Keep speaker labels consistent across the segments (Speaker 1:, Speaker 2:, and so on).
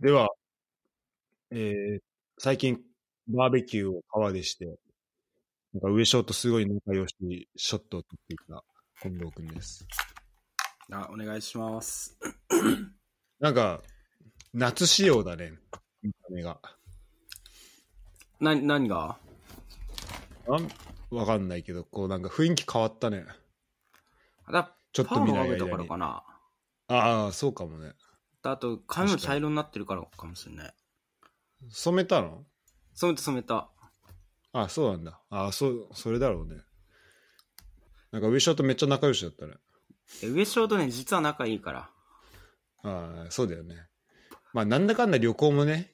Speaker 1: では、えー、最近、バーベキューを川でして、なんか上翔とすごい仲良しにショットを取っていた近藤くんです。
Speaker 2: あ、お願いします。
Speaker 1: なんか、夏仕様だね、見た目が。
Speaker 2: な、何が
Speaker 1: なんわかんないけど、こうなんか雰囲気変わったね。
Speaker 2: だ
Speaker 1: ちょっ
Speaker 2: パ
Speaker 1: と
Speaker 2: ー
Speaker 1: 見
Speaker 2: マ
Speaker 1: な
Speaker 2: か
Speaker 1: い
Speaker 2: けた
Speaker 1: 間
Speaker 2: から
Speaker 1: に
Speaker 2: か。な。
Speaker 1: ああ、そうかもね。
Speaker 2: あと、髪も茶色になってるからかもしれない。
Speaker 1: 染めたの
Speaker 2: 染めた染めた。
Speaker 1: ああ、そうなんだ。ああ、そう、それだろうね。なんか上翔とめっちゃ仲良しだったね。
Speaker 2: え上翔とね、実は仲いいから。
Speaker 1: ああ、そうだよね。まあ、なんだかんだ旅行もね、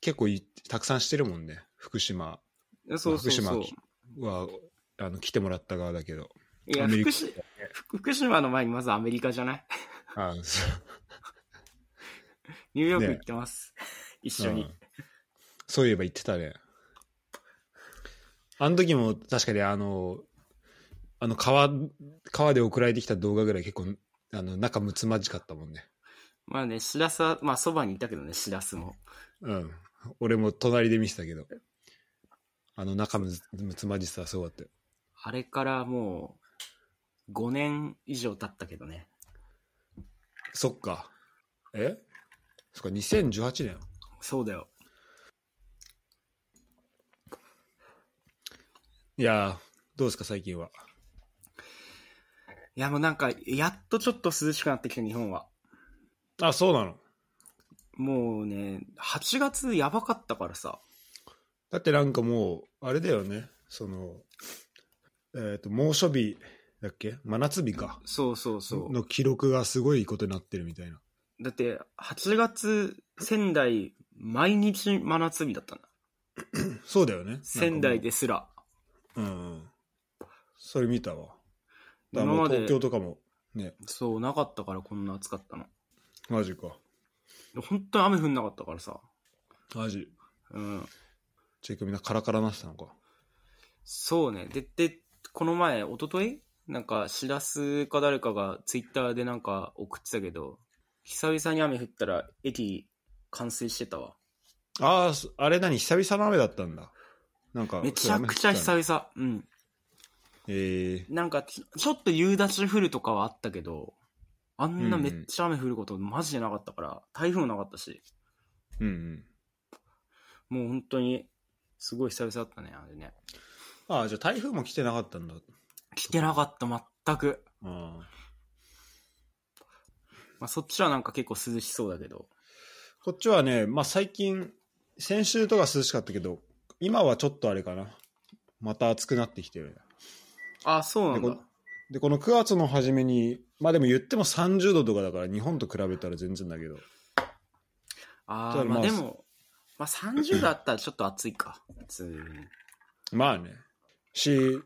Speaker 1: 結構いたくさんしてるもんね。福島
Speaker 2: えそうそう
Speaker 1: まあ
Speaker 2: そう。
Speaker 1: 福は、あの、来てもらった側だけど。
Speaker 2: いや
Speaker 1: アメリカ
Speaker 2: 福島、福福島の前にまずアメリカじゃない
Speaker 1: ああ、そう。
Speaker 2: ニューヨーク
Speaker 1: ね
Speaker 2: 行ってます。一緒
Speaker 1: う
Speaker 2: に
Speaker 1: ん。そういえば言ってたね。あの時も確かにあの、あの川、川で送られてきた動画ぐらい結構、あの、仲睦まじかったもんね。
Speaker 2: まあね、しらすは、まあそばにいたけどね、しらすも。
Speaker 1: うん。俺も隣で見てたけど。あの仲むず睦まじさはすごかったよ。
Speaker 2: あれからもう、5年以上経ったけどね。
Speaker 1: そっか。えそっか、2018年。
Speaker 2: そうだよ。
Speaker 1: いやー、どうですか、最近は。
Speaker 2: いやもうなんか、やっとちょっと涼しくなってきた、日本は。
Speaker 1: あ、そうなの。
Speaker 2: もうね、8月やばかったからさ。
Speaker 1: だってなんかもう、あれだよね。その、えっ、と、猛暑日だっけ真夏日か。
Speaker 2: そうそうそ
Speaker 1: の記録がすごいことになってるみたいな。
Speaker 2: う。だって、8月、仙台、毎日真夏日だったんだ。
Speaker 1: そうだよね。
Speaker 2: 仙台ですら。
Speaker 1: なんかもう。うん、うん。それ見たわ。だから
Speaker 2: 今
Speaker 1: もう
Speaker 2: まで
Speaker 1: 東、京とかも、ね、
Speaker 2: そう、なかったからこんな暑かったの。
Speaker 1: マジか。
Speaker 2: 本当に雨降んなかったからさ。
Speaker 1: マジ。
Speaker 2: うん。
Speaker 1: チェックみんなカラカラなってたのか。
Speaker 2: そうね。で、で、この前、一昨日なんか、しらすか誰かがツイッターでなんか送ってたけど、久々に雨降ったら駅冠水してたわ。
Speaker 1: ああ、そあれ何久々の雨だったんだ。なんか、
Speaker 2: めちゃくちゃ久
Speaker 1: 々。
Speaker 2: 々。うん。
Speaker 1: ええ
Speaker 2: なんかちょ、ちょっと夕立降るとかはあったけど、あんなめっちゃ雨降ることマジでなかったから、台風もなかったし、
Speaker 1: うんうん。
Speaker 2: もう本当に、すごい久々だったね、あれね。
Speaker 1: ああ、じゃあ台風も来てなかったんだ。
Speaker 2: 来てなかった、全く。
Speaker 1: ああ。
Speaker 2: まあ、そっちはなんか結構涼しそうだけど。
Speaker 1: こっちはね、まあ、最近、先週とか涼しかったけど、今はちょっとあれかな。また暑くなってきてるね。
Speaker 2: あ、そうなん
Speaker 1: で
Speaker 2: だ
Speaker 1: こ。で、この9月の初めに、まあでも言っても30度とかだから、日本と比べたら全然だけど。
Speaker 2: あ
Speaker 1: ただ
Speaker 2: ー、ま
Speaker 1: ま
Speaker 2: あ
Speaker 1: あ
Speaker 2: でも、まあ30度あったらちょっと暑いか、普通に。
Speaker 1: まあね。し、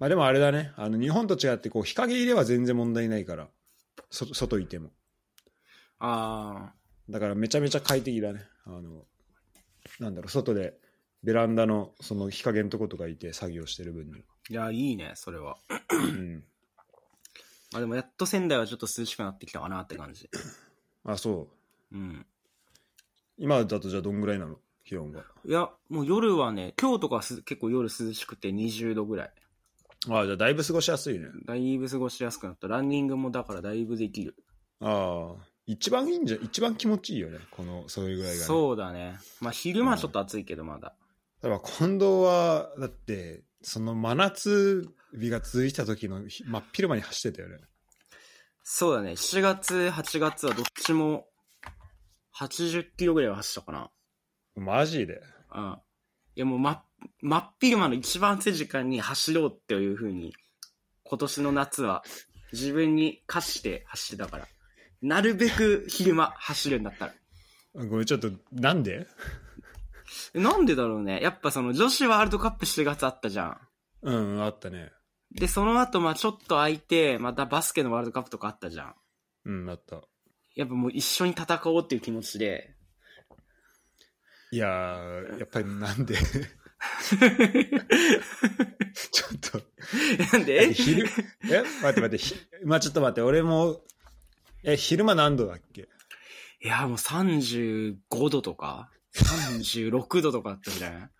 Speaker 1: まあでもあれだね。あの、日本と違って、こう、日陰いれば全然問題ないから。そ外いても。
Speaker 2: あ
Speaker 1: だからめちゃめちゃ快適だね。あの、なんだろう、外で、ベランダの、その日陰のとことかいて作業してる分には。
Speaker 2: ー、いや、いいね、それは。
Speaker 1: うん。
Speaker 2: まあでもやっと仙台はちょっと涼しくなってきたかなって感じ。
Speaker 1: あ、そう。
Speaker 2: うん。
Speaker 1: 今だとじゃあどんぐらいなの気温が。
Speaker 2: いや、もう夜はね、今日とかはす結構夜涼しくて20度ぐらい。
Speaker 1: ああ、じゃあだいぶ過ごしやすいね。
Speaker 2: だいぶ過ごしやすくなった。ランニングもだからだいぶできる。
Speaker 1: ああ、一番いいんじゃ、一番気持ちいいよね。この、そういうぐらいが、ね。う。
Speaker 2: そうだね。まあ昼間はちょっと暑いけどまだ。
Speaker 1: 例えば近藤は、だって、その真夏日が続いた時の日真っ昼間に走ってたよね。
Speaker 2: そうだね。7月、8月はどっちも80キロぐらいは走ったか
Speaker 1: マジで。
Speaker 2: な。うん。いやもうま、真っ昼間の一番暑い時間に走ろうっていう風に、今年の夏は自分に課して走ってたから。なるべく昼間走るんだったら。
Speaker 1: ごめん、ちょっと、なんで
Speaker 2: なんでだろうね。やっぱその女子ワールドカップ7月あったじゃん。
Speaker 1: うん、あったね。
Speaker 2: で、その後、まあちょっと空いて、またバスケのワールドカップとかあったじゃん。
Speaker 1: うん、あった。
Speaker 2: やっぱもう一緒に戦おうっていう気持ちで。
Speaker 1: いやー、やっぱりなんでちょっと。
Speaker 2: な
Speaker 1: だ
Speaker 2: ん
Speaker 1: っ
Speaker 2: で
Speaker 1: て昼、え待って待って、ひまあちょっと待って、俺も、え、昼間何度だっけ
Speaker 2: いや、もう35度とか、36度とかあったんじゃない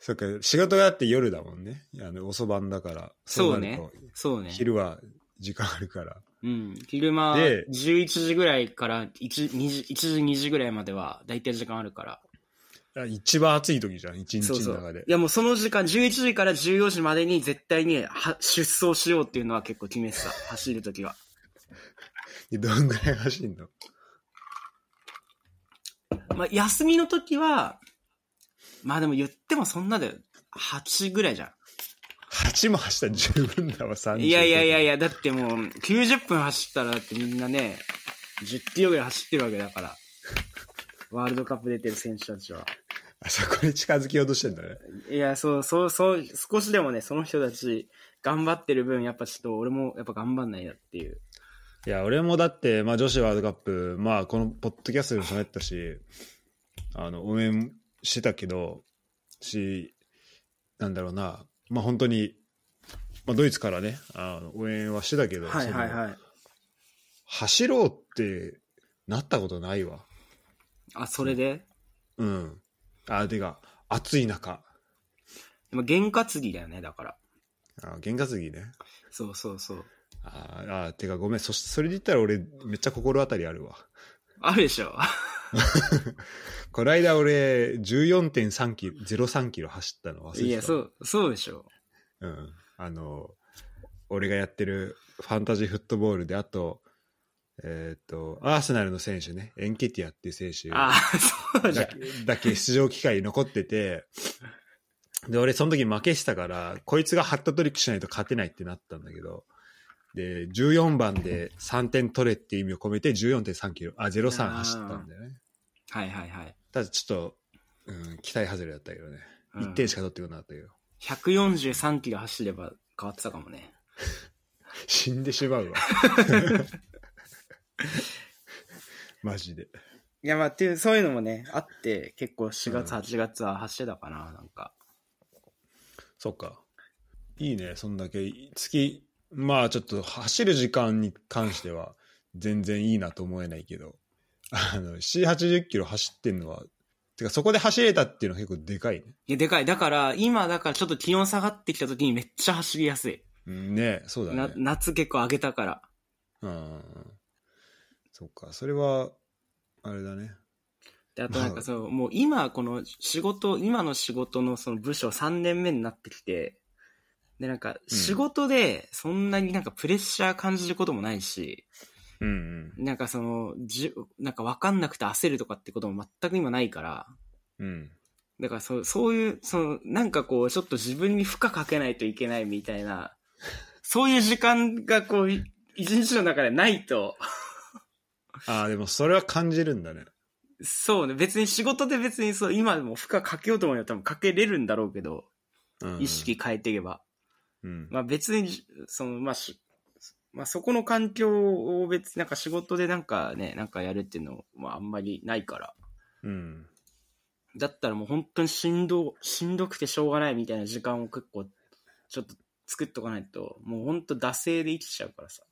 Speaker 1: そっか、仕事があって夜だもんね。あの、遅番だから。
Speaker 2: そう
Speaker 1: な
Speaker 2: ね
Speaker 1: ると
Speaker 2: そうね。
Speaker 1: 昼は時間あるから。
Speaker 2: うん。昼間、
Speaker 1: で
Speaker 2: 11時ぐらいから1、2時、1時、2時ぐらいまでは、だいたい時間あるから。
Speaker 1: あ一番暑い時じゃん、一日
Speaker 2: そうそ
Speaker 1: の中
Speaker 2: う
Speaker 1: で。。
Speaker 2: いや、もうその時間、11時から14時までに絶対には出走しようっていうのは結構決めてた。走るときは。
Speaker 1: でどんぐらい走んの
Speaker 2: まあ、休みの時は、まあでも言ってもそんなだよ。8ぐらいじゃ
Speaker 1: ?8 も走ったら十分だわ、30
Speaker 2: ん。いやいやいやいや、だってもう90分走ったらだってみんなね、10キロぐらい走ってるわけだから。ワールドカップ出てる選手たちは。
Speaker 1: あそこに近づきようとしてんだね。
Speaker 2: いや、そう、そう、そう、少しでもね、その人たち頑張ってる分、やっぱちょっと俺もやっぱ頑張んないなっていう。
Speaker 1: いや、俺もだって、まあ、女子ワールドカップ、まあ、このポッドキャストでも喋ったし、あの、応援してたけど、し、なんだろうな、まあ、本当に、まあ、ドイツからね、あの応援はしてたけど、
Speaker 2: はいはい
Speaker 1: その
Speaker 2: はい。
Speaker 1: 走ろうってなったことないわ。
Speaker 2: あ、それで
Speaker 1: うん。あ、てか、暑い中、
Speaker 2: まあ、験担ぎだよね、だから。
Speaker 1: あ験担ぎね。
Speaker 2: そうそうそう。
Speaker 1: ああ、てか、ごめん、そしそれで言ったら俺、めっちゃ心当たりあるわ。
Speaker 2: あるでしょ
Speaker 1: この間俺、14.3キロ、03キロ走ったの忘れてた。
Speaker 2: いや、そう、そうでしょ
Speaker 1: うん。あの、俺がやってるファンタジーフットボールで、あと、えっ、と、アーセナルの選手ね、エンケティアっていう選手
Speaker 2: あ
Speaker 1: だ
Speaker 2: あ、そうじゃん
Speaker 1: け。だけ出場機会残ってて、で、俺その時負けしたから、こいつがハットトリックしないと勝てないってなったんだけど、で、14番で3点取れっていう意味を込めて14.3キロ、あ、03走ったんだよね。
Speaker 2: はいはいはい。
Speaker 1: ただちょっと、うん、期待外れだったけどね。
Speaker 2: うん
Speaker 1: 1点しか取ってこなかったけど。
Speaker 2: 143キロ走れば変わってたかもね。
Speaker 1: 死んでしまうわ。 マジで。
Speaker 2: いや、まあ、っていう、そういうのもね、あって、結構4月、8月は走ってたかな、なんか。
Speaker 1: そっか。いいね、そんだけ。月、まあちょっと走る時間に関しては全然いいなと思えないけど、あの、7、80キロ走ってんのは、てかそこで走れたっていうのは結構でかいね。
Speaker 2: いや、でかい。だから、今、だからちょっと気温下がってきた時にめっちゃ走りやすい。
Speaker 1: うんねそうだ
Speaker 2: な
Speaker 1: ね。
Speaker 2: 夏結構上げたから。
Speaker 1: うん。そっか、それは、あれだね。
Speaker 2: で、あとなんかそう、もう今、この仕事、今の仕事のその部署3年目になってきて、で、なんか仕事でそんなになんかプレッシャー感じることもないし、
Speaker 1: うんうん。
Speaker 2: なんかその、じゅなんかわかんなくて焦るとかってことも全く今ないから、
Speaker 1: うん。
Speaker 2: だからそう、そういう、その、なんかこう、ちょっと自分に負荷かけないといけないみたいな、そういう時間がこう、い一日の中でないと、
Speaker 1: ああ、でもそれは感じるんだね。
Speaker 2: そうね、別に仕事で別にそう、今でも負荷かけようと思えば多分かけれるんだろうけど、
Speaker 1: うん
Speaker 2: 意識変えていけば。
Speaker 1: うん。
Speaker 2: まあ別に、その、まあし、まあそこの環境を別になんか仕事でなんかね、なんかやるっていうのはあんまりないから。
Speaker 1: うん。
Speaker 2: だったらもう本当にしんど、しんどくてしょうがないみたいな時間を結構、ちょっと作っとかないと、もう本当惰性で生きちゃうからさ。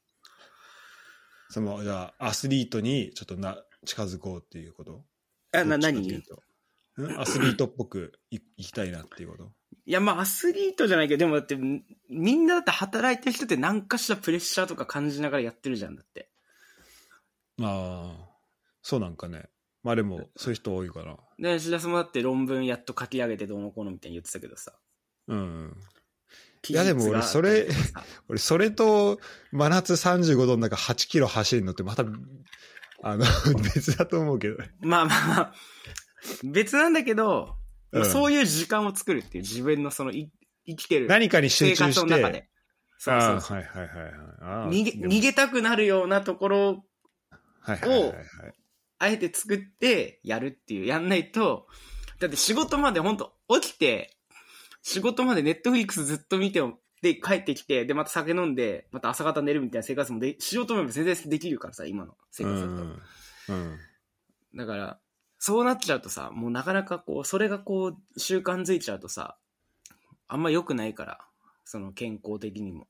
Speaker 1: その、じゃあ、アスリートにちょっとな、近づこうっていうこと
Speaker 2: あな、
Speaker 1: どっちかって
Speaker 2: 何
Speaker 1: いう
Speaker 2: い
Speaker 1: とんアスリートっぽくいいきたいなっていうこと
Speaker 2: や、まあアスリートじゃないけど、でもだって、みんなだって働いてる人って何かしらプレッシャーとか感じながらやってるじゃんだって。
Speaker 1: ああ、そうなんかね。まあでも、そういう人多いかな。
Speaker 2: で、吉田さんもだって論文やっと書き上げてどうのこうのみたいに言ってたけどさ。
Speaker 1: うん。いやでも俺それ
Speaker 2: 記述があったりとかさ
Speaker 1: 俺、それと、真夏35度の中8キロ走るのってまた、あの、 別だと思うけどね。
Speaker 2: まあまあまあ、別なんだけど、
Speaker 1: うん
Speaker 2: そういう時間を作るっていう自分のそのい生きてる
Speaker 1: 何かに
Speaker 2: 生
Speaker 1: 集中
Speaker 2: 活の
Speaker 1: し
Speaker 2: 中
Speaker 1: て、
Speaker 2: で。そう
Speaker 1: あ
Speaker 2: そ
Speaker 1: あー、は
Speaker 2: う
Speaker 1: いはいはいはいあー。
Speaker 2: 逃げ
Speaker 1: でも
Speaker 2: 逃げたくなるようなところを
Speaker 1: はいはいはいはい。
Speaker 2: あえて作ってやるっていう、やんないと、だって仕事まで本当起きて、仕事までネットフリックスずっと見ても、で、帰ってきて、で、また酒飲んで、また朝方寝るみたいな生活もで、しようと思えば全然できるからさ、今の生
Speaker 1: う
Speaker 2: 活だと。
Speaker 1: ん。うん。
Speaker 2: だから、そうなっちゃうとさ、もうなかなかこう、それがこう、習慣づいちゃうとさ、あんま良く ないから、その健康的にも。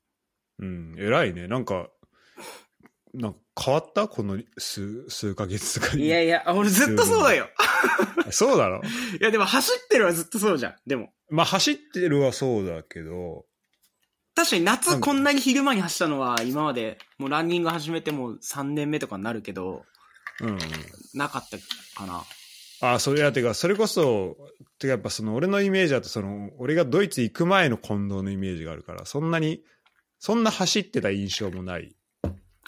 Speaker 1: うん、偉いね。なんか、なんか変わったこの数、数ヶ月とかに
Speaker 2: いやいや、あ俺ずっとそうだよ。
Speaker 1: そうだろ
Speaker 2: いや、でも走ってるはずっとそうじゃん。でも。
Speaker 1: まあ走ってるはそうだけど、
Speaker 2: 確かに
Speaker 1: なん
Speaker 2: 夏
Speaker 1: で
Speaker 2: こんなに昼間に走ったのは今まで、もうランニング始めてもう3年目とかになるけど、
Speaker 1: うんうん。
Speaker 2: なかったかな。
Speaker 1: あ、それや、てか、それこそ、てかやっぱその俺のイメージだと、その、俺がドイツ行く前の近藤のイメージがあるから、そんなに、そんな走ってた印象もない。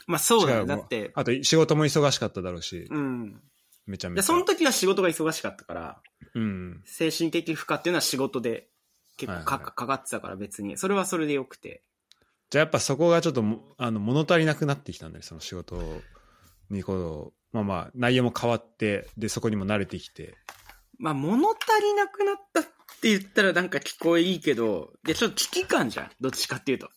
Speaker 2: まあそうだよ。
Speaker 1: し
Speaker 2: だ
Speaker 1: かも
Speaker 2: って、
Speaker 1: あと仕事も忙しかっただろうし、
Speaker 2: うん。
Speaker 1: めちゃめち
Speaker 2: で、
Speaker 1: ゃ。
Speaker 2: その時は仕事が忙しかったから、
Speaker 1: うん。
Speaker 2: 精神的負荷っていうのは仕事で結構か,、
Speaker 1: はいはい
Speaker 2: かかってたから別に、それはそれでよくて。
Speaker 1: じゃあやっぱそこがちょっとも、あの、物足りなくなってきたんだね、その仕事にこう、まあまあ、内容も変わって、で、そこにも慣れてきて。
Speaker 2: まあ物足りなくなったって言ったらなんか聞こえいいけど、で、ちょっと危機感じゃん。どっちかっていうと。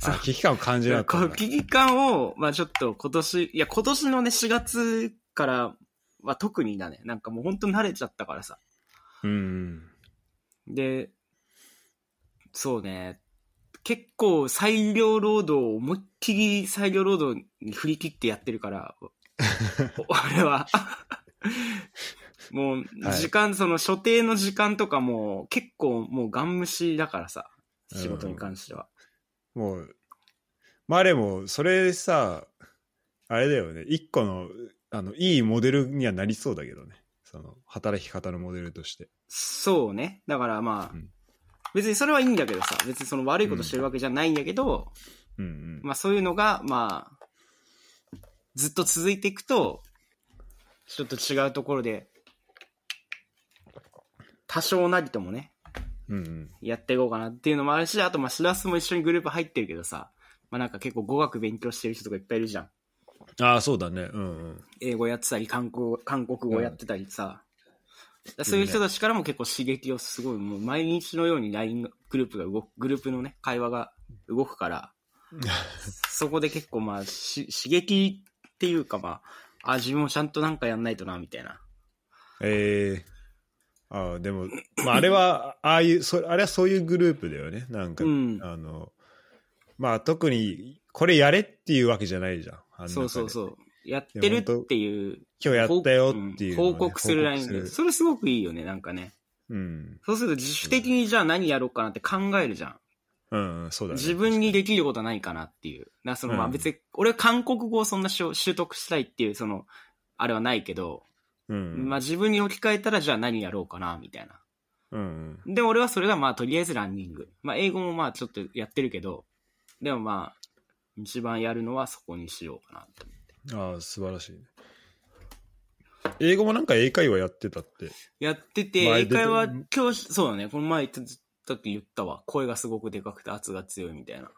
Speaker 2: そう
Speaker 1: あ危機感を感じなか
Speaker 2: こ
Speaker 1: った
Speaker 2: うん
Speaker 1: だ。
Speaker 2: 危機感を、まあちょっと今年、いや今年のね4月からは特にだね。なんかもう本当慣れちゃったからさ。
Speaker 1: うんうん。
Speaker 2: で、そうね。結構裁量労働を思いっきり裁量労働に振り切ってやってるから、お俺は。もう
Speaker 1: はい
Speaker 2: 時間、その所定の時間とかも結構もうガン虫だからさ、仕事に関しては。
Speaker 1: もう、まあでも、それさ、あれだよね、一個の、あの、いいモデルにはなりそうだけどね。その、働き方のモデルとして。
Speaker 2: そうね。だからまあ、
Speaker 1: うん
Speaker 2: 別にそれはいいんだけどさ、別にその悪いことしてるわけじゃないんだけど、
Speaker 1: うん
Speaker 2: まあそういうのが、まあ、ずっと続いていくと、ちょっと違うところで、多少なりともね、
Speaker 1: うん。うんうん。
Speaker 2: やっていこうかなっていうのもあるし、あとまあ、シラスも一緒にグループ入ってるけどさ、まあなんか結構語学勉強してる人とかいっぱいいるじゃん。
Speaker 1: ああ、そうだね。うんうん。
Speaker 2: 英語やってたり、韓国語韓国語やってたりさ、だからそういう人たちからも結構刺激をすごい、もう毎日のように LINE グループが動く、グループのね、会話が動く から、そこで結構まあ、し刺激っていうかまあ、あ、自分もちゃんとなんかやんないとな、みたいな。
Speaker 1: ええああ、でも、まあ、あれは、ああいう、それ、あれはそういうグループだよね。なんか、
Speaker 2: うん
Speaker 1: あの、まあ、特に、これやれっていうわけじゃないじゃん。あの中で
Speaker 2: そうそうそう。やってるっていう。
Speaker 1: 今日やったよっていうのを
Speaker 2: 報
Speaker 1: ね、
Speaker 2: 告するライン
Speaker 1: 報
Speaker 2: で。
Speaker 1: 告する
Speaker 2: それすごくいいよね、なんかね。
Speaker 1: うん。
Speaker 2: そうすると自主的にじゃあ何やろうかなって考えるじゃん。
Speaker 1: うん、うんそうだね。
Speaker 2: 自分にできることはないかなっていう。なそのまあ
Speaker 1: うん
Speaker 2: 別に、俺は韓国語をそんなしょ習得したいっていう、その、あれはないけど、
Speaker 1: うん。
Speaker 2: まあ自分に置き換えたらじゃあ何やろうかな、みたいな。
Speaker 1: うんうん。
Speaker 2: で、俺はそれがまあとりあえずランニング。まあ英語もまあちょっとやってるけど、でもまあ、一番やるのはそこにしようかなと。
Speaker 1: ああ、素晴らしいね。英語もなんか英会話やってたって。
Speaker 2: やってて、
Speaker 1: 前
Speaker 2: 英
Speaker 1: 出て
Speaker 2: 会話教室、そうだね、この前言った時言ったわ。声がすごくでかくて圧が強いみたいな。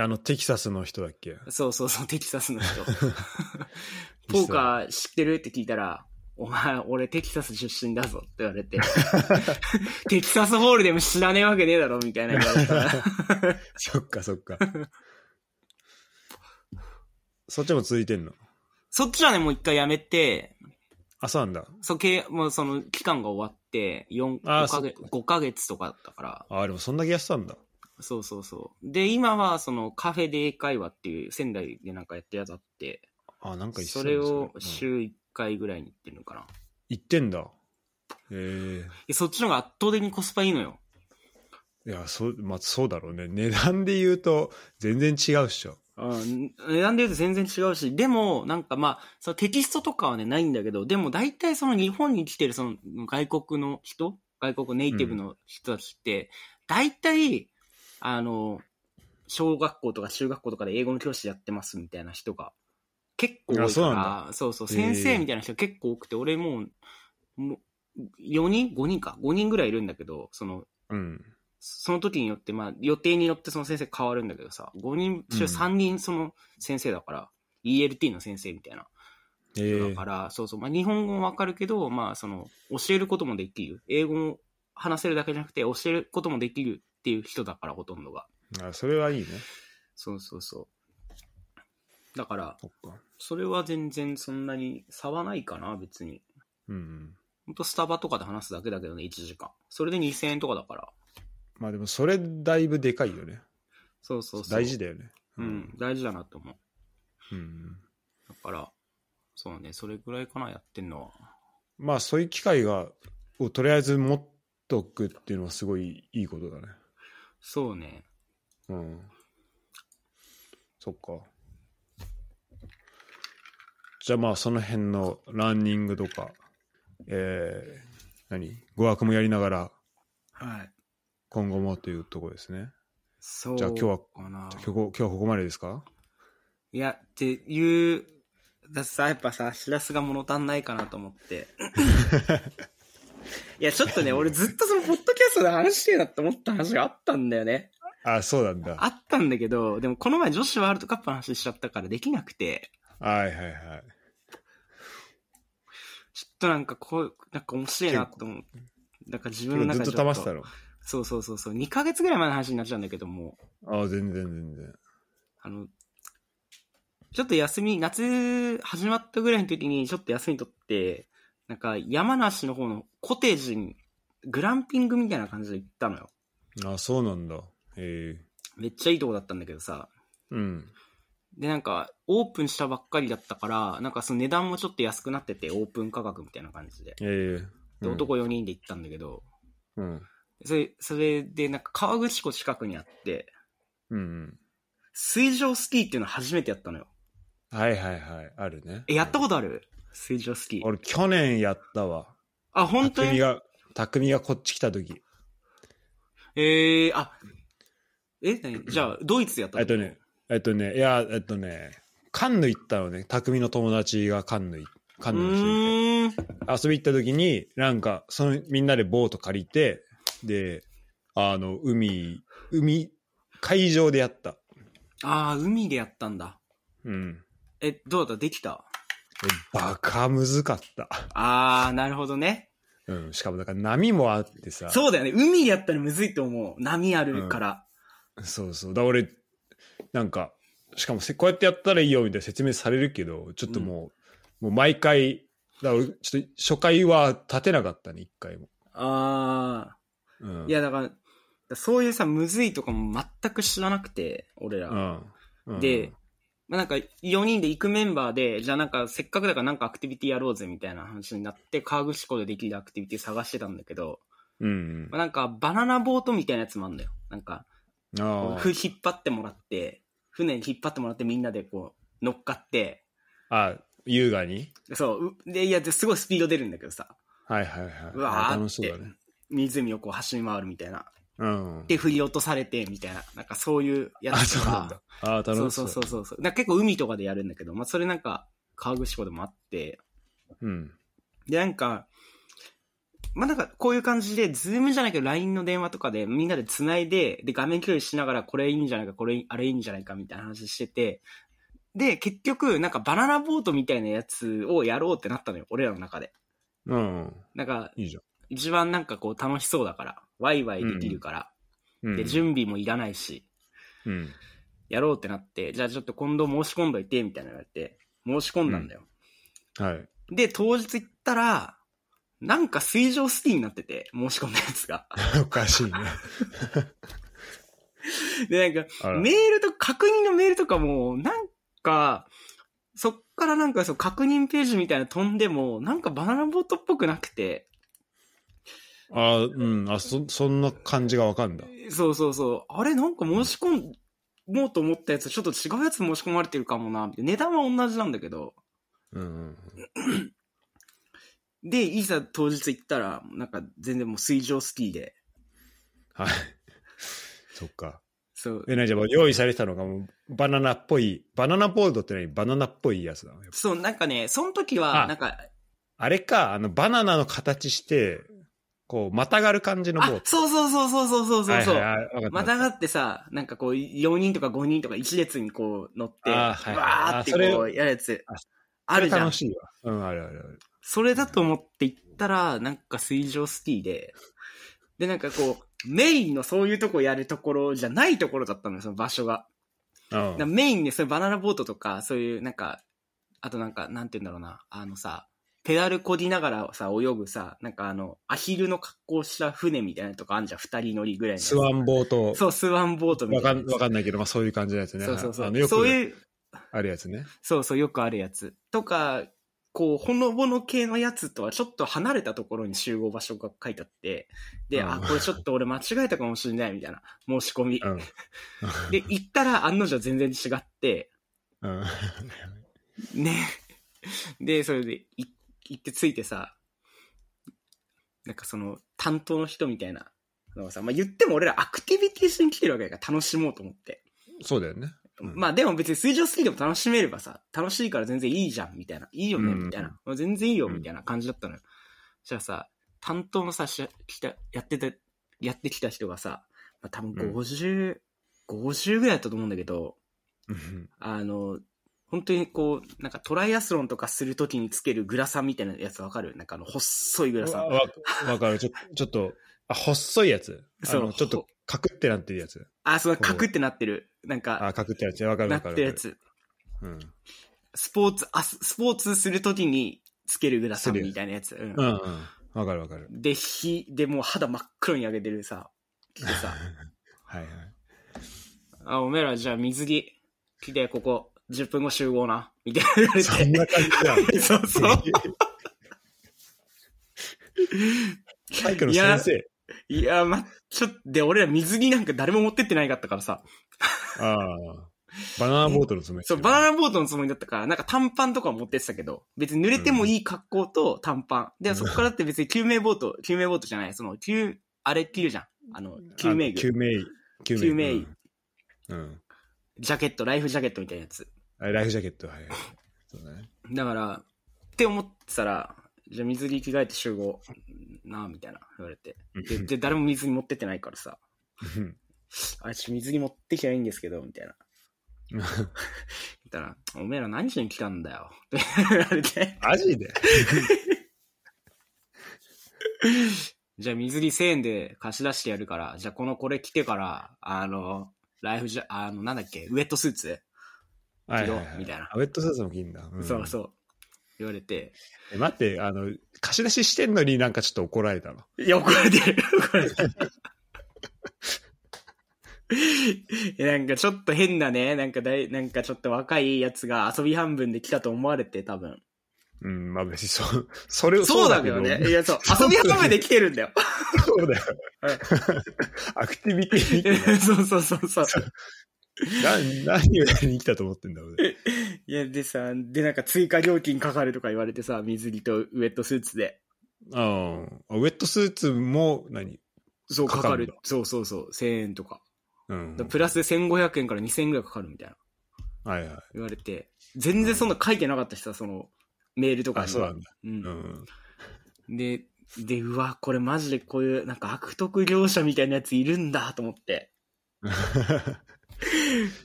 Speaker 1: あの、テキサスの人だっけ
Speaker 2: そうそうそう、テキサス の人。ポーカー知ってるって聞いたら、お前、俺テキサス出身だぞって言われて、テキサスホールでも知らねえわけねえだろみたいな言われたら
Speaker 1: そっかそっか。そっちも続いてんの
Speaker 2: そっちはね、もう一回やめて、
Speaker 1: あ、そうなんだ。
Speaker 2: そけもうその期間が終わって、四
Speaker 1: あー
Speaker 2: 5ヶ月、5ヶ月とかだったから、
Speaker 1: ああ、でもそんだけやってたんだ。
Speaker 2: そうそうそう。で、今はそのカフェで英会話っていう仙台でなんかやってやつあって、
Speaker 1: あ、なんか一緒
Speaker 2: それを
Speaker 1: うん
Speaker 2: 週1回ぐらいに行ってるのかな。い
Speaker 1: 行ってんだ。え
Speaker 2: やそっちの方が圧倒的にコスパいいのよ。
Speaker 1: えいや、そう、まあ、そうだろうね。値段で言うと、全然違うっしょ。
Speaker 2: うん、値段で言うと全然違うし、でも、なんかまあ、そのテキストとかはね、ないんだけど、でも大体その日本に来てるその外国の人、外国ネイティブの人たちって、大体、あの、小学校とか中学校とかで英語の教師やってますみたいな人が結構多いから、
Speaker 1: あ
Speaker 2: そ
Speaker 1: そううな
Speaker 2: そう
Speaker 1: へー
Speaker 2: 先生みたいな人結構多くて、俺もう、もう4人 ?5 人か ?5 人ぐらいいるんだけど、その、
Speaker 1: うん。
Speaker 2: その時によって、まあ、予定によってその先生変わるんだけどさ、5人中
Speaker 1: うん
Speaker 2: 3人その先生だから、ELT の先生みたいな。
Speaker 1: ええ
Speaker 2: だから、そうそう、まあ、日本語もわかるけど、まあ、その、教えることもできる。英語も話せるだけじゃなくて、教えることもできるっていう人だから、ほとんどが。
Speaker 1: あ、それはいいね。
Speaker 2: そうそうそう。だから、
Speaker 1: そっか。
Speaker 2: それは全然そんなに差はないかな、別に。
Speaker 1: うんうん。
Speaker 2: ほんとスタバとかで話すだけだけどね、1時間。それで2000円とかだから。
Speaker 1: まあでも、それだいぶでかいよね。
Speaker 2: そうそうそう。
Speaker 1: 大事だよね。
Speaker 2: うん、大事だなと思う。
Speaker 1: うん、
Speaker 2: だから、そうね、それぐらいかな、やってんのは。
Speaker 1: まあそういう機会がをとりあえず持っとくっていうのはすごいいいことだね
Speaker 2: そうね。
Speaker 1: うんそっかじゃあまあその辺のランニングとかえー、何語学もやりながら
Speaker 2: はい。
Speaker 1: 今後もというところですね
Speaker 2: そう。
Speaker 1: じゃあ今日は
Speaker 2: かな
Speaker 1: じゃあ今日こ今日はここまでですか
Speaker 2: いや、っていう、だってさ、やっぱさ、しらすが物足んないかなと 思って。いや、ちょっとね、俺ずっとその、ポッドキャストで話してえなって思った話があったんだよね。
Speaker 1: あそうなんだ
Speaker 2: あったんだけど、でもこの前女子ワールドカップの話しちゃったからできなくて、
Speaker 1: はいはいはい
Speaker 2: ちょっとなんかこう、なんか面白いなと思う。なんか自分の中
Speaker 1: ず
Speaker 2: で
Speaker 1: っ
Speaker 2: ちょ
Speaker 1: と
Speaker 2: っ
Speaker 1: 溜まってたろ
Speaker 2: そうそうそうそう、2ヶ月ぐらい前の話になっちゃうんだけども、
Speaker 1: ああ全然全然
Speaker 2: あの、ちょっと休み、夏始まったぐらいの時にちょっと休み取って、なんか山梨の方のコテージに、グランピングみたいな感じで行ったのよ。
Speaker 1: あそうなんだへえ
Speaker 2: めっちゃいいとこだったんだけどさ。
Speaker 1: うん
Speaker 2: で、なんか、オープンしたばっかりだったから、なんかその値段もちょっと安くなってて、オープン価格みたいな感じで。
Speaker 1: ええ
Speaker 2: で、男4人で行ったんだけど、
Speaker 1: うん
Speaker 2: それ、それで、なんか河口湖近くにあって、
Speaker 1: うん、うん、
Speaker 2: 水上スキーっていうの初めてやったのよ。
Speaker 1: はいはいはいあるね
Speaker 2: え、やった
Speaker 1: こ
Speaker 2: ことある水上スキー。
Speaker 1: 俺去年やったわ
Speaker 2: あ、本当
Speaker 1: 匠
Speaker 2: に
Speaker 1: が匠がこっち来た時
Speaker 2: ええー、あ、え、 何じゃあ、ドイツでやった
Speaker 1: えっとね。えっとねいやえっとねカンヌ行ったのね匠の友達がカンヌ行カ
Speaker 2: う
Speaker 1: ンヌの人いて
Speaker 2: ー
Speaker 1: 遊
Speaker 2: ん。
Speaker 1: び行った時になんかそのみんなでボート借りてであの海海海上でやった
Speaker 2: ああ、海でやったんだ。
Speaker 1: うん
Speaker 2: え、どうだったできた
Speaker 1: えバカむずかった
Speaker 2: ああ、なるほどね。
Speaker 1: うん、しかもだから波もあってさ。
Speaker 2: そうだよね。海でやったらむずいと思う。波あるから。
Speaker 1: そうそう。だから俺、なんか、しかもせこうやってやったらいいよみたいな説明されるけど、ちょっともう、もう毎回、だから俺、ちょっと初回は立てなかったね、一回も。
Speaker 2: あ
Speaker 1: うん。
Speaker 2: あ、いや、だから、そういうさ、むずいとかも全く知らなくて、俺ら。
Speaker 1: うん、うん。
Speaker 2: で、まあ、なんか4人で行くメンバーで、じゃあなんかせっかくだからなんかアクティビティやろうぜみたいな話になって、河口湖でできるアクティビティ探してたんだけど、
Speaker 1: うん、
Speaker 2: まあ、なんかバナナボートみたいなやつもあるんだよ。なんか、
Speaker 1: うん。あ
Speaker 2: ふ引っ張ってもらって、船に引っ張ってもらってみんなでこう乗っかって、
Speaker 1: あ。あ、優雅に
Speaker 2: そう、うで、いや、ですごいスピード出るんだけどさ、
Speaker 1: はいはいはいう
Speaker 2: わー
Speaker 1: あ楽しそうだね。
Speaker 2: 湖をこう走り回るみたいな。
Speaker 1: うん。
Speaker 2: で、振り落とされてみたいな、なんかそういうや
Speaker 1: あ、
Speaker 2: つと
Speaker 1: そうなん
Speaker 2: か
Speaker 1: だ。。あ楽し
Speaker 2: そ
Speaker 1: そうう。
Speaker 2: そうそうそうそう。なんか結構海とかでやるんだけど、まあそれなんか河口湖でもあって、
Speaker 1: うん。
Speaker 2: で、なんか、まあ、なんか、こういう感じで、ズームじゃないけど、LINE の電話とかで、みんなで繋いで、で、画面共有しながら、これいいんじゃないか、これいい、あれいいんじゃないか、みたいな話してて、で、結局、なんか、バナナボートみたいなやつをやろうってなったのよ、俺らの中で。
Speaker 1: うん。
Speaker 2: なんか、
Speaker 1: いいじゃん。
Speaker 2: 一番なんかこう、楽しそうだから、ワイワイできるから、
Speaker 1: うん。
Speaker 2: で、準備もいらないし、
Speaker 1: うん。
Speaker 2: やろうってなって、じゃあちょっと今度申し込んどいて、みたいなの言われて、申し込んだんだよ。
Speaker 1: はい。
Speaker 2: で、当日行ったら、なんか水上スキーになってて、申し込んだやつが。
Speaker 1: おかしいね。
Speaker 2: で、なんか、
Speaker 1: あら
Speaker 2: メールと、確認のメールとかも、なんか、そっからなんかそう、確認ページみたいなの飛んでも、なんかバナナボートっぽくなくて、
Speaker 1: あうん。あ、そ、そんな感じがわかんだ。
Speaker 2: そうそうそう、あれなんか申し込もうと思ったやつ、ちょっと違うやつ申し込まれてるかもな、みたいな値段は同じなんだけど、
Speaker 1: うんうん
Speaker 2: で、いざ当日行ったら、なんか全然もう水上スキーで、
Speaker 1: はい。 そっか。
Speaker 2: そう、
Speaker 1: え、なにじゃあ用意されてたのがもうバナナっぽい、バナナボードって何バナナっぽいやつなのやっぱ
Speaker 2: そう、なんかね、その時
Speaker 1: あ
Speaker 2: は、なんか、
Speaker 1: あれか、あの、バナナの形して、こう、またがる感じのボー
Speaker 2: あ
Speaker 1: ド、。
Speaker 2: そうそうそうそうそうそうそうそう。
Speaker 1: はいはいはいわかった
Speaker 2: またがってさ、なんかこう、4人とか5人とか1列にこう乗って、
Speaker 1: あーはいはい
Speaker 2: わーって
Speaker 1: あそれ
Speaker 2: こうやるやつ
Speaker 1: あ、
Speaker 2: あるじゃん
Speaker 1: 楽。しいわ。うん、あるあるある。
Speaker 2: それだと思って行ったら、なんか水上スキーで、で、なんかこう、メインのそういうとこやるところじゃないところだったのよ、その場所が。だから
Speaker 1: うん。
Speaker 2: メインでそういうバナナボートとか、そういうなんか、あとなんか、なんて言うんだろうな、あのさ、ペダルこぎながらさ、泳ぐさ、なんかあの、アヒルの格好した船みたいなのとかあんじゃん、二人乗りぐらいのやつ。
Speaker 1: スワンボート。
Speaker 2: そう、スワンボートみ
Speaker 1: わ
Speaker 2: た
Speaker 1: か
Speaker 2: いなや
Speaker 1: ん、
Speaker 2: つ。
Speaker 1: わかんないけど、まあそういう感じのやつね。
Speaker 2: そうそうそ
Speaker 1: あのよ
Speaker 2: う。
Speaker 1: く
Speaker 2: そういう、
Speaker 1: あるやつね。
Speaker 2: そうそう、よくあるやつ。とか、こう、ほのぼの系のやつとはちょっと離れたところに集合場所が書いてあって、で、
Speaker 1: うん
Speaker 2: あ、これちょっと俺間違えたかもしれないみたいな申し込み。
Speaker 1: うん。
Speaker 2: で、行ったら案の定全然違って、
Speaker 1: うん。
Speaker 2: ね。で、それでい行って着いてさ、なんかその担当の人みたいなのがさ、まあ、言っても俺らアクティビティしに来てるわけだから楽しもうと思って。
Speaker 1: そうだよね。うん
Speaker 2: まあでも別に水上スキーでも楽しめればさ、楽しいから全然いいじゃん、みたいな。いいよね、
Speaker 1: うん
Speaker 2: みたいな。まあ全然いいよ、
Speaker 1: うん
Speaker 2: みたいな感じだったのよ。じゃあさ、担当のさ、し来た、やってた、やってきた人がさ、まあ多分50、50ぐらいだったと思うんだけど、
Speaker 1: うん
Speaker 2: あの、本当にこう、なんかトライアスロンとかするときにつけるグラサンみたいなやつわかるなんかあの、細いグラサン。
Speaker 1: わわかる。ちょちょっと、あ、細いやつ。あ
Speaker 2: そう
Speaker 1: の、ちょっと、カクってなってるやつ。
Speaker 2: あ、そう、カクってなってる。なん
Speaker 1: あ、
Speaker 2: か、
Speaker 1: カクってなってるやつ。わかる
Speaker 2: な
Speaker 1: わ
Speaker 2: って
Speaker 1: かる。
Speaker 2: るやつ。
Speaker 1: うん。
Speaker 2: スポーツ、あススポーツするときにつけるグラサンみたいなやつ。うん
Speaker 1: うん。うん。わかるわかる。
Speaker 2: で、火、で、もう肌真っ黒に焼けてるさ、着て さ、
Speaker 1: はいはい。
Speaker 2: あ、おめえらじゃあ水着着て、ここ、10分後集合な、みたいな言われ
Speaker 1: そんな感じだ。
Speaker 2: て。そう そう。
Speaker 1: 体育の
Speaker 2: いや
Speaker 1: 先生。
Speaker 2: いや、ま、ちょっと、で、俺ら水着なんか誰も持ってってないかったからさ、
Speaker 1: ああ。バナナボートのつもり。
Speaker 2: そう、バナナボートのつもりだったから、なんか短パンとか持ってってたけど、別に濡れてもいい格好と短パン。で、そこからだって別に救命ボート、救命ボートじゃない、その、救、あれ着るじゃん。あの、救命
Speaker 1: 救
Speaker 2: 具。
Speaker 1: 命医。救
Speaker 2: 救命医
Speaker 1: うん。うん
Speaker 2: ジャケット、ライフジャケットみたいなやつ。
Speaker 1: あライフジャケット、はいはい。そうだね。
Speaker 2: だから、って思ってたら、じゃあ水着着替えて集合なあみたいな言われて。で、で誰も水着持ってってないからさ、
Speaker 1: うん
Speaker 2: あいつ水着持ってきゃいいんですけど、みたいな。言ったら、おめえら何しに来たんだよ。って言われて、
Speaker 1: マジで
Speaker 2: じゃあ水着1000円で貸し出してやるから、じゃあこのこれ着てから、あの、ライフじゃ、あの、なんだっけ、ウェットスーツ、
Speaker 1: はいは
Speaker 2: 着
Speaker 1: い
Speaker 2: ろ
Speaker 1: は
Speaker 2: み
Speaker 1: い
Speaker 2: たいな。
Speaker 1: あウェットスーツも着んだ。ん
Speaker 2: そうそう。言われて、
Speaker 1: え待って、あの、貸し出ししてんのになんかちょっと怒られたの。
Speaker 2: いや、怒られてる。怒られてる。いやなんかちょっと変なね、なんかだい、なんかちょっと若いやつが遊び半分で来たと思われて、多分。
Speaker 1: うん、まあ別にそう、 それ
Speaker 2: そうだけどね。い。や、そう。遊び半分で来てるんだよ。
Speaker 1: そうだよ
Speaker 2: は。
Speaker 1: アクティビティ
Speaker 2: そうそうそうそう。
Speaker 1: な何をやりに来たと思ってんだろうね。
Speaker 2: いや、でさ、でなんか追加料金かかるとか言われてさ、水着とウェットスーツで。
Speaker 1: ああ、ウェットスーツも何、
Speaker 2: そう、か
Speaker 1: か
Speaker 2: か
Speaker 1: か
Speaker 2: る。
Speaker 1: るんだ
Speaker 2: そうそうそう。1000円とか。
Speaker 1: うん
Speaker 2: だからプラスで1500円から2000円ぐらいかかるみたいな。
Speaker 1: はいはい。
Speaker 2: 言われて。全然そんな書いてなかったしさ、その、メールとかに
Speaker 1: あ、
Speaker 2: は
Speaker 1: そうなんだ。
Speaker 2: うん
Speaker 1: う。ん。
Speaker 2: で、で、うわ、これマジでこういう、なんか悪徳業者みたいなやついるんだと思って。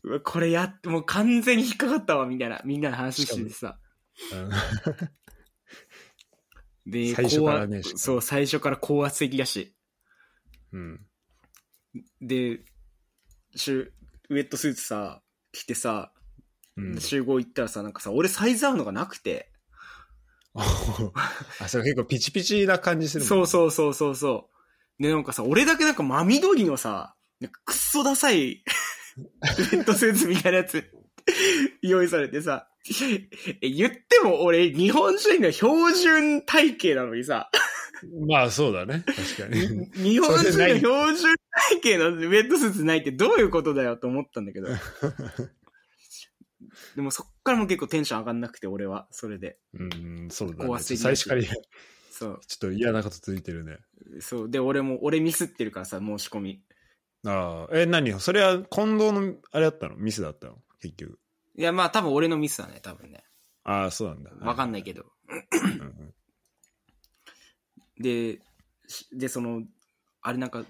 Speaker 2: うわ、これやっ、もう完全に引っかかったわ、みたいな。みんなで話しててさ。で、
Speaker 1: 最初
Speaker 2: 高圧
Speaker 1: からねしかも
Speaker 2: そう、最初から高圧的だし。
Speaker 1: うん。
Speaker 2: で、しゅウェットスーツさ、着てさ、
Speaker 1: うん。
Speaker 2: 集合行ったらさ、なんかさ、俺サイズ合うのがなくて。
Speaker 1: あ、それ結構ピチピチな感じする
Speaker 2: そう
Speaker 1: う。
Speaker 2: そうそうそうそう。で、なんかさ、俺だけなんか真緑のさ、なんかくっそダサい、ウェットスーツみたいなやつ、 用意されてさ、え言っても俺、日本人の標準体型なのにさ、
Speaker 1: まあそうだね。確か に。
Speaker 2: 日本人の標準体型のウェットスーツないってどういうことだよと思ったんだけど。でもそっからも結構テンション上がんなくて、俺は、それで。
Speaker 1: うん、そうだ
Speaker 2: 高
Speaker 1: ね。
Speaker 2: 圧的
Speaker 1: 最初から ちょ
Speaker 2: そう。
Speaker 1: っと嫌なことついてるね。
Speaker 2: そう。で、俺も、俺ミスってるからさ、申し込み。
Speaker 1: ああ、え、何それは近藤の、あれだったのミスだったの結局。
Speaker 2: いや、まあ多分俺のミスだね、多分ね。
Speaker 1: ああ、そうなんだ。
Speaker 2: わかん
Speaker 1: ない。
Speaker 2: ないけど。
Speaker 1: うん
Speaker 2: で、しで、その、あれなんか、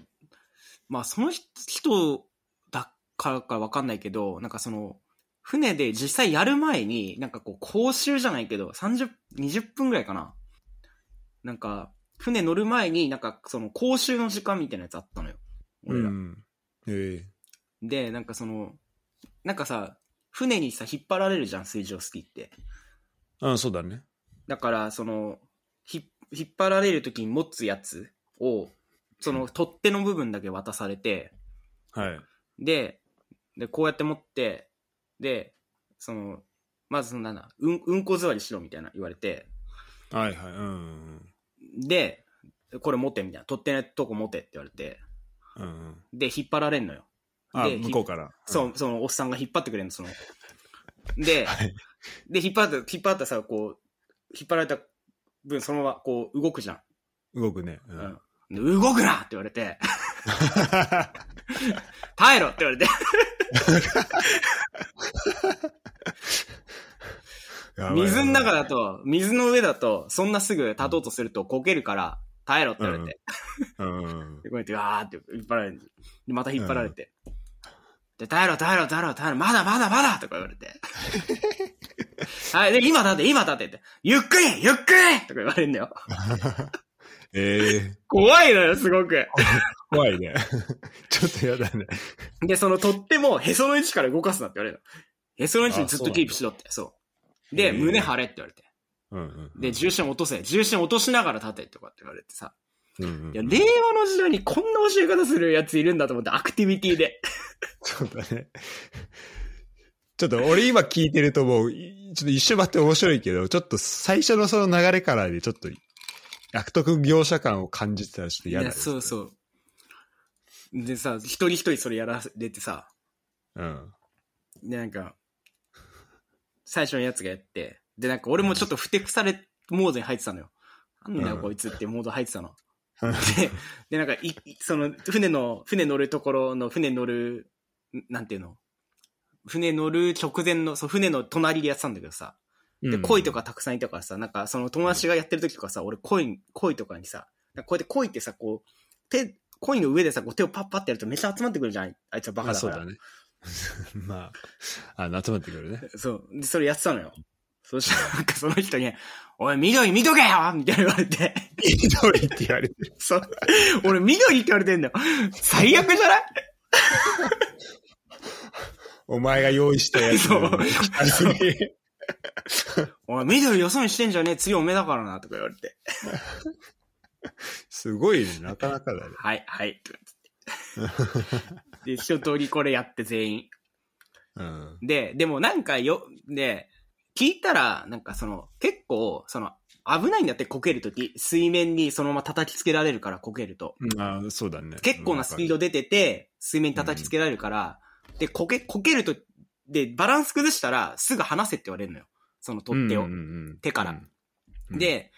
Speaker 2: まあその人人だからかわかんないけど、なんかその、船で実際やる前に、なんかこう、講習じゃないけど、30、20分ぐらいかな。なんか、船乗る前に、なんかその講習の時間みたいなやつあったのよ。
Speaker 1: う
Speaker 2: 俺ら。
Speaker 1: ん。え
Speaker 2: で、なんかその、なんかさ、船にさ、引っ張られるじゃん、水上スキーって。
Speaker 1: え。うん、そうだね。
Speaker 2: だから、その、ひ、引っ張られる時に持つやつを、その、取っ手の部分だけ渡されて、
Speaker 1: はい。
Speaker 2: で、で、こうやって持って、で、その、まずそのなんだ、うん、うんこ座りしろみたいな言われて、
Speaker 1: はいはい。うん
Speaker 2: で、これ持てみたいな、取ってないとこ持てって言われて、
Speaker 1: うん。うんうん。
Speaker 2: で、引っ張られんのよ。
Speaker 1: あ、
Speaker 2: で
Speaker 1: 向こうから。
Speaker 2: そう、そのおっさんが引っ張ってくれるの、その。で、
Speaker 1: はい
Speaker 2: で、引っ張った、引っ張ったさ、こう、引っ張られた分、そのままこう、動くじゃん。
Speaker 1: うん。動くね。う
Speaker 2: うん
Speaker 1: ん。
Speaker 2: で動くなって言われて、耐えろって言わ れて、水の中
Speaker 1: だ。
Speaker 2: だと、水の上だと、そんなすぐ立とうとするとこけるから、耐えろって言われて、
Speaker 1: うんうん。
Speaker 2: でこうやって、わーって引っ張られる。で、また引っ張られて。で、耐えろ、耐えろ、耐えろ、耐えろ、まだまだまだとか言われて。 はい、で、今立て、今立てって。ゆっくりゆっくりとか言われるんだ よ。
Speaker 1: ええ
Speaker 2: 怖いのよ、すごく。
Speaker 1: 怖いね。 ちょっとやだね。
Speaker 2: で、その取っても、へその位置から動かすなって言われるの。へその位置にずっとキープしろって、そう。で、
Speaker 1: へー
Speaker 2: 胸張れって言われて。
Speaker 1: うんうんうん。
Speaker 2: で、重心落とせ。重心落としながら立てとかって言われてさ。
Speaker 1: うんうんうん
Speaker 2: いや、令和の時代にこんな教え方するやついるんだと思って、アクティビティで。
Speaker 1: そうだね。ちょっと俺今聞いてるともう、いちょっと一瞬待って面白いけど、ちょっと最初のその流れからでちょっと悪徳業者感を感じてたらちょっと嫌
Speaker 2: い
Speaker 1: だ
Speaker 2: や、
Speaker 1: ね
Speaker 2: そうそう。でさ、一人一人それやられてさ、
Speaker 1: うん。
Speaker 2: で、なんか、最初のやつがやって、で、なんか俺もちょっとふてくされモードに入ってたのよ。なんだよ、
Speaker 1: うん
Speaker 2: こいつってモード入ってたの。
Speaker 1: うん
Speaker 2: で、で、なんかい、いその、船の、船乗るところの、船乗る、んなんていうの船乗る直前の、そう、船の隣でやってたんだけどさ、で、恋とかたくさんいたからさ、なんかその友達がやってる時とかさ、俺恋に、恋とかにさ、なんかこうやって恋ってさ、こう、手、恋の上でさ、こう手をパッパってやるとめっちゃ集まってくるじゃん。あいつはバ
Speaker 1: ま
Speaker 2: カ
Speaker 1: あ
Speaker 2: だか
Speaker 1: そう
Speaker 2: ら。
Speaker 1: だね。 まあ、あの、集まってくるね。
Speaker 2: そう。で、それやってたのよ。そしたら、なんかその人に、おい、緑見とけよみたいな言われて。
Speaker 1: ひどいって言われてる。
Speaker 2: そう。俺、緑って言われてんだよ。最悪じゃない
Speaker 1: お前が用意した やつなのに。
Speaker 2: おい、緑よそ見してんじゃねえ。次おめえだからな、とか言われて。
Speaker 1: すごいね、なかなかだね。
Speaker 2: はい、はい、とか 言って。で、一通りこれやって全員。
Speaker 1: うん。
Speaker 2: で、でもなんかよ、で、聞いたら、なんかその、結構、その、危ないんだって、こけるとき。水面にそのまま叩きつけられるから、こけると。
Speaker 1: まあ、そうだね。
Speaker 2: 結構なスピード出てて、水面に叩きつけられるから、で、こけ、こけると、で、バランス崩したら、すぐ離せって言われるのよ。その取っ手を。
Speaker 1: うんうんうん
Speaker 2: 手から。
Speaker 1: うん、
Speaker 2: で、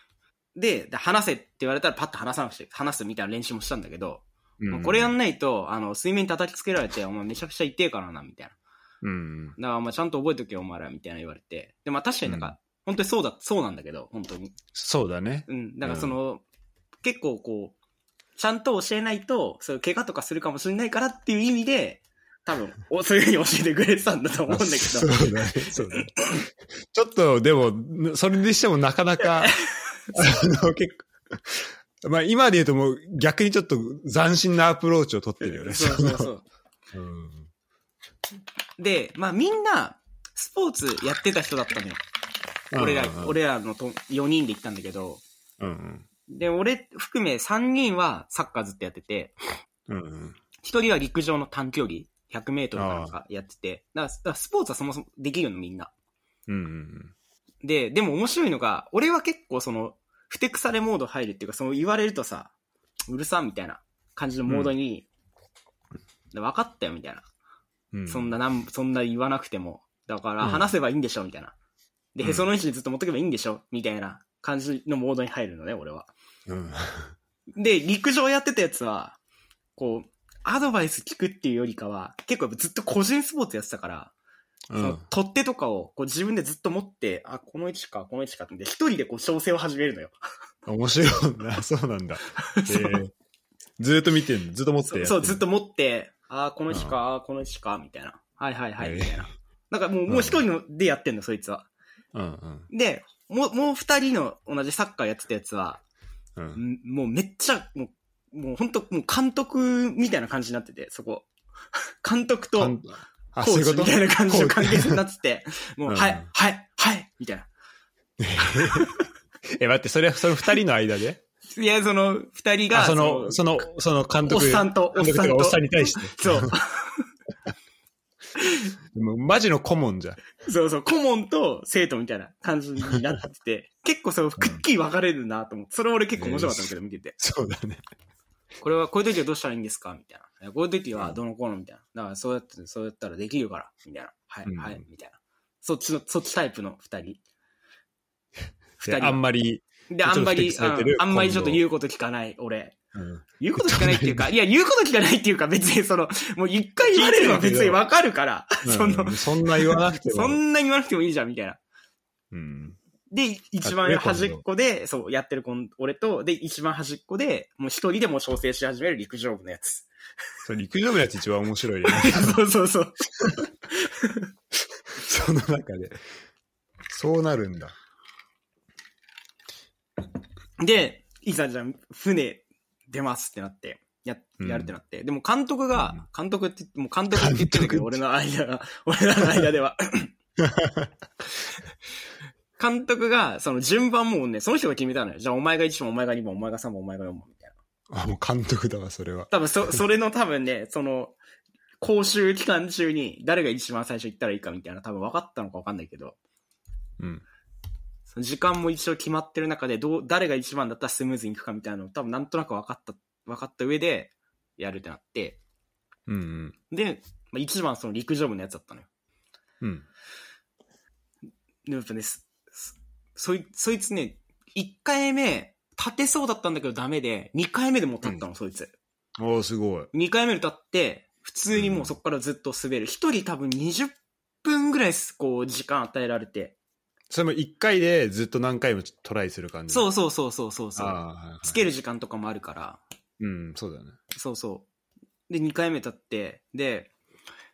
Speaker 2: で、で離せって言われたらパッと離さなくて、離すみたいな練習もしたんだけど、
Speaker 1: うんうん
Speaker 2: これやんないと、あの、水面に叩きつけられて、お前めちゃくちゃ痛えからな、みたいな。
Speaker 1: うん
Speaker 2: だから、まあちゃんと覚えとけよ、お前ら、みたいな言われて。で、まあ確かになんか、
Speaker 1: うん
Speaker 2: 本当にそうだ、そうなんだけど、本当に。
Speaker 1: そうだね。
Speaker 2: うん、だからその、結構こう、ちゃんと教えないと、そういう怪我とかするかもしれないからっていう意味で、多分、お そういうふうに教えてくれてたんだと思うんだけど、
Speaker 1: そうだね。そうだね。ちょっと、でも、それにしてもなかな か、あの、結構、まあ今で言うともう逆にちょっと斬新なアプローチを取ってるよね。
Speaker 2: そうそうそう。
Speaker 1: そのうん
Speaker 2: で、まあみんな、スポーツやってた人だったのよ。俺ら、俺らのと4人で行ったんだけど、
Speaker 1: うんうん。
Speaker 2: で、俺含め3人はサッカーずっとやってて、
Speaker 1: うんうん。
Speaker 2: 1人は陸上の短距離、100メートルかなんかやってて、だからだからスポーツはそもそもできるのみんな。
Speaker 1: うんうん
Speaker 2: で、でも面白いのが、俺は結構その、ふてくされモード入るっていうか、その言われるとさ、うるさみたいな感じのモードに、で分かったよみたいな。
Speaker 1: うん。
Speaker 2: そんななん、そんな言わなくても。だから
Speaker 1: うん
Speaker 2: 話せばいいんでしょみたいな。で、
Speaker 1: うん
Speaker 2: へその位置にずっと持ってけばいいんでしょみたいな感じのモードに入るのね、俺は。
Speaker 1: うん。
Speaker 2: で、陸上やってたやつは、こう、アドバイス聞くっていうよりかは、結構やっぱずっと個人スポーツやってたから、
Speaker 1: う
Speaker 2: その
Speaker 1: ん。
Speaker 2: 取っ手とかをこう自分でずっと持って、あ、この位置か、この位置かって、一人でこう調整を始めるのよ。
Speaker 1: 面白いな。そうなん だ。えーずーっと見てんのずっと持って
Speaker 2: そう
Speaker 1: や
Speaker 2: そう、
Speaker 1: てんの
Speaker 2: ずっと持って、あー、この位置か、あーこの位置か、みたいな。はいはいはい、
Speaker 1: えー
Speaker 2: みたいな。なんかもう、
Speaker 1: ん
Speaker 2: もう一人のでやってんの、そいつは。
Speaker 1: うん
Speaker 2: で、もう、もう二人の同じサッカーやってたやつは、
Speaker 1: うんうん。
Speaker 2: んもうめっちゃ、もう、もう本当もう監督みたいな感じになってて、そこ。 監督と、
Speaker 1: 感あ、
Speaker 2: コ
Speaker 1: そう
Speaker 2: ー
Speaker 1: いうこ
Speaker 2: チ
Speaker 1: と
Speaker 2: みたいな感じの
Speaker 1: コー
Speaker 2: 関
Speaker 1: チ
Speaker 2: 係性になってて、 もう、
Speaker 1: うん
Speaker 2: はい、はい、はい、みたいな。
Speaker 1: え、待って、それは、その二人の間で
Speaker 2: いや、その、二人 が、
Speaker 1: あ、その、その、その監
Speaker 2: おっ
Speaker 1: 督。
Speaker 2: さんと、おっ
Speaker 1: 監督
Speaker 2: さ
Speaker 1: とか
Speaker 2: んと。
Speaker 1: おっさんに対して。
Speaker 2: そう。
Speaker 1: もうマジの顧問じゃん。
Speaker 2: そうそう、顧問と生徒みたいな感じになってて、 結構そう、くっきり分かれるなと思って、それ俺結構面白かったんだけど、見てて。
Speaker 1: そうだね。
Speaker 2: これは、こういう時はどうしたらいいんですかみたいな。こういう時
Speaker 1: う
Speaker 2: は
Speaker 1: ん
Speaker 2: どうのこうのみたいな。だからそうやって、そうやったらできるから、みたいな。はい、
Speaker 1: うん
Speaker 2: はい、みたいな。そっちの、そっちタイプの二人。
Speaker 1: で
Speaker 2: 二
Speaker 1: あん
Speaker 2: 人。
Speaker 1: ま り、
Speaker 2: で、
Speaker 1: ちょ
Speaker 2: あ
Speaker 1: っと
Speaker 2: んま
Speaker 1: 不
Speaker 2: り、
Speaker 1: 適されてる
Speaker 2: うんあんまりちょっと
Speaker 1: 今度
Speaker 2: 言うこと聞かない、俺。
Speaker 1: うん
Speaker 2: 言うこと聞かないっていうか、いや、言うこと聞かないっていうか、別にその、もう一回言われれば別にわかるから、その
Speaker 1: う、んそんな言わなくても。
Speaker 2: そんな言わなくてもいいじゃん、みたいな。
Speaker 1: うん。
Speaker 2: で、一番端っこで、そう、やってる子の、俺と、で、一番端っこで、もう一人でもう調整し始める陸上部のや つ。
Speaker 1: それ陸上部のやつ一番面白い よね。
Speaker 2: そうそうそう。
Speaker 1: その中で。そうなるんだ。
Speaker 2: で、いざじゃあ船出ますってなって、や、
Speaker 1: うん
Speaker 2: やるってなって。でも監督が、監督って言って、もう監督って言
Speaker 1: 監督
Speaker 2: ってるけど、俺の間が、 俺らの間で は。監督が、その順番もうね、その人が決めたのよ。じゃあお前が1番、お前が2番、お前が3番、お前が4番、みたいな。
Speaker 1: あ、もう監督だわ、それは。
Speaker 2: 多分そ、それの多分ね、その、講習期間中に誰が一番最初行ったらいいかみたいな多分分かったのか分かんないけど、
Speaker 1: うん。
Speaker 2: その時間も一応決まってる中で、どう、誰が一番だったらスムーズに行くかみたいなのを多分なんとなく分かった、分かった上でやるってなって、
Speaker 1: うんうん。
Speaker 2: で、まあ、一番その陸上部のやつだったのよ。
Speaker 1: うん。
Speaker 2: でもやっぱね、すすそい、そいつね、一回目、立てそうだったんだけどダメで、二回目でもう立ったの、そいつ。
Speaker 1: おー、すごい。
Speaker 2: 2回目に立って、普通にもうそこからずっと滑る。一、人多分20分ぐらいす、こう、時間与えられて。
Speaker 1: それも一回でずっと何回もトライする感じ。
Speaker 2: そううそうそうそうそうそ
Speaker 1: あ
Speaker 2: う。
Speaker 1: ーはいはい
Speaker 2: つける時間とかもあるから。
Speaker 1: うん、そうだよね。
Speaker 2: そうそう。で、2回目立って、で、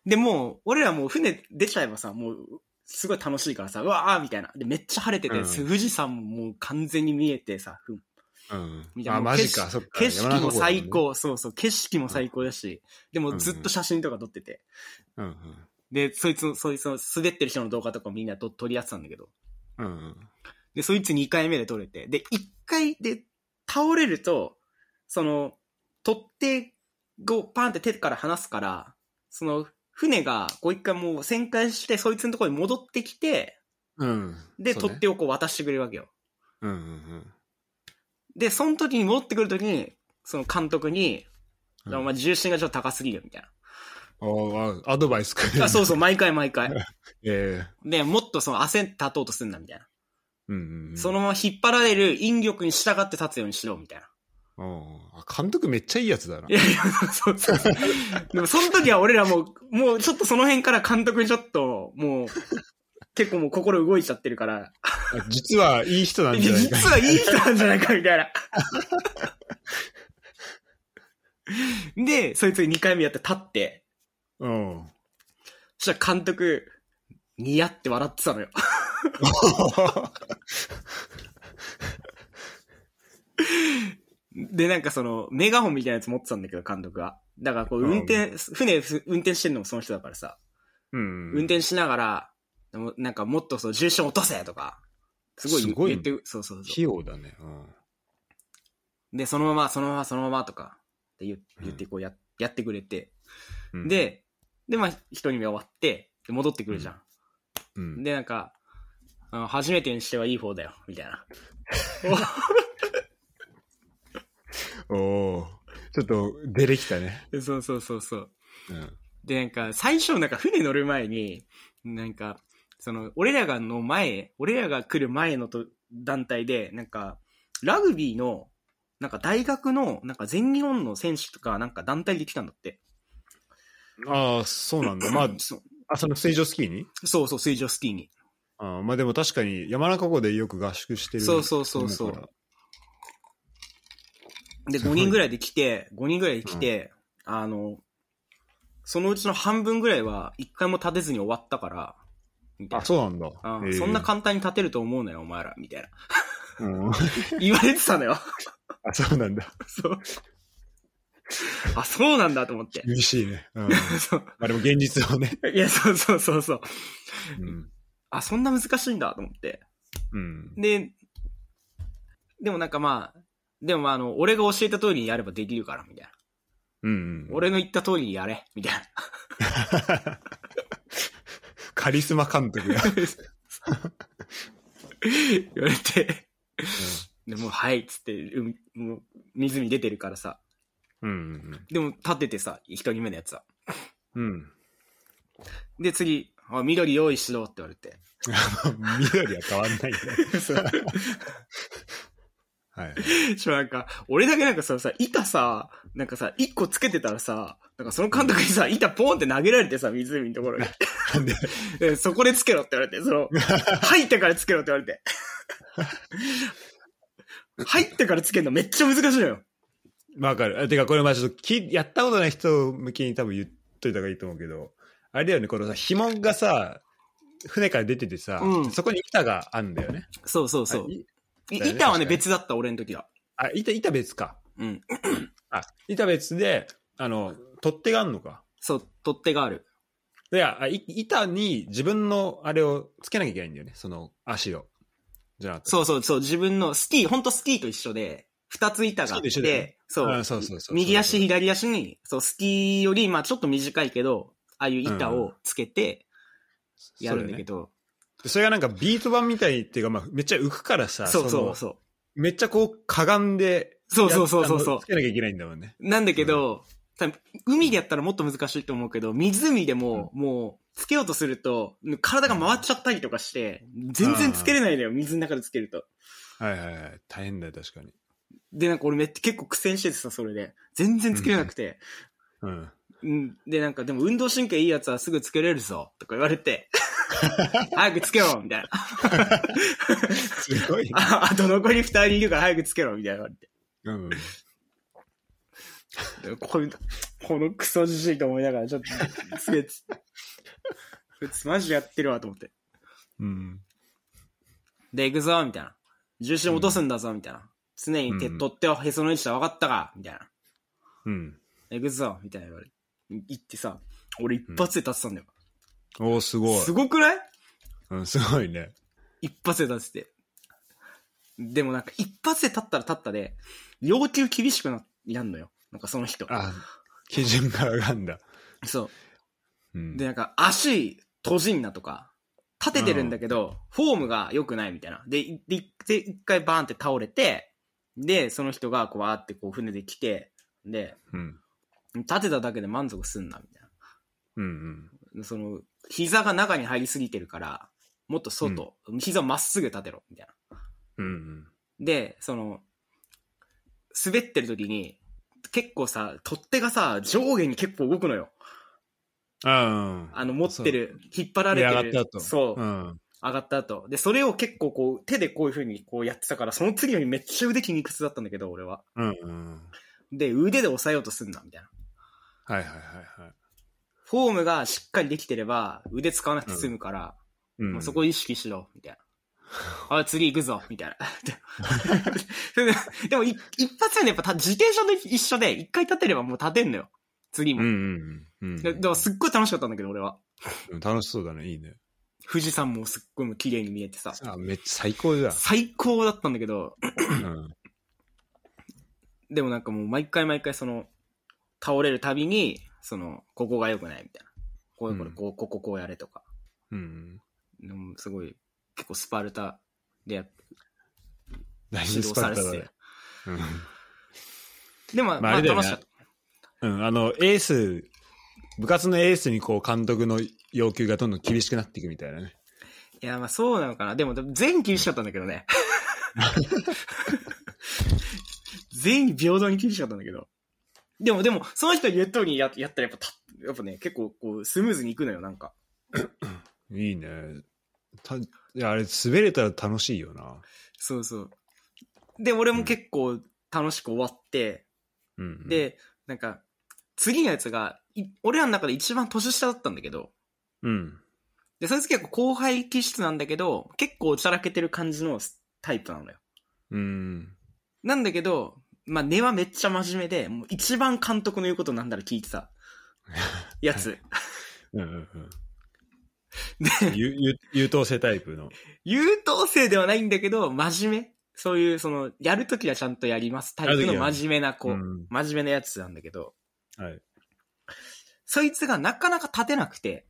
Speaker 2: で、もう、俺らもう船出ちゃえばさ、もう、すごい楽しいからさ、うわーみたいな。で、めっちゃ晴れて
Speaker 1: う
Speaker 2: て、
Speaker 1: ん
Speaker 2: 富士山ももう完全に見えてさ、ふん
Speaker 1: う
Speaker 2: み
Speaker 1: ん。
Speaker 2: たいな
Speaker 1: あ、
Speaker 2: もう
Speaker 1: マジ
Speaker 2: 景色
Speaker 1: か、そっか。
Speaker 2: 景色も最
Speaker 1: 山中湖
Speaker 2: 高、そうそう、景色も最高だし、でもずっと写真とか撮ってて。
Speaker 1: だもんね。
Speaker 2: で、そいつの、そいつの滑ってる人の動画とかをみんなと撮り合ってたんだけど。
Speaker 1: うんうん。うんうん。
Speaker 2: で、そいつ2回目で撮れて。で、1回で倒れると、その、取っ手をパンって手から離すから、その、船がこう一回もう旋回して、そいつのところに戻ってきて、
Speaker 1: うん。
Speaker 2: で、
Speaker 1: そう
Speaker 2: 取
Speaker 1: ね
Speaker 2: っ手をこう渡してくれるわけよ。
Speaker 1: うんうん
Speaker 2: で、その時に戻ってくる時に、その監督に、
Speaker 1: うん。
Speaker 2: お前重心がちょっと高すぎるよみた い
Speaker 1: おーあアドバイスくれる
Speaker 2: な。あそうそう、毎回毎回。
Speaker 1: え
Speaker 2: で、もっとその焦って立とうとすんなみたいな。
Speaker 1: えうんうん。
Speaker 2: そのまま引っ張られる引力に従って立つようにしろ、みたいな。
Speaker 1: おー。あ監督めっちゃいいやつだな。
Speaker 2: いやいや、そうそうそう。でも、その時は俺らもう、もうちょっとその辺から監督にちょっと、もう、結構もう心動いちゃってるから、
Speaker 1: あ実はいい人なんじゃないか。
Speaker 2: 実はいい人なんじゃないか、みたい な。で、そいつ2回目やって立って、
Speaker 1: うん。
Speaker 2: そしたら監督、ニヤって笑ってたのよ。で、なんかその、メガホンみたいなやつ持ってたんだけど、監督が。だからこう、運転、船ふ運転してるのもその人だからさ、
Speaker 1: うん。
Speaker 2: 運転しながら、でもなんかもっとそう、重心落とせとか、すごい
Speaker 1: すごい
Speaker 2: 言って、そうそうそ
Speaker 1: 費用だね。うん。
Speaker 2: う。で、そのまま、そのまま、そのままとか、って言
Speaker 1: うん
Speaker 2: 言って、こうや、やってくれて、
Speaker 1: うん、
Speaker 2: で、で、まあ、一人目終わって、で戻ってくるじゃん。
Speaker 1: うん、
Speaker 2: で、なんか、あの初めてにしてはいい方だよ、みたいな。
Speaker 1: おおーちょっと出てきたね。
Speaker 2: でそうそうそうそう。
Speaker 1: うん。
Speaker 2: で、なんか、最初、なんか、船乗る前に、なんか、その、俺らがの前、俺らが来る前のと団体で、なんか、ラグビーの、なんか、大学の、なんか、全日本の選手とか、なんか、団体で来たんだって。
Speaker 1: ああ、そうなんだ。まあ、
Speaker 2: そう
Speaker 1: あその水上スキーに
Speaker 2: そうそう、水上スキーに。
Speaker 1: あーまあでも確かに山中湖でよく合宿してる。
Speaker 2: そうそうそうそう
Speaker 1: だから
Speaker 2: で、
Speaker 1: すご
Speaker 2: 5
Speaker 1: い
Speaker 2: 人ぐらいで来て、5人ぐらいで来て、あの、そのうちの半分ぐらいは、一回も立てずに終わったから、みたい
Speaker 1: あ、
Speaker 2: な。
Speaker 1: そうなんだ。
Speaker 2: あ
Speaker 1: えー
Speaker 2: そんな簡単に立てると思うなよ、お前ら、みたいな。
Speaker 1: うん、 あ、
Speaker 2: 言われて たのよ。
Speaker 1: そうなんだ。
Speaker 2: そう。あ、そうなんだと思って。
Speaker 1: 厳しいね。 うん。
Speaker 2: そう
Speaker 1: まあでも現実をね。
Speaker 2: いや、そうそうそうそう。
Speaker 1: うん。
Speaker 2: あ、そんな難しいんだと思って。
Speaker 1: うん。
Speaker 2: で、でもなんかまあ、でもまああの、俺が教えた通りにやればできるから、みたいな。
Speaker 1: うん、うん。
Speaker 2: 俺の言った通りにやれ、みたいな。
Speaker 1: カリスマ監督が。
Speaker 2: 言われて、でもうはいっつって、うんもう湖出てるからさ。
Speaker 1: うん。
Speaker 2: でも立っててさ、一人目のやつは。
Speaker 1: うんうん。
Speaker 2: で、次、あ緑用意しろって言われて。
Speaker 1: 緑は変わんないね。
Speaker 2: そう
Speaker 1: はい。
Speaker 2: しかもなんか、俺だけなんかそのさ、板さ、なんかさ、一個つけてたらさ、なんかその監督にさ、板ポンって投げられてさ、湖のとこ ろに。
Speaker 1: なんで、
Speaker 2: でそこでつけろって言われて、その、入ってからつけろって言われ て。入ってからつけるのめっちゃ難しいのよ。
Speaker 1: わかる。あてか、これまあちょっとき、やったことない人向けに多分言っといた方がいいと思うけど、あれだよね、このさ、紐がさ、船から出ててさ、
Speaker 2: うん
Speaker 1: そこに板があんだよね。
Speaker 2: そうそう
Speaker 1: あい
Speaker 2: い
Speaker 1: だよね
Speaker 2: 板
Speaker 1: 確か
Speaker 2: はね、
Speaker 1: に
Speaker 2: 別だった、俺の時は。
Speaker 1: あ、板、板別か。
Speaker 2: うん。
Speaker 1: あ、板別で、あの、取っ手があんのか。
Speaker 2: そう、取っ手がある。
Speaker 1: いや、あい板に自分のあれをつけなきゃいけないんだよね、その足を。じゃあ、
Speaker 2: そうそうそう、自分のスキー、ほんとスキーと一緒で、二つ板があっ
Speaker 1: スキーと一緒だよね
Speaker 2: て、そう
Speaker 1: あそうそうそう
Speaker 2: 右
Speaker 1: そ
Speaker 2: 足、
Speaker 1: うそう
Speaker 2: 左足に、そう、スキーより、まあちょっと短いけど、ああいう板をつけてやるんだけ
Speaker 1: ど。
Speaker 2: ど、
Speaker 1: でそれがなんかビート板みたいっていうか、まあ、めっちゃ浮くからさ、
Speaker 2: そうそう
Speaker 1: の
Speaker 2: そう。
Speaker 1: めっちゃこう、かがんで、
Speaker 2: そうそうそうそうそう
Speaker 1: やあのつけなきゃいけないんだもんね。
Speaker 2: なんだけど、多分海でやったらもっと難しいと思うけど、湖でも、もう、つけようとすると、体が回っちゃったりとかして、全然つけれないのよ、水の中でつけると。
Speaker 1: はいはいはい。大変だよ、確かに。
Speaker 2: で、なんか俺めっちゃ結構苦戦しててさ、それで。全然つけれなくて。
Speaker 1: うん。
Speaker 2: うん、で、なんか、でも運動神経いいやつはすぐつけれるぞ、とか言わ れて。早くつけろみたいな。
Speaker 1: すごいね。
Speaker 2: ああと残り二人いるから早くつけろみたいな言われて
Speaker 1: うん。
Speaker 2: でこれこのクソじじいと思いながら、ちょっと、すげえつ、こいつマジでやってるわ、と思って。
Speaker 1: うん。
Speaker 2: で、行くぞ、みたいな。重心落とすんだぞ、みたいな。常に手、
Speaker 1: うん
Speaker 2: 取っ手をへその位置だ、分かったかみたいな。
Speaker 1: うん。
Speaker 2: 行くぞ、みたいな言われて。行ってさ、俺一発で立ってたんだよ。
Speaker 1: おー、すごい。
Speaker 2: すごくない
Speaker 1: うん、すごいね。
Speaker 2: 一発で立ってて。でもなんか、一発で立ったら立ったで、要求厳しくな、やんのよ。なんかその人。
Speaker 1: あ、基準が上がんだ。
Speaker 2: そうう。
Speaker 1: ん。
Speaker 2: で、なんか、足、閉じんなとか、立ててるんだけど、フォームが良くないみたいな。で、いで、で一回バーンって倒れて、で、その人がこう、わーってこう、船で来て、で、
Speaker 1: うん。
Speaker 2: 立てただけで満足すんな、みたい
Speaker 1: うんうん。
Speaker 2: な。その、膝が中に入りすぎてるから、もっと外、膝まっすぐ立てろ、みたいな。
Speaker 1: うんうん。
Speaker 2: で、その、滑ってる時に、結構さ、取っ手がさ、上下に結構動くのよ。
Speaker 1: ああ。
Speaker 2: あの、持ってる、引っ張ら
Speaker 1: で、上が
Speaker 2: れ
Speaker 1: ってた
Speaker 2: る。
Speaker 1: 後。
Speaker 2: そう、
Speaker 1: うん。
Speaker 2: 上がった後。で、それを結構こう、手でこういう風にこうやってたから、その次の日めっちゃ腕筋肉痛だったんだけど、俺は。
Speaker 1: うんうん。
Speaker 2: で、腕で押さえようとすんな、みたいな。
Speaker 1: はいはいはいはい。
Speaker 2: フォームがしっかりできてれば、腕使わなくて済むから、
Speaker 1: う。
Speaker 2: もうんそこ意識しろ、みたいな。あ、次行くぞ、みたいな。 それででもい、一発目でやっぱた自転車と一緒で、一回立てればもう立てんのよ。次
Speaker 1: うん
Speaker 2: も。
Speaker 1: うんうん。
Speaker 2: でだからすっごい楽しかったんだけど、俺は。
Speaker 1: うん楽しそうだね、いいね。
Speaker 2: 富士山もすっごいもう綺麗に見えてさ。
Speaker 1: あ、めっちゃ最高じゃん。
Speaker 2: 最高だったんだけど、
Speaker 1: うん。
Speaker 2: でもなんかもう毎回毎回その、倒れるたびに、その、ここが良くないみたいな。こういうこれ、
Speaker 1: うん
Speaker 2: こう、こここうやれとか。
Speaker 1: うん。
Speaker 2: でもすごい、結構スパルタでやっ
Speaker 1: 大
Speaker 2: 指
Speaker 1: 事
Speaker 2: 導
Speaker 1: ス
Speaker 2: さ
Speaker 1: パル
Speaker 2: れ
Speaker 1: タだ
Speaker 2: てて
Speaker 1: ね。。うん
Speaker 2: でも、
Speaker 1: ま
Speaker 2: ま
Speaker 1: ああ
Speaker 2: あ
Speaker 1: れだよね
Speaker 2: 楽しかった。
Speaker 1: うん、あの、エース、部活のエースにこう、監督の要求がどんどん厳しくなっていくみたいなね。
Speaker 2: いや、まあそうなのかな。でも、全員厳しかったんだけ どね。全員平等に厳しかったんだけど。でも、でも、その人が言う通りにややったらやっぱた、やっぱね、結構こう、スムーズにいくのよ、なんか。
Speaker 1: いいね。たいや、あれ、滑れたら楽しいよな。
Speaker 2: そうそう。で、俺も結構楽しく終わって、
Speaker 1: うんうん、
Speaker 2: で、なんか、次のやつが、い俺らの中で一番年下だったんだけど、
Speaker 1: うん。
Speaker 2: で、そいつ結構後輩気質なんだけど、結構おちゃらけてる感じのタイプなのよ。
Speaker 1: うん。
Speaker 2: なんだけど、まあ、根はめっちゃ真面目で、もう一番監督の言うことなんだら聞いて た。やつ。
Speaker 1: うんうんうん。
Speaker 2: で、
Speaker 1: ゆゆ優等生タイプの。
Speaker 2: 優等生ではないんだけど、真面目。そういう、その、やるときはちゃんとやりますタイプの真面目な子。
Speaker 1: うん
Speaker 2: 真面目なやつなんだけど、
Speaker 1: はい。
Speaker 2: そいつがなかなか立てなくて、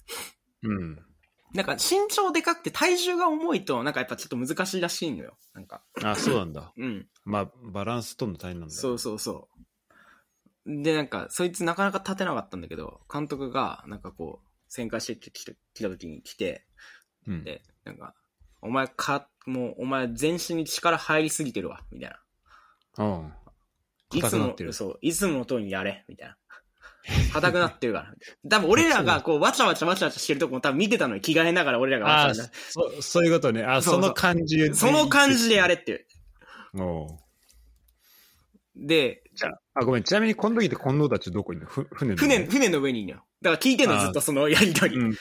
Speaker 1: うん。
Speaker 2: なんか身長でかくて体重が重いと、なんかやっぱちょっと難しいらしいのよ。なんか。
Speaker 1: あ、そうなんだ。
Speaker 2: うん。
Speaker 1: まあ、バランスとんの大変なんだ。
Speaker 2: そうそうそう。で、なんか、そいつなかなか立てなかったんだけど、監督が、なんかこう、旋回してきてきた時に来て、
Speaker 1: うん。
Speaker 2: で、なんか、お前か、もう、お前全身に力入りすぎてるわ、みたいな。
Speaker 1: うん。
Speaker 2: い
Speaker 1: 硬
Speaker 2: つ
Speaker 1: くな
Speaker 2: も
Speaker 1: って、る。
Speaker 2: そう、いつもの通りにやれ、みたいな。硬くなってる から。多分俺らがこう、わちゃわちゃわちゃわちゃしてるとこも多分見てたのに着替えながら俺らが
Speaker 1: あ
Speaker 2: わ
Speaker 1: あ、
Speaker 2: ちゃ
Speaker 1: そ
Speaker 2: わち
Speaker 1: そうそういうことね。あ
Speaker 2: そうそう
Speaker 1: その感じで
Speaker 2: ゃ。その感じでやれっていう。
Speaker 1: おう
Speaker 2: で、
Speaker 1: じゃあ、あごめん。ちなみに、この時って近藤たちどこいるのふ船の上
Speaker 2: 船、船の上にいるのよ。だから聞いてんの、
Speaker 1: あー
Speaker 2: ずっとそのやりとり。
Speaker 1: うん。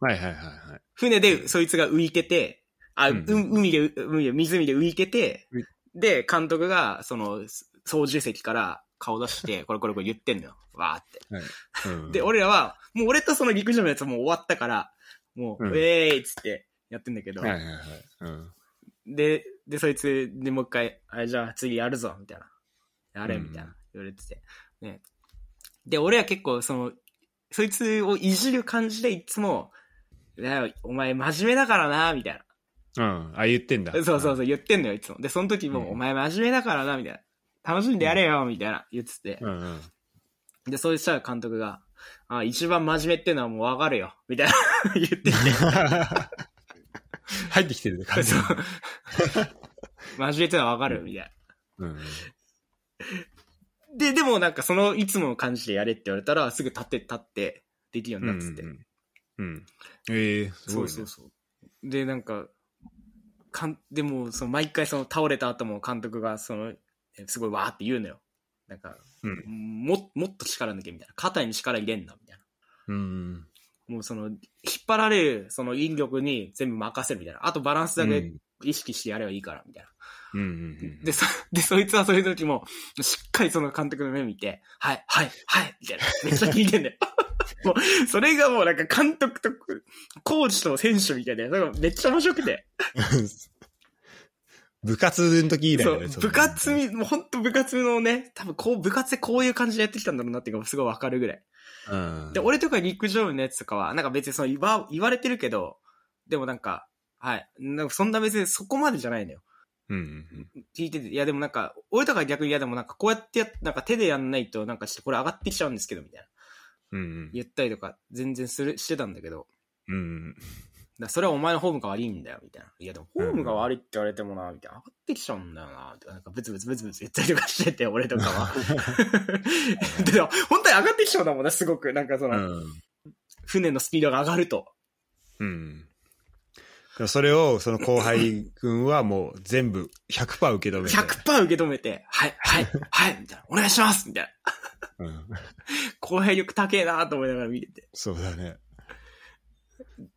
Speaker 1: はいはいはいはい。
Speaker 2: 船で、そいつが浮いてて、あ、う
Speaker 1: うん
Speaker 2: 海で、海で、湖で浮いてて
Speaker 1: うい、
Speaker 2: で、監督が、その、操縦席から顔出 して、これこれこれ言ってんのよ。わーって。
Speaker 1: うん、
Speaker 2: で、、俺らは、もう俺とその陸上のやつはもう終わったから、もう、
Speaker 1: うん
Speaker 2: ウェーイっつってやってんだけど、
Speaker 1: はいはいはい。うん。
Speaker 2: で、で、そいつでもう一回、あれじゃあ次やるぞ、みたいな。やれ、
Speaker 1: うん
Speaker 2: みたいな。言われてて。ね。で、俺は結構、その、そいつをいじる感じでいつも、いやお前真面目だからな、みたいな。
Speaker 1: うん。あ、言ってんだ。
Speaker 2: そうそう
Speaker 1: そ
Speaker 2: そう、言ってんのよ、いつも。で、その時も、
Speaker 1: うん
Speaker 2: お前真面目だからな、みたいな。楽しんでやれよ、みたいな、言ってて。
Speaker 1: うん。うん うん。
Speaker 2: で、そうしたら監督が、あ、一番真面目ってのはもうわかるよ、みたいな、 言ってて。
Speaker 1: 入ってきてるね、感じ
Speaker 2: そう。 真面目ってのはわかる、みたいな。
Speaker 1: うん。
Speaker 2: で、でもなんかその、いつもの感じでやれって言われたら、すぐ立って、立って、できるよう
Speaker 1: う
Speaker 2: に
Speaker 1: んう
Speaker 2: なっ
Speaker 1: ん
Speaker 2: てて。
Speaker 1: うん。うん。ええす
Speaker 2: そ
Speaker 1: ごい、
Speaker 2: う
Speaker 1: ね。
Speaker 2: そうそう。で、なんか、かん、でも、その、毎回その、倒れた後も監督が、その、えすごいわーって言うのよ。なんか、
Speaker 1: うん
Speaker 2: も、もっと力抜け、みたいな。肩に力入れんな、みたいな。
Speaker 1: うん。
Speaker 2: もうその、引っ張られる、その引力に全部任せるみたいな。あとバランスだ
Speaker 1: う
Speaker 2: け
Speaker 1: ん
Speaker 2: 意識してやればいいから、みたいな。
Speaker 1: うんうん。
Speaker 2: で、そ、 で、そいつはそういう時も、しっかりその監督の目見て、はい、はい、はい、みたいな。めっちゃ聞いてんだよ。 もう、それがもうなんか監督と、コーチと選手みたいな。それがめっちゃ面白くて。
Speaker 1: うん 部活の時以来
Speaker 2: そ
Speaker 1: だ
Speaker 2: う
Speaker 1: ね、そ、れ
Speaker 2: 部活に、もう本当部活のね、多分こう、部活でこういう感じでやってきたんだろうなっていうのがすごいわかるぐらい。
Speaker 1: うん。
Speaker 2: で、俺とか陸上部のやつとかは、なんか別にその言わ言われてるけど、でもなんか、はい。なんかそんな別にそこまでじゃないのよ。
Speaker 1: うんうん
Speaker 2: 聞いてて、いやでもなんか、俺とか逆にいやでもなんかこうやってやっ、なんか手でやんないとなんかしてこれ上がってきちゃうんですけど、みたいな。
Speaker 1: うん。うん
Speaker 2: 言ったりとか、全然する、してたんだけど、だか
Speaker 1: うん。うん。
Speaker 2: らそれはお前のフォームが悪いんだよ、みたいな。いやでもフォームが悪いって言われてもな、みたいな。上がってきちゃうんだよな、とか、なんかブツブツブツブツ言ったりとかしてて、俺とかは。 でも、本当に上がってきちゃうんだもんな、すごく。なんかその、船のスピードが上がると。
Speaker 1: うん。うん。それを、その後輩君はもう全部100%受け止めて。
Speaker 2: 100%受け止めて、はい、はい、はい、みたいな。お願いしますみたいな。
Speaker 1: うん。
Speaker 2: 後輩力高えなと思いながら見てて。
Speaker 1: そうだね。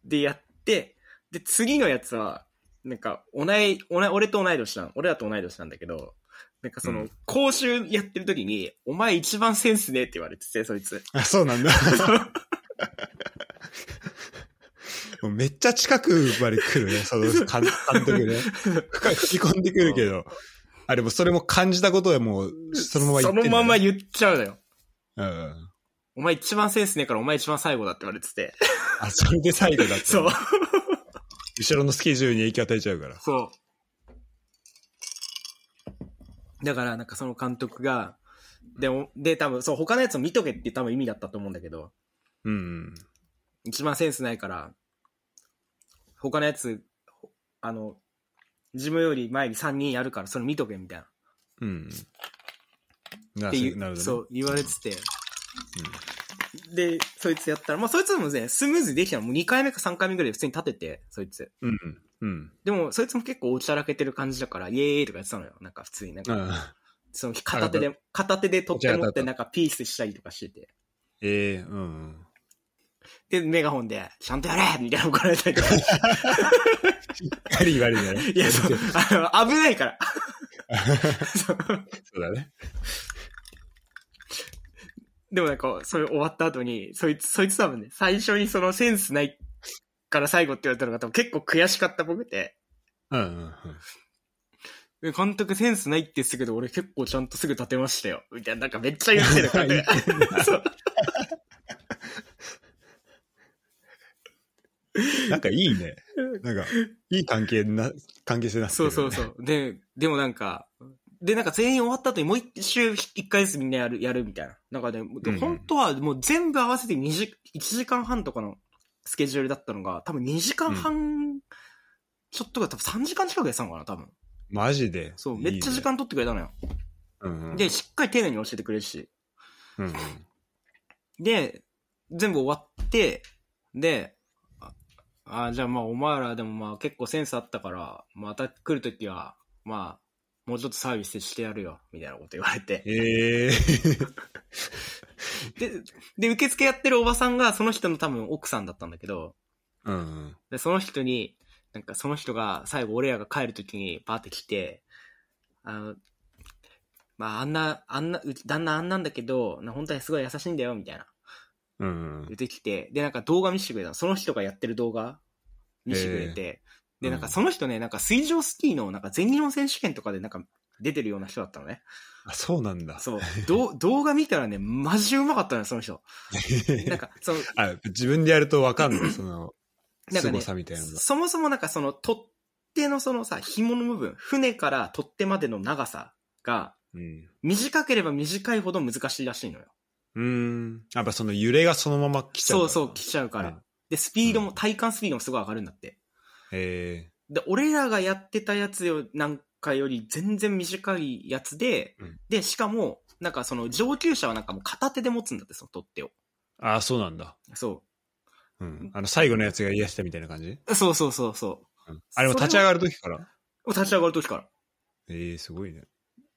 Speaker 2: で、やって、で、次のやつは、なんか、同い、同い、俺と同い年なん、俺らと同い年なんだけど、なんかそうの
Speaker 1: ん、
Speaker 2: 講習やってる時に、お前一番センスねえって言われてて、そいつ。
Speaker 1: あ、そうなんだ。 もうめっちゃ近くまで来るね、その監監督ね。深い吹き込んでくるけど。あ、でもそれも感じたことはもう、そのまま言ってんだ
Speaker 2: そ
Speaker 1: ね
Speaker 2: のまま言っちゃうのよ。
Speaker 1: うん。
Speaker 2: お前一番センスねえからお前一番最後だって言われ てて。
Speaker 1: あ、それで最後だった。
Speaker 2: そう。
Speaker 1: 後ろのスケジュールに影響与えちゃうから。
Speaker 2: そう。だから、なんかその監督が、で、おで、多分、そう、他のやつを見とけって多分意味だったと思うんだけど、
Speaker 1: うん。
Speaker 2: 一番センスないから、他のやつ、ほあの、自分より前に3人やるから、それ見とけみたいな。
Speaker 1: うん。な
Speaker 2: っていう、
Speaker 1: なるほどね。
Speaker 2: そう、言われてて。で、そいつやったら、まあ、そいつもね、スムーズにできたの。もう2回目か3回目ぐらいで普通に立てて、そいつ。
Speaker 1: うん。うん。
Speaker 2: でも、そいつも結構おちゃらけてる感じだから、イエーイとかやってたのよ。なんか普通にな
Speaker 1: う
Speaker 2: んか、
Speaker 1: ん。
Speaker 2: その片手で、片手で取って持
Speaker 1: お茶や
Speaker 2: っ
Speaker 1: った
Speaker 2: て
Speaker 1: と
Speaker 2: なんかピースしたりとかしてて。
Speaker 1: ええうん。
Speaker 2: で、メガホンで、ちゃんとやれ みたいな怒られたりとか。 い
Speaker 1: やはり言われるね。
Speaker 2: や、そう、あの、危ないから。そう
Speaker 1: そうだね。
Speaker 2: でもなんか、それ終わった後に、そいつ、そいつ多分ね、最初にそのセンスないから最後って言われたのが多分結構悔しかった僕で、
Speaker 1: うんうん
Speaker 2: え監督センスないって言ってたけど、俺結構ちゃんとすぐ立てましたよ。みたいな、なんかめっちゃ言ってる 監督そう
Speaker 1: なんかいいね。なんか、いい関係な、関係性になってる
Speaker 2: そ
Speaker 1: よ
Speaker 2: う
Speaker 1: ね
Speaker 2: そうそう。で、でもなんか、で、なんか全員終わった後にもう一周、一回ずつみんなやる、やるみたいな。なんかね、で
Speaker 1: うん
Speaker 2: 本当はもう全部合わせて2時、1時間半とかのスケジュールだったのが、多分2時間半、ちょっとが多分3時間近くやってたのかな、多分。
Speaker 1: マジで。
Speaker 2: そう、めっちゃ時間取ってくれたのよ。
Speaker 1: いいね。うんうん
Speaker 2: で、しっかり丁寧に教えてくれるし。
Speaker 1: うんうん
Speaker 2: で、全部終わって、で、ああ、じゃあまあお前らでもまあ結構センスあったから、また来るときは、まあ、もうちょっとサービスしてやるよ、みたいなこと言われて。
Speaker 1: えー
Speaker 2: で、で、受付やってるおばさんがその人の多分奥さんだったんだけど、
Speaker 1: うんうん。
Speaker 2: で、その人に、なんかその人が最後俺らが帰るときにバーって来て、あの、まああんな、あんな、うち旦那あんなんだけど、な本当にすごい優しいんだよ、みたいな。
Speaker 1: うんうん。
Speaker 2: 出てきて、で、なんか動画見せてくれたの。その人がやってる動画見せてくれて。
Speaker 1: ー
Speaker 2: で、なんかその人ね、なんか水上スキーのなんか全日本選手権とかでなんか出てるような人だったのね。
Speaker 1: あ、そうなんだ。
Speaker 2: そう。 ど動画見たらね、マジうまかったのよ、その人。なんか、その、
Speaker 1: あ自分でやるとわか んない、その、
Speaker 2: なんかね
Speaker 1: 凄さみたいなのが。
Speaker 2: そもそもなんかその取っ手のそのさ、紐の部分、船から取っ手までの長さが、
Speaker 1: うん。
Speaker 2: 短ければ短いほど難しいらしいのよ。
Speaker 1: うーん。やっぱその揺れがそのまま来ちゃうか
Speaker 2: そ
Speaker 1: ら
Speaker 2: うそう、来ちゃうから。
Speaker 1: うん
Speaker 2: で、スピードも、
Speaker 1: うん
Speaker 2: 体感スピードもすごい上がるんだって。
Speaker 1: え
Speaker 2: で、俺らがやってたやつよ、なんかより全然短いやつで、
Speaker 1: うん
Speaker 2: で、しかも、なんかその上級者はなんかもう片手で持つんだって、その取っ手を。
Speaker 1: ー、ああ、そうなんだ。
Speaker 2: そ
Speaker 1: うん。あの、最後のやつが癒したみたいな感じ、
Speaker 2: う。そうそうそうそ
Speaker 1: うん、あれも立ち上がる時から
Speaker 2: う。立ち上がる時から。
Speaker 1: ええー、すごいね。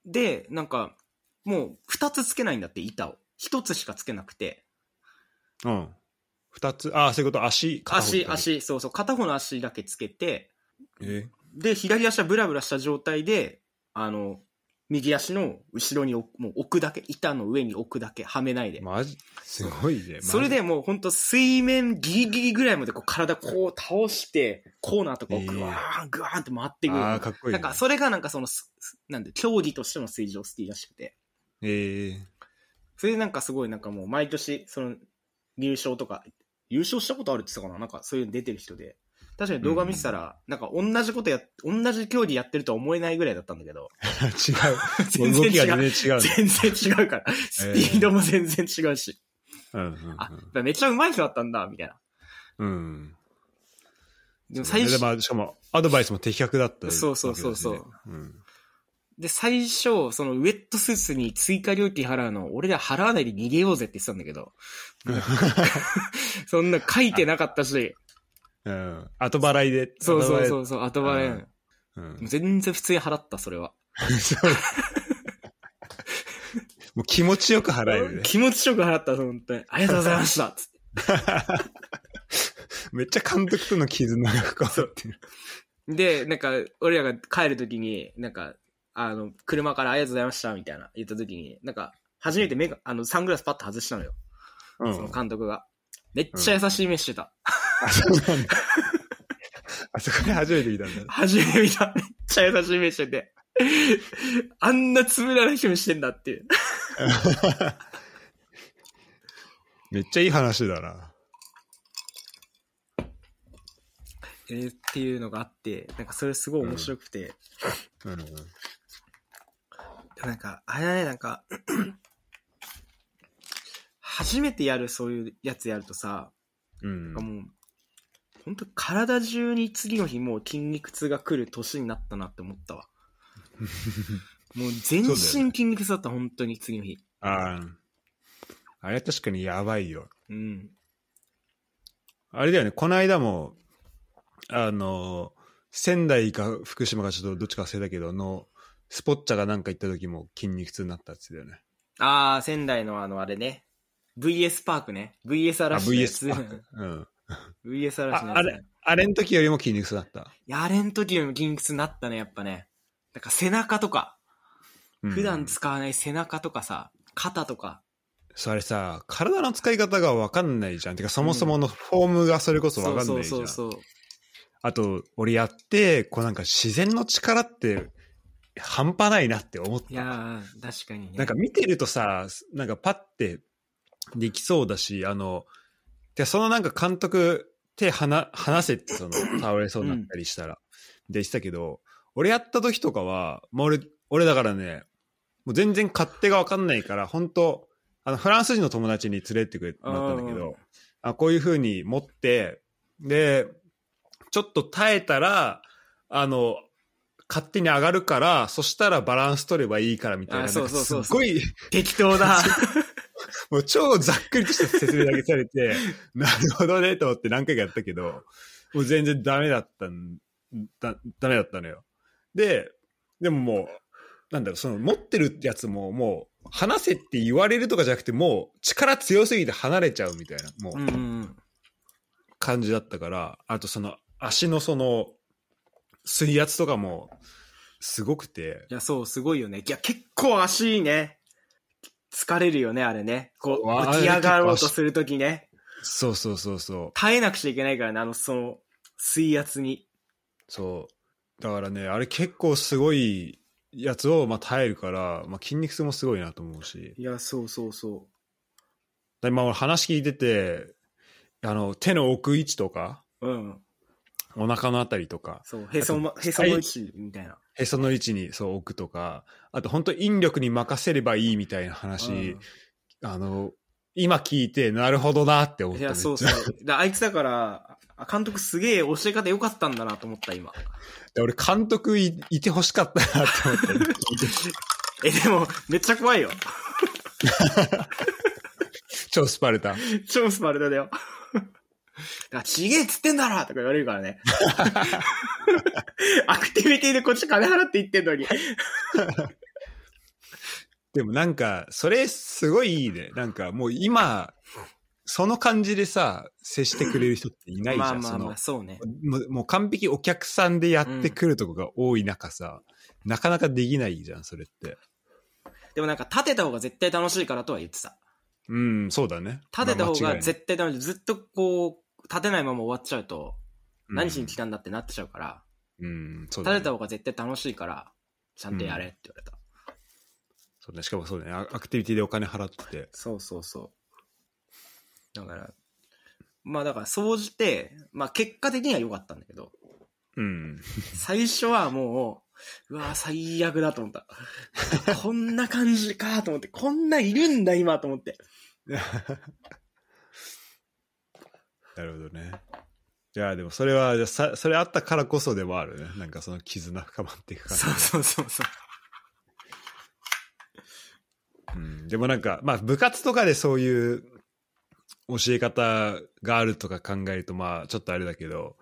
Speaker 2: で、なんか、もう二つつけないんだって、板を。一つしかつけなくて。
Speaker 1: うん。二つ、ああ、そういうこと、足、片方
Speaker 2: 足、。足、そうそう、片方の足だけつけて、
Speaker 1: え
Speaker 2: で、左足はブラブラした状態で、あの、右足の後ろにおもう置くだけ、板の上に置くだけ、はめないで
Speaker 1: ー、。マジ、すごいね。マジ
Speaker 2: それ、でもうほんと水面ギリギリぐらいまでこう体こう倒して、コーナーとかをグワーン、グワーンって回ってくる。
Speaker 1: ああ、かっこいい、ね。
Speaker 2: なんかそれがなんかそのす、すなんで、競技としての水上スキーらしくて。
Speaker 1: え え
Speaker 2: それでなんかすごいなんかもう毎年、その、入賞とか、優勝したことあるって言ってたかななんかそういうの出てる人で。確かに動画見てたら、なんか同じことや、同じ競技やってるとは思えないぐらいだったんだ けど。
Speaker 1: 違
Speaker 2: 全
Speaker 1: う。
Speaker 2: 然
Speaker 1: 動
Speaker 2: 違う
Speaker 1: きが全然違うね。
Speaker 2: 全然違うから。スピードも全然違うし。
Speaker 1: うんうんうん
Speaker 2: あ、だからめっちゃ上手い人だったんだ、みたいな。
Speaker 1: うん。
Speaker 2: でも
Speaker 1: そう
Speaker 2: 最
Speaker 1: ね
Speaker 2: 初
Speaker 1: で、まあ、しかも、アドバイスも的確だった、
Speaker 2: そうそうそうそう
Speaker 1: わけだしね。うん。
Speaker 2: で、最初、そのウェットスーツに追加料金払うの、俺ら払わないで逃げようぜって言ってたんだ けど、そんな書いてなかったし、
Speaker 1: うん。後払いで。
Speaker 2: そうそう
Speaker 1: 後払い
Speaker 2: そう、そう後払いなのよ。
Speaker 1: うん。
Speaker 2: 全然普通に払った、それは。
Speaker 1: そうもう気持ちよく払えるね。
Speaker 2: 気持ちよく払った、本当に。ありがとうございましたつって
Speaker 1: めっちゃ監督との絆が深まってる。
Speaker 2: で、なんか、俺らが帰るときに、なんか、あの、車からありがとうございました、みたいな言ったときに、なんか、初めて目が、あの、サングラスパッと外したのよ。
Speaker 1: うん。
Speaker 2: その監督が。めっちゃ優しい目してた。
Speaker 1: あ、そうなんだ。 あそこで初めて見たんだ。
Speaker 2: 初め見た。めっちゃ優しい目してて。あんなつぶらな人してんだっていう。
Speaker 1: めっちゃいい話だな。
Speaker 2: えーっていうのがあって、なんかそれすごい面白くて、
Speaker 1: うん。
Speaker 2: なんか、あれだね、なんか、 初めてやるそういうやつやるとさ、
Speaker 1: うん
Speaker 2: なんか。もう、ほんと体中に次の日もう筋肉痛が来る年になったなって思った わ。もう全身筋肉痛だった、本当に次の日。
Speaker 1: あーあれは確かにやばいよ。
Speaker 2: うん。
Speaker 1: あれだよね、この間も、あの、仙台か福島かちょっとどっちか忘れたけど、の、スポッチャがなんか行った時も筋肉痛になったっつってたよね。
Speaker 2: あー、仙台のあの、あれね。VS パークね。VS
Speaker 1: あ、
Speaker 2: 嵐のやつ。
Speaker 1: VS パ ーク。うん。
Speaker 2: VS 嵐のやつ、
Speaker 1: あ
Speaker 2: ね。
Speaker 1: ああれの時よりも筋肉痛だった。
Speaker 2: いや、あれん時よりも筋肉痛になったね、やっぱね。なんか背中とか、
Speaker 1: うん
Speaker 2: 普段使わない背中とかさ、肩とか。
Speaker 1: それさ、体の使い方が分かんないじゃん。てか、そもそものフォームがそれこそ分かんないじゃん。
Speaker 2: そうそうそうそう。
Speaker 1: あと、俺やって、こうなんか自然の力って半端ないなって思った。
Speaker 2: いやー、確かにね。
Speaker 1: なんか、見てるとさ、なんかパッてできそうだし、あの、でそのなんか監督手離離せって、その、倒れそうになったりしたら。で、したけど、俺やった時とかは、まあ、俺、俺だからね、もう全然勝手が分かんないから、本当あの、フランス人の友達に連れてってくれてもらったんだけど、あこういう風に持って、で、ちょっと耐えたら、あの、勝手に上がるから、そしたらバランス取ればいいからみたいな、
Speaker 2: あそうそうそう
Speaker 1: なんかすっごい、
Speaker 2: 適当だ。
Speaker 1: もう超ざっくりとした説明だけされて、 なるほどねと思って何回かやったけど、もう全然ダメだったんだ、ダメだったのよ。で、でももう、なんだろう、その持ってるやつももう、離せって言われるとかじゃなくて、もう力強すぎて離れちゃうみたいな、もう。
Speaker 2: うんうん
Speaker 1: 感じだったから、あとその足のその水圧とかもすごくて、
Speaker 2: いや、そう、すごいよね。いや、結構足いいね。疲れるよね、あれね。こう、
Speaker 1: うわ
Speaker 2: 浮き上がろうとするときね。
Speaker 1: そうそうそうそう、
Speaker 2: 耐えなくちゃいけないからね、あの、その、水圧に。
Speaker 1: そう。だからね、あれ結構すごいやつをまあ耐えるから、まあ、筋肉痛もすごいなと思うし、
Speaker 2: いや、そうそうそ
Speaker 1: でまあ俺話聞いてて、あの手の置く位置とか、
Speaker 2: う。うん。
Speaker 1: お腹のあたりとか、
Speaker 2: そう、へそも、へそも位置みたいな。
Speaker 1: へその位置にそう置くとか、あと本当引力に任せればいいみたいな話、あの、今聞いて、なるほどなって思
Speaker 2: う
Speaker 1: っ
Speaker 2: ん、い
Speaker 1: ためっ
Speaker 2: や、
Speaker 1: ちゃ
Speaker 2: そうそう。だあいつだから、あ監督すげえ教え方良かったんだなと思った、今。
Speaker 1: で俺、監督いいてほしかったなって思って
Speaker 2: え、でも、めっちゃ怖いよ。
Speaker 1: 超スパルタ。
Speaker 2: 超スパルタだよ。 だから、ちげえっつってんだろとか言われるからね。 アクティビティでこっち金払って言ってんのに。
Speaker 1: でもなんか、それすごいいいね。なんかもう今、その感じでさ、接してくれる人っていないじゃん。
Speaker 2: まあまあまあ、
Speaker 1: そ
Speaker 2: そうね。
Speaker 1: のもうもう完璧お客さんでやってくるとこが多い中さ、なかなかできないじゃん、それって。
Speaker 2: でもなんか、立てた方が絶対楽しいからとは言ってた。
Speaker 1: うん、そうだね。
Speaker 2: 立てた
Speaker 1: まあ
Speaker 2: 方が
Speaker 1: 間違いない
Speaker 2: 絶対楽しい。ずっとこう、立てないまま終わっちゃうと、
Speaker 1: うん
Speaker 2: 何しに来たんだってなっちゃうから、
Speaker 1: うん、そうだ、
Speaker 2: 立
Speaker 1: ね。
Speaker 2: てた方が絶対楽しいから、ちゃんとやれって言われた。
Speaker 1: そうだね。しかもそうだね。アアクティビティでお金払ってて。
Speaker 2: そうそうそう。だから、まあだから、総じて、まあ結果的には良かったんだけど、
Speaker 1: うん。
Speaker 2: 最初はもう、うわー最悪だと思った。 こんな感じかと思って、こんないるんだ今と思って。
Speaker 1: なるほどね。いや、でもそれは、じゃあさそれあったからこそでもあるね。なんかその絆深まっていく感じ
Speaker 2: そうそうそうそ
Speaker 1: う
Speaker 2: う。
Speaker 1: ん。でもなんか、まあ部活とかでそういう教え方があるとか考えると、まあちょっとあれだけど、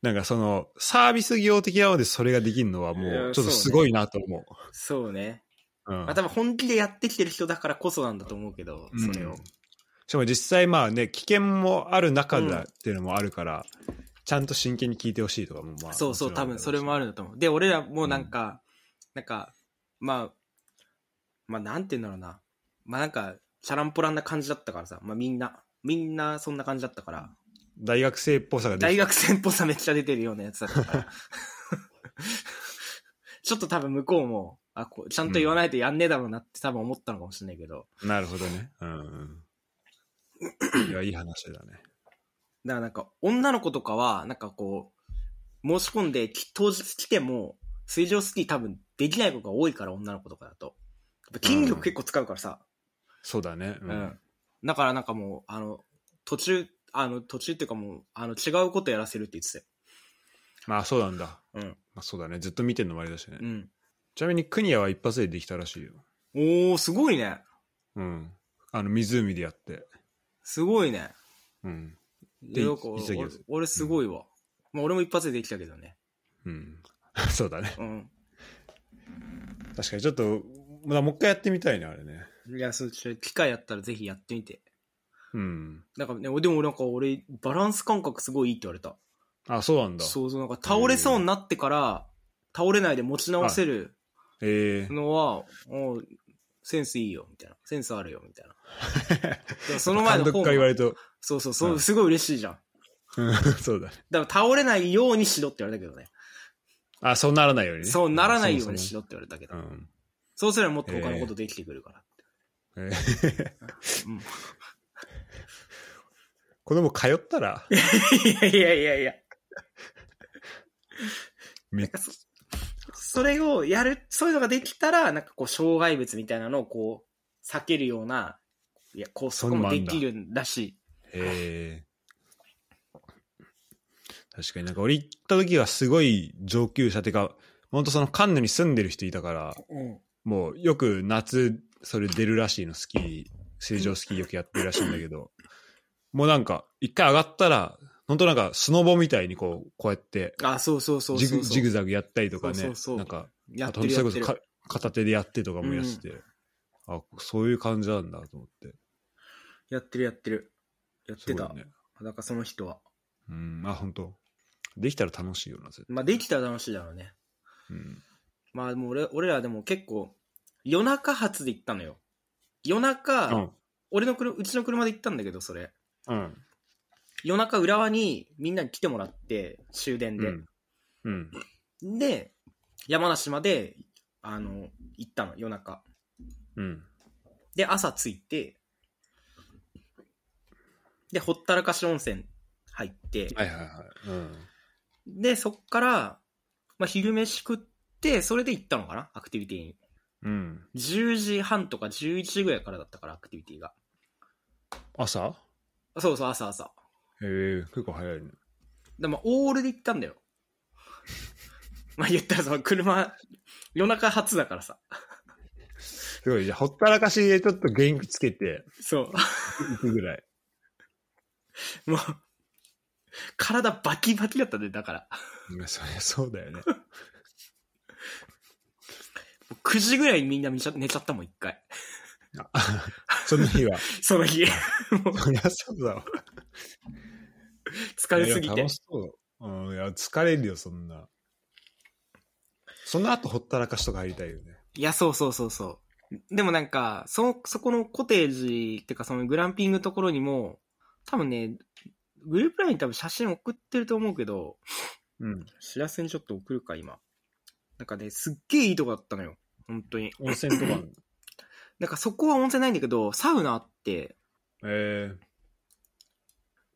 Speaker 1: なんかそのサービス業的なのでそれができるのはも
Speaker 2: いや
Speaker 1: うちょっとすごいなと思う。
Speaker 2: そうね。
Speaker 1: うん
Speaker 2: まあ多分本気でやってきてる人だからこそなんだと思うけど、それ
Speaker 1: う
Speaker 2: を
Speaker 1: ん。しかも実際まあね、危険もある中
Speaker 2: うん
Speaker 1: だっていうのもあるから、ちゃんと真剣に聞いてほしいとかもまあ。
Speaker 2: そうそう、
Speaker 1: もちろ
Speaker 2: 多
Speaker 1: ん
Speaker 2: 分それも
Speaker 1: あ
Speaker 2: あるんだと思う。で、俺らもうなんか、なんか、まあ、まあなんて言うんだろうな。まあなんか、チャランポランな感じだったからさ、まあみんな、みんなそんな感じだったから、
Speaker 1: る大学生っぽさが出て
Speaker 2: 大学生っぽさめっちゃ出てるようなやつだっ たから。ちょっと多分向こうも、あ、こう、ちゃんと言わないとやんねえだろうなって多分思ったのかもしれないけど。
Speaker 1: なるほどね。うん、うん。いや、いい話だね。
Speaker 2: だからなんか、女の子とかは、なんかこう、申し込んでき、当日来ても、水上スキー多分できない子が多いから、女の子とかだと。やっぱ筋力結構使うからさ。
Speaker 1: そうだね。う
Speaker 2: うん。だからなんかもう、あの、途中、あの、途中っていうかもう、あの、違うことやらせるって言って
Speaker 1: まあ、そうなんだ。
Speaker 2: たよ。
Speaker 1: まあ、そうだね。ずっと見てんのもあれだしね。
Speaker 2: うん。うん。
Speaker 1: ちなみに、クニアは一発でできたらしいよ。
Speaker 2: おー、すごいね。
Speaker 1: うん。あの、湖でやって。
Speaker 2: すごいね。
Speaker 1: うん。
Speaker 2: でよく
Speaker 1: い
Speaker 2: 俺
Speaker 1: 潔いやつ
Speaker 2: 俺すごいわ、まあ、俺も一発でできたけどね
Speaker 1: うん。 そうだね。
Speaker 2: うん
Speaker 1: 確かに、ちょっと、まあ、もう一回やってみたいね、あれね。
Speaker 2: いやそうちょ機会あったらぜひやってみて
Speaker 1: うん。
Speaker 2: なんかねでもなんか俺バランス感覚すごいいいって言われた
Speaker 1: あ、そうなんだ。
Speaker 2: そうそうなんか倒れそうになってから倒れないで持ち直せる
Speaker 1: ええ
Speaker 2: のはおうセンスいいよみたいなセンスあるよみたいな でもその前の
Speaker 1: 監督
Speaker 2: 方
Speaker 1: から言われると、
Speaker 2: そうそうそう、
Speaker 1: うん
Speaker 2: すごい嬉しいじゃん
Speaker 1: うん、そうだね。
Speaker 2: だから倒れないようにしろって言われたけどね
Speaker 1: あ、そうならないようにね。
Speaker 2: そうならないよう
Speaker 1: そも
Speaker 2: にし
Speaker 1: そも
Speaker 2: ろって言われたけど、
Speaker 1: うん。
Speaker 2: そうすればもっと他のことできてくるからっ
Speaker 1: え
Speaker 2: て、
Speaker 1: え
Speaker 2: うん
Speaker 1: これも通ったら、
Speaker 2: いやいやいやいや。
Speaker 1: めっ
Speaker 2: そそれをやる、そういうのができたら、なんかこう、障害物みたいなのをこう、避けるような、いや、こう、そ
Speaker 1: そ
Speaker 2: こ
Speaker 1: んな
Speaker 2: も
Speaker 1: んあ
Speaker 2: で
Speaker 1: んだ
Speaker 2: きるんだし
Speaker 1: へえ。確かになんか俺行った時はすごい上級者っていうか、ほんとそのカンヌに住んでる人いたから、
Speaker 2: うん。
Speaker 1: もうよく夏、それ出るらしいの、スキー、水上スキーよくやってるらしいんだけど、もうなんか、一回上がったら、ほんとなんかスノボみたいにこう、こうやって、
Speaker 2: あ、そうそうそう
Speaker 1: ジ
Speaker 2: そう
Speaker 1: グ
Speaker 2: そう。
Speaker 1: ジグザグやったりとかね、
Speaker 2: そうそうそう
Speaker 1: なんか、
Speaker 2: やって
Speaker 1: あ
Speaker 2: る
Speaker 1: と
Speaker 2: やっ
Speaker 1: それ
Speaker 2: てる
Speaker 1: こそ。か片手でやってとかもやってて、あ、そういう感じなんだと思って。
Speaker 2: やってるやってる。やっ
Speaker 1: す
Speaker 2: て
Speaker 1: ご
Speaker 2: た。
Speaker 1: いね。
Speaker 2: だからその人は。
Speaker 1: うん、あ、本当できたら楽しいよな、絶対
Speaker 2: まあ、できたら楽しいだろうね。
Speaker 1: うん。
Speaker 2: まあ、もう俺俺らでも結構、夜中発で行ったのよ。夜中、俺の車、うちの車で行ったんだけど、それ。
Speaker 1: うん。
Speaker 2: 夜中浦和にみんなに来てもらって、終電で。
Speaker 1: うん。うん。
Speaker 2: で、山梨まで、あの、行ったの、夜中。
Speaker 1: うん。
Speaker 2: で、朝着いて、で、ほったらかし温泉入って、
Speaker 1: はいはいはい。うん。
Speaker 2: で、そっから、まあ、昼飯食って、それで行ったのかなアクティビティに。
Speaker 1: うん。
Speaker 2: 10時半とか11時ぐらいからだったから、アクティビティが。
Speaker 1: 朝
Speaker 2: あそうそう、朝朝。
Speaker 1: へえ結構早いね。
Speaker 2: でも、オールで行ったんだよ。 まあ言ったらその車、夜中初だからさ。
Speaker 1: すごい。じゃあほったらかしでちょっと元気つけて
Speaker 2: そう。
Speaker 1: いくぐらい。
Speaker 2: もう、体バキバキだったね、だから。
Speaker 1: うんそりゃそうだよね。
Speaker 2: もう9時ぐらいにみんな寝ちゃ寝ちゃったもん、一回。
Speaker 1: あ その 日は。
Speaker 2: その日。
Speaker 1: そりゃそうだわ。
Speaker 2: 疲れすぎ
Speaker 1: いや
Speaker 2: て
Speaker 1: 楽。しそう。うん。いや、疲れるよ、そんな。その後、ほったらかしとか入りたいよね。
Speaker 2: いや、そうそうそうそう。でもなんか、そ、そこのコテージっていうかそのグランピングのところにも、多分ね、グループラインに多分写真送ってると思うけど、
Speaker 1: うん。
Speaker 2: 知らせにちょっと送るか、今。なんかね、すっげえいいとこだったのよ。本当に。
Speaker 1: 温泉とかあるの。
Speaker 2: なんかそこは温泉ないんだけど、サウナあって、
Speaker 1: ええ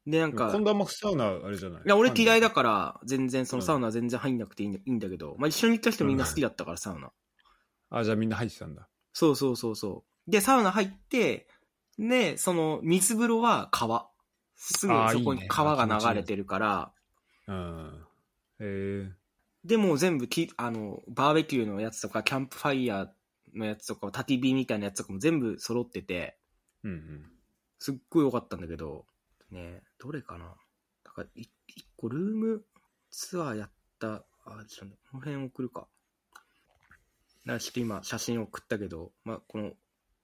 Speaker 2: でなんか、
Speaker 1: 今度はもうサウナ、あれじゃない
Speaker 2: いや、俺嫌いだから、全然、そのサウナ全然入んなくていいんだいいんだけど、まあ一緒に行った人みんな好きだったから、サウナ。
Speaker 1: あ、じゃあみんな入ってたんだ。
Speaker 2: そうそうそうそう。で、サウナ入って、で、その水風呂は川。すぐ
Speaker 1: あー
Speaker 2: そこ
Speaker 1: いい
Speaker 2: に
Speaker 1: ね
Speaker 2: 川が流れてるから、
Speaker 1: うん。へえ
Speaker 2: でもう全部き、あの、バーベキューのやつとか、キャンプファイヤーのやつとか、焚き火みたいなやつとかも全部揃ってて、
Speaker 1: うんうん。
Speaker 2: すっごい良かったんだけど、ねどれかなだから、い一個ルームツアーやった、あ、ちょっと、この辺送るか。だからちょっと今、写真送ったけど、まあ、この、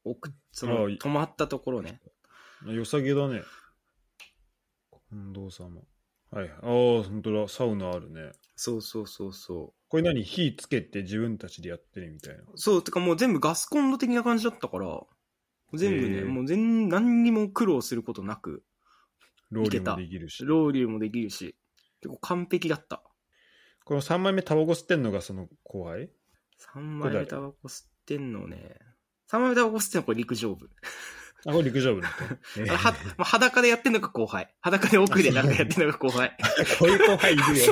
Speaker 2: 送っ、そ
Speaker 1: あ
Speaker 2: の、
Speaker 1: い
Speaker 2: 泊まったところね。
Speaker 1: 良さげだね。近藤様。はい。ああ、本当だ。サウナあるね。
Speaker 2: そうそうそうそ
Speaker 1: これ何火つけて自分たちでやってねみたいな。
Speaker 2: う。そう、てかもう全部ガスコンロ的な感じだったから、全部
Speaker 1: へ
Speaker 2: ね、
Speaker 1: ー
Speaker 2: もう全、何にも苦労することなく、
Speaker 1: ローリ
Speaker 2: け
Speaker 1: ュ
Speaker 2: た
Speaker 1: もできるし。
Speaker 2: ロウリュもできるし、結構完璧だった。
Speaker 1: この3枚目タバコ吸ってんのがその後輩
Speaker 2: 3枚目タバコ吸ってんのね。3枚目タバコ吸ってんのこれ陸上部。
Speaker 1: あ、これ陸上部の人。 え
Speaker 2: あの は、もう裸でやってんのが後輩。裸で奥でなんかやってんのが後 輩。
Speaker 1: ーこういう後輩いるよ。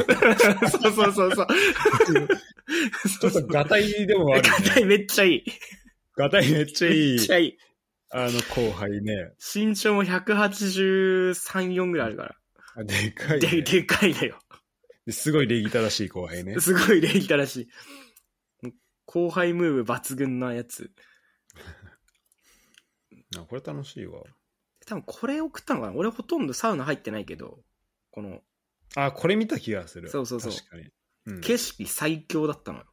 Speaker 2: そうそうそうそう。
Speaker 1: ちょっとガタイでもある
Speaker 2: 硬
Speaker 1: ね。
Speaker 2: いめっちゃいい。
Speaker 1: ガタイめっちゃい
Speaker 2: め
Speaker 1: い
Speaker 2: っ。ちゃいい。
Speaker 1: あの後輩ね。
Speaker 2: 身長も183、4ぐらいあるから。
Speaker 1: あでかい、ね
Speaker 2: で、でかいだよ。
Speaker 1: ですごい礼儀正しい後輩ね。
Speaker 2: すごい礼儀正しい。後輩ムーブ抜群なやつ。
Speaker 1: あこれ楽しいわ。
Speaker 2: 多分これ送ったのかな俺ほとんどサウナ入ってないけど、この
Speaker 1: あ、これ見た気がする。
Speaker 2: そうそうそう
Speaker 1: 確かに。うん
Speaker 2: 景色最強だったのよ。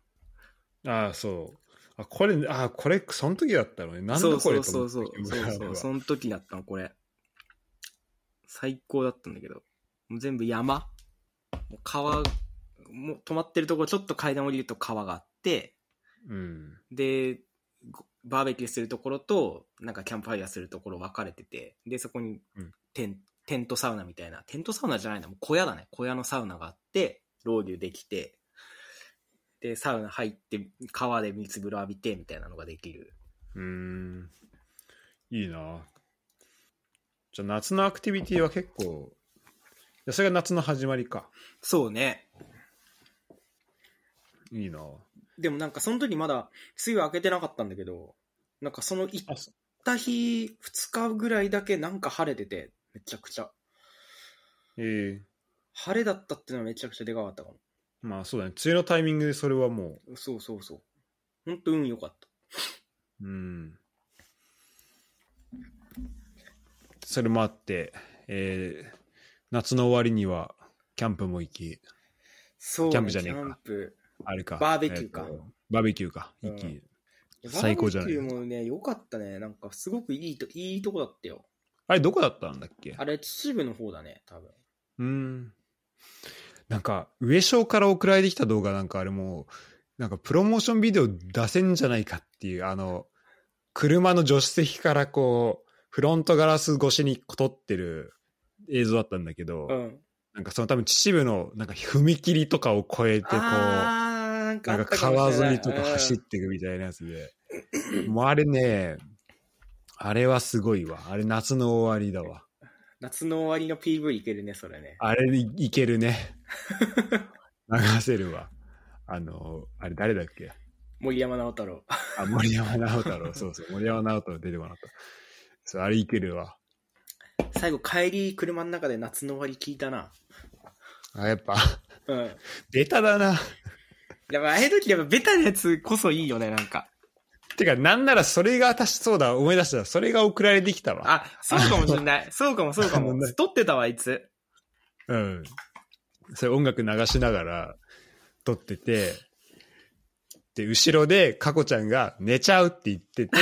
Speaker 1: ああ、そう。あ、これ、ああ、これ、その時だったのね。なんだこれと
Speaker 2: そ
Speaker 1: 思っ
Speaker 2: う
Speaker 1: た
Speaker 2: そうそうそうそうそうその時だったのこれ最高だったんだけどもう全部山もう川もう止まってるところちょっと階段降りると川があって
Speaker 1: うん。
Speaker 2: でごバーベキューするところとなんかキャンプファイヤーするところ分かれててでそこに
Speaker 1: うん
Speaker 2: テン,、テントサウナみたいなテントサウナじゃないなもう小屋だね小屋のサウナがあってロウリュできてでサウナ入って川で水風呂浴びてみたいなのができる
Speaker 1: うーん。いいな。ちじゃあ夏のアクティビティは結構、いやそれが夏の始まりか。
Speaker 2: そうね。
Speaker 1: いいな。
Speaker 2: でもなんかその時まだ梅雨明けてなかったんだけど、なんかその行っ
Speaker 1: あそ
Speaker 2: た日、2日ぐらいだけなんか晴れてて、めちゃくちゃ。
Speaker 1: ええ
Speaker 2: 晴れだったっていうのはめちゃくちゃでかかったかも。
Speaker 1: まあそうだね。梅雨のタイミングでそれはも
Speaker 2: そうそうそう。ほんと運良かった。
Speaker 1: う、うん。それもあって、えー夏の終わりには、キャンプも行き、
Speaker 2: そう、
Speaker 1: キャンプじゃねえか
Speaker 2: キャンプ。
Speaker 1: あれか。
Speaker 2: バーベキューか
Speaker 1: えとバーベキューか。行
Speaker 2: う
Speaker 1: き。最
Speaker 2: 最
Speaker 1: 高
Speaker 2: 高
Speaker 1: じ
Speaker 2: じ
Speaker 1: ゃ
Speaker 2: ゃ
Speaker 1: な
Speaker 2: ないいバーベキューもね、良かったね。なんかすごくいいと、いいとこだったよ。
Speaker 1: あれ、どこだったんだっけ
Speaker 2: あれ、秩父の方だね、多分。
Speaker 1: うん。なんか、上昇から送られてきた動画なんかあれもう、なんかプロモーションビデオ出せんじゃないかっていう、あの、車の助手席からこう、フロントガラス越しに撮ってる映像だったんだけど、
Speaker 2: うん。
Speaker 1: なんかその多分秩父のなんか踏切とかを越えてこう、な
Speaker 2: あー、なんかあ
Speaker 1: ん
Speaker 2: っ
Speaker 1: か
Speaker 2: たかも
Speaker 1: 川
Speaker 2: しれない
Speaker 1: 沿いとか走っ
Speaker 2: うん
Speaker 1: ていくみたいなやつで。もうあれね、あれはすごいわ。あれ夏の終わりだわ。
Speaker 2: 夏の終わりの PV いけるね、それね。
Speaker 1: あれいいけるね。流せるわ。あの、あれ誰だっけ
Speaker 2: 森山直太朗。
Speaker 1: あ、森山直太朗。そうそう、森山直太朗出てもらった。そう、あれいけるわ。
Speaker 2: 最後、帰り、車の中で夏の終わり聞いたな。
Speaker 1: あ、やっぱ、
Speaker 2: うん。
Speaker 1: ベタだな。
Speaker 2: やっぱ、ああいう時、やっぱ、ベタなやつこそいいよね、なんか。
Speaker 1: てか、なんならそれが私、そうだ、思い出した。それが送られてきたわ。
Speaker 2: あ、そうかもしれ ない。そうかも、そうか
Speaker 1: あ
Speaker 2: も
Speaker 1: のね。
Speaker 2: 撮ってたわ、あいつ。
Speaker 1: うん。それ音楽流しながら撮ってて、で、後ろで、かこちゃんが寝ちゃうって言って て、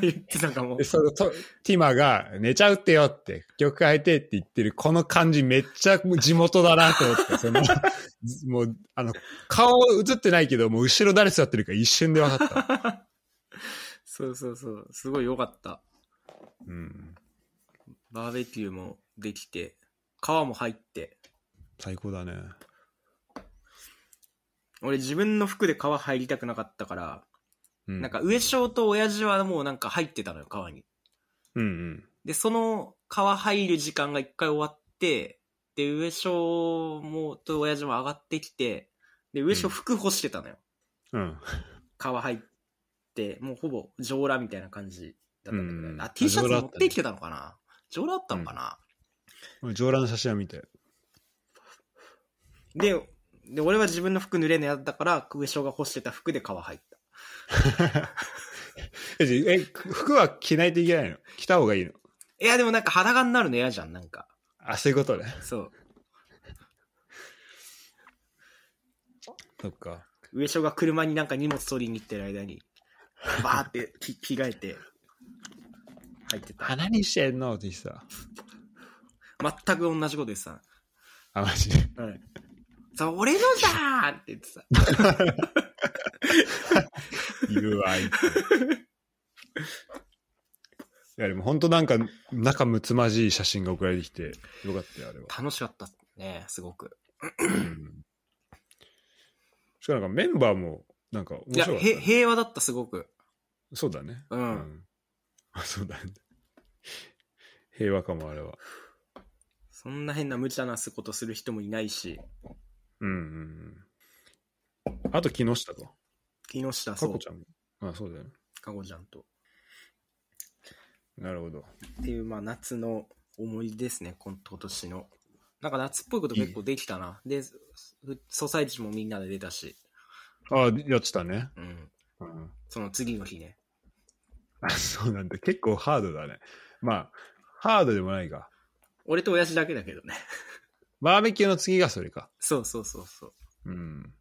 Speaker 2: 言ってたかも
Speaker 1: で。そのとティマが寝ちゃうってよって、曲変えてって言ってる、この感じめっちゃ地元だなと思って、 その、ずもう、あの、顔映ってないけど、もう後ろ誰座ってるか一瞬で分かった。
Speaker 2: そうそうそう。すごい良かった。
Speaker 1: うん。
Speaker 2: バーベキューもできて、皮も入って。
Speaker 1: 最高だね。
Speaker 2: 俺自分の服で皮入りたくなかったから、
Speaker 1: うん。
Speaker 2: なんか上翔と親父はもうなんか入ってたのよ、皮に。
Speaker 1: うんうん。
Speaker 2: で、その皮入る時間が一回終わって、で、上翔も、と親父も上がってきて、で、上
Speaker 1: う
Speaker 2: 翔
Speaker 1: ん
Speaker 2: 服干してたのよ。
Speaker 1: うん。
Speaker 2: 皮入って、もうほぼ上裸みたいな感じだったんだけど、
Speaker 1: うん
Speaker 2: あ、T シャツ
Speaker 1: 上裸だ
Speaker 2: 持っ
Speaker 1: ったね
Speaker 2: てきてたのかな上裸あったのかな、
Speaker 1: 俺上覧の写真は見て。
Speaker 2: で、で、俺は自分の服濡れのやったから、上翔が干してた服で皮入った。
Speaker 1: え、じえ服は着ないといけないの着た方がいいの
Speaker 2: いや、でもなんか裸になるの嫌じゃん、なんか。
Speaker 1: あ、そういうことね。
Speaker 2: そう。
Speaker 1: そっか。
Speaker 2: 上翔が車になんか荷物取りに行ってる間に、バーってき着替えて、入ってた。
Speaker 1: 何してんのって言ってた。
Speaker 2: 全く同じこと言ってた。
Speaker 1: あ、マジで。
Speaker 2: はい。そう、俺のじゃーんって言ってた。
Speaker 1: 言うわ、あいつい や、でも本当なんか、仲睦まじい写真が送られてきて、よかったよ、あれは。
Speaker 2: 楽しかったっすね、すごく。
Speaker 1: うんしかもなんかメンバーも、なんか面
Speaker 2: いや、
Speaker 1: 白かったね、
Speaker 2: へ平和だった、すごく。
Speaker 1: そうだね。
Speaker 2: うん
Speaker 1: あそうだね。平和かも、あれは。
Speaker 2: そんな変な無茶なことする人もいないし、
Speaker 1: うんうんうん。あと、木下か。
Speaker 2: 木下、
Speaker 1: か
Speaker 2: そう
Speaker 1: こ、ちゃんも。あ、そうだよね。
Speaker 2: かこちゃんと。
Speaker 1: なるほど。
Speaker 2: っていう、まあ、夏の思い出ですね、今今年の。なんか夏っぽいこと結構できたな。で、ソサイチもみんなで出たし、
Speaker 1: あ、やってたね。
Speaker 2: うん。
Speaker 1: うん。
Speaker 2: その次の日ね。
Speaker 1: あ、そうなんだ。結構ハードだね。まあ、ハードでもないが。
Speaker 2: 俺と親父だけだけどね。
Speaker 1: バーベキューの次がそれか。
Speaker 2: そうそうそうそう。
Speaker 1: うん。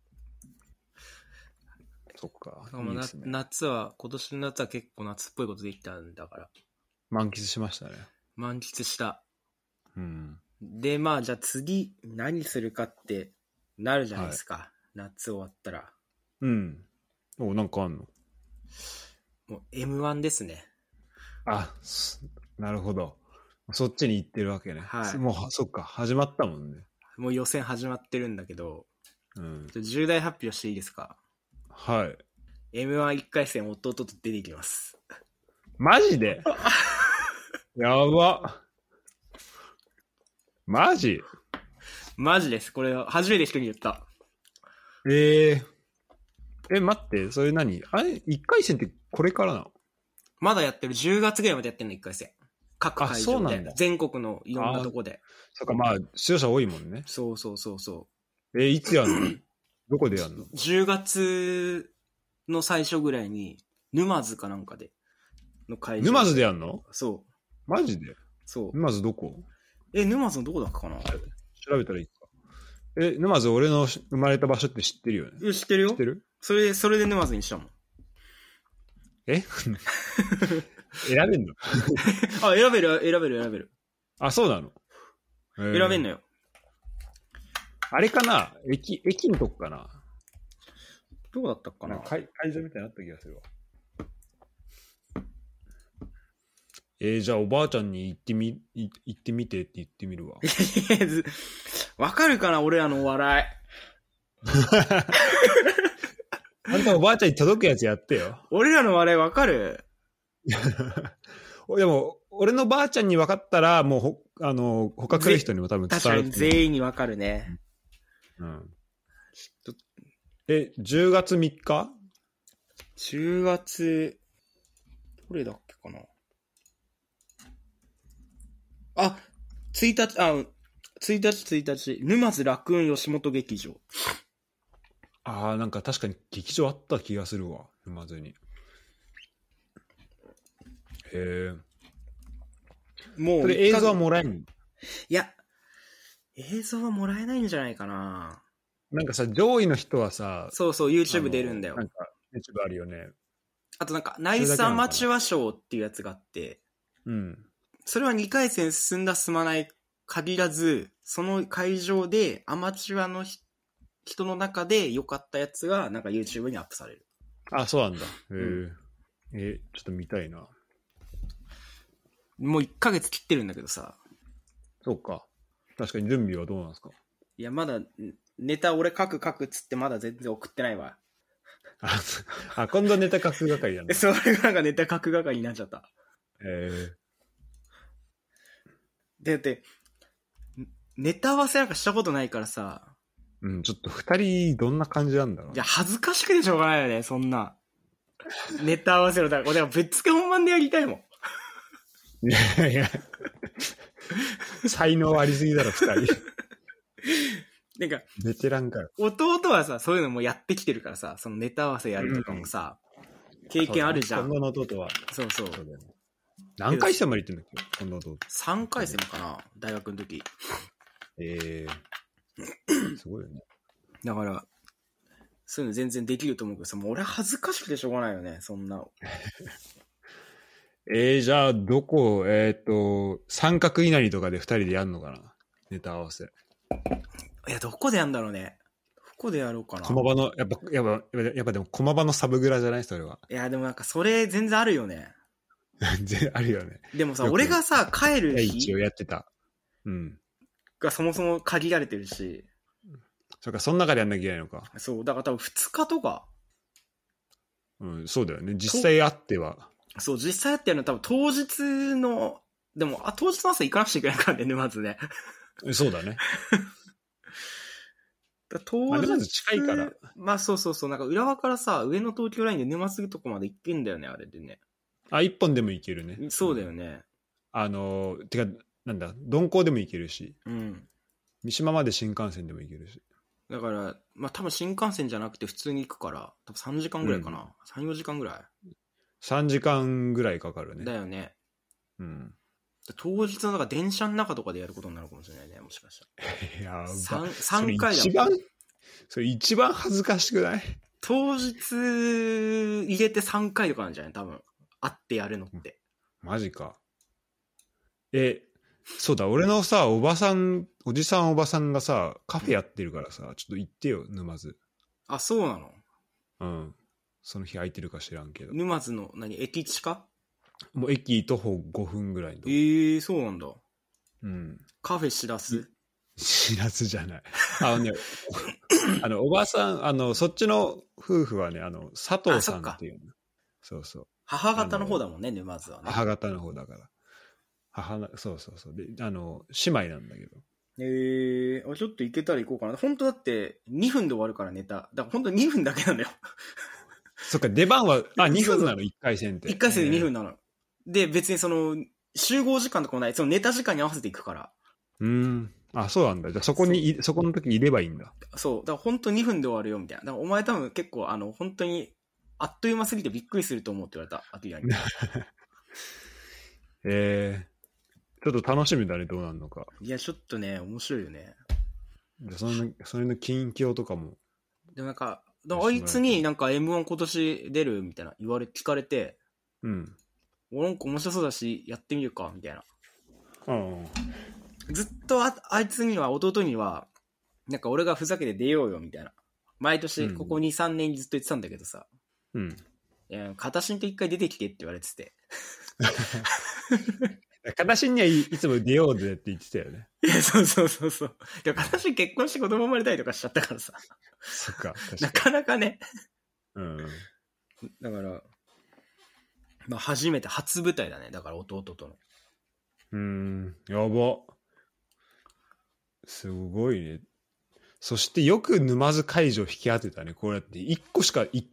Speaker 1: そっか。
Speaker 2: だから
Speaker 1: いい
Speaker 2: な
Speaker 1: ですね。
Speaker 2: 夏は、今年の夏は結構夏っぽいことできたんだから、
Speaker 1: 満喫しましたね。
Speaker 2: 満喫した。
Speaker 1: うん。
Speaker 2: で、まあ、じゃあ次、何するかってなるじゃないですか。夏終わったら。
Speaker 1: うん。お、なんかあんの
Speaker 2: もう M1 ですね。
Speaker 1: あ、すなるほど。そっちに行ってるわけね。
Speaker 2: はい
Speaker 1: もうは、そっか。始まったもんね。
Speaker 2: もう予選始まってるんだけど、
Speaker 1: うん。
Speaker 2: ちょっと重大発表していいですか
Speaker 1: はい。
Speaker 2: ?M11 回戦弟 と出てきます。
Speaker 1: マジでやば。マジ
Speaker 2: マジです。これ、初めて人に言った。
Speaker 1: えええ、待って、それ何あれ、1回戦ってこれからなの
Speaker 2: まだやってる。10月ぐらいまでやってんの、1回戦。各
Speaker 1: あ
Speaker 2: 会
Speaker 1: そう
Speaker 2: 場
Speaker 1: なん
Speaker 2: で
Speaker 1: だ。
Speaker 2: 全国のいろんなとこで。
Speaker 1: そっか、まあ、出場者多いもんね。
Speaker 2: そうそうそうそ
Speaker 1: えいつやん のどこでやんの
Speaker 2: う。10月の最初ぐらいに、沼津かなんかで、の会場。
Speaker 1: 沼津でやんの
Speaker 2: そう。
Speaker 1: マジで
Speaker 2: そう。
Speaker 1: 沼津どこ
Speaker 2: え、沼津のどこだっけかな
Speaker 1: 調べたらいいか。え、沼津俺の生まれた場所って知ってるよね
Speaker 2: え知ってる
Speaker 1: 知
Speaker 2: よ
Speaker 1: ってる
Speaker 2: それで、それで沼津にしたもん。
Speaker 1: え選べんの
Speaker 2: あ、選べる、選べる、選べる。
Speaker 1: あ、そうなの、えー
Speaker 2: 選べんのよ。
Speaker 1: あれかな駅、駅のとこかな
Speaker 2: どこだったか
Speaker 1: な
Speaker 2: なん
Speaker 1: か会会場みたいになった気がするわ。えー、じゃあおばあちゃんに行ってみ、い行ってみてって言ってみ るわ。
Speaker 2: とりあえず、 わかるかな俺らのお笑い。
Speaker 1: あんたおばあちゃんに届くやつやってよ。
Speaker 2: 俺らの笑いわかる
Speaker 1: でも、俺のばあちゃんに分かったら、もうほ、あの、他来る人にも多分伝
Speaker 2: 確
Speaker 1: わ
Speaker 2: か
Speaker 1: る
Speaker 2: に全員にわかるね。
Speaker 1: うん。え、10月3日
Speaker 2: 10月、どれだっけかなあ、1日、あ、1日1日、沼津楽雲吉本劇場。
Speaker 1: ああ、なんか確かに劇場あった気がするわ、沼津に。へえ。
Speaker 2: もう、
Speaker 1: それ映像はもらえんの
Speaker 2: いや、映像はもらえないんじゃないかな
Speaker 1: なんかさ、上位の人はさ、
Speaker 2: そうそう、YouTube 出るんだよ
Speaker 1: あの。なんか、YouTube あるよね。
Speaker 2: あとなんか、ナイスアマチュア賞っていうやつがあって、
Speaker 1: うん。
Speaker 2: それは2回戦進んだ進まない限らず、その会場でアマチュアのひ人の中で良かったやつが、なんか YouTube にアップされる。
Speaker 1: あ、そうなんだ。へえ、
Speaker 2: う
Speaker 1: え、ちょっと見たいな。
Speaker 2: もう1ヶ月切ってるんだけどさ。
Speaker 1: そうか。確かに準備はどうなんですか
Speaker 2: いや、まだ、んネタ俺書く書くっつってまだ全然送ってないわ。
Speaker 1: あそうあ、今度ネタ書く係なん
Speaker 2: え
Speaker 1: だ。
Speaker 2: それがなんかネタ書く係になっちゃった。
Speaker 1: えー、
Speaker 2: で、だって、んネタ合わせなんかしたことないからさ、
Speaker 1: うん、ちょっと二人どんな感じなんだろう
Speaker 2: いや、恥ずかしくてしょうがないよね、そんな。ネタ合わせのため、俺は別付け本番でやりたいもん。
Speaker 1: いやいや。才能ありすぎだろ、二 人。
Speaker 2: なんか、
Speaker 1: ベテランから。
Speaker 2: 弟はさ、そういうのもやってきてるからさ、そのネタ合わせやるとかもさ、経験あるじゃ
Speaker 1: 近
Speaker 2: ん。
Speaker 1: 藤の弟は。
Speaker 2: そうそう。
Speaker 1: そうだよね何回戦まで行ってんだっけ近藤の弟。
Speaker 2: 3回戦かな、大学の時。
Speaker 1: え えすごいよね。
Speaker 2: だから、そういうの全然できると思うけどさ、もう俺は恥ずかしくてしょうがないよね、そんな。
Speaker 1: えー、じゃあ、どこ、えっ、と、三角稲荷とかで二人でやんのかなネタ合わせ。
Speaker 2: いや、どこでやんだろうね。どこでやろうかな。
Speaker 1: 駒場の、やっぱ、やっぱ、やっぱでも駒場のサブグラじゃないそれは。
Speaker 2: いや、でもなんかそれ全然あるよね。
Speaker 1: 全然あるよね。
Speaker 2: でもさ、
Speaker 1: よく
Speaker 2: 俺がさ、帰
Speaker 1: い
Speaker 2: る
Speaker 1: や一
Speaker 2: 日
Speaker 1: 応やってた。うん。
Speaker 2: がそもそも限られてるし、
Speaker 1: そっか、その中でやんなきゃいけないのか。
Speaker 2: そう、だから多分2日とか、
Speaker 1: うん、そうだよね。実際あっては。
Speaker 2: そう、実際やってるのは多分当日の、でも、あ、当日の朝行かなくちゃいけないからね、 沼津ね。
Speaker 1: そうだね。
Speaker 2: だ当日、
Speaker 1: まあ沼津近いから。
Speaker 2: まあそうそうそう、なんか浦和からさ、上の東京ラインで沼津とこまで行けんだよね、あれでね。
Speaker 1: あ、一本でもいけるね。
Speaker 2: そうだよね。
Speaker 1: あのー、てか、なんだ、鈍行でもいけるし、
Speaker 2: うん。
Speaker 1: 三島まで新幹線でもいけるし。
Speaker 2: だから、まあ多分新幹線じゃなくて普通に行くから、多分3時間ぐらいかな。3、4時間ぐら
Speaker 1: 3時間ぐらいかかる
Speaker 2: い。だ
Speaker 1: ね。
Speaker 2: よね。
Speaker 1: うん。
Speaker 2: だ当日のなんか電車の中とかでやることになるかもしれないね、もしかした
Speaker 1: や
Speaker 2: ら。
Speaker 1: ば。
Speaker 2: 3、
Speaker 1: それ
Speaker 2: 三回だ
Speaker 1: 一
Speaker 2: もん
Speaker 1: 番、それ一番恥ずかしくない
Speaker 2: 当日入れて3回とかなんじゃない多分。会ってやるのって。
Speaker 1: マジか。え、そうだ、俺のさ、おばさん、おじさんおばさんがさ、カフェやってるからさ、ちょっと行ってよ、沼津。
Speaker 2: あ、そうなの
Speaker 1: うん。その日空いてるか知らんけど。
Speaker 2: 沼津の何駅地下
Speaker 1: もう駅徒歩5分ぐらいのとこ。
Speaker 2: ええそうなんだ。
Speaker 1: うん。
Speaker 2: カフェしらす。
Speaker 1: 知らずじゃない。 あのね、あの、お ばさん、あの、そっちの夫婦はね、あの、佐藤さんっていうの。そうそう。
Speaker 2: 母方の方だもんね、沼津はね。
Speaker 1: 母方の方だから。母な、そうそうそう。で、あの、姉妹なんだけど。
Speaker 2: えー、あちょっと行けたら行こうかな。本当だって、2分で終わるからネタ。だから本当2分だけなんだよ。
Speaker 1: そっか、出番は、あ、2分なの、1回戦って。
Speaker 2: 1回戦で2
Speaker 1: えー。
Speaker 2: 分なの。で、別にその、集合時間とかもない。そのネタ時間に合わせていくから。
Speaker 1: うん。あ、そうなんだ。じゃあそこにい、そこの時にいればいいんだ。
Speaker 2: そう。だから本当2分で終わるよ、みたいな。だからお前多分結構、あの、本当に、あっという間すぎてびっくりすると思うって言われた。あとやに。
Speaker 1: えー、ちょっと楽しみだね、どうなるのか。
Speaker 2: いや、ちょっとね、面白いよね。
Speaker 1: じゃあその、それの近況とかも。
Speaker 2: でもなんか、だからあいつになんか M1 今年出るみたいな言われ、聞かれて、
Speaker 1: うん。
Speaker 2: おなんか面白そうだし、やってみるか、みたいな。
Speaker 1: ああ。
Speaker 2: ずっとああいつには弟にはなんか俺がふざけて出ようよみたいな毎年ここ23、3年ずっと言ってたんだけどさ
Speaker 1: うん。
Speaker 2: 「いや片新と一回出てきて」って言われてて
Speaker 1: 形にはい、いつも出ようぜって言ってたよね。
Speaker 2: いやそうそうそうそうでも片新結婚して子供生まれたりとかしちゃったからさ
Speaker 1: そっ か。確
Speaker 2: な
Speaker 1: か
Speaker 2: かなかね
Speaker 1: に。うん。
Speaker 2: だからまあ初めて初舞台だねだから弟との
Speaker 1: うーん、やば。すごいね。そしてよく沼津会場引き当てたね。こうやって1個しか、1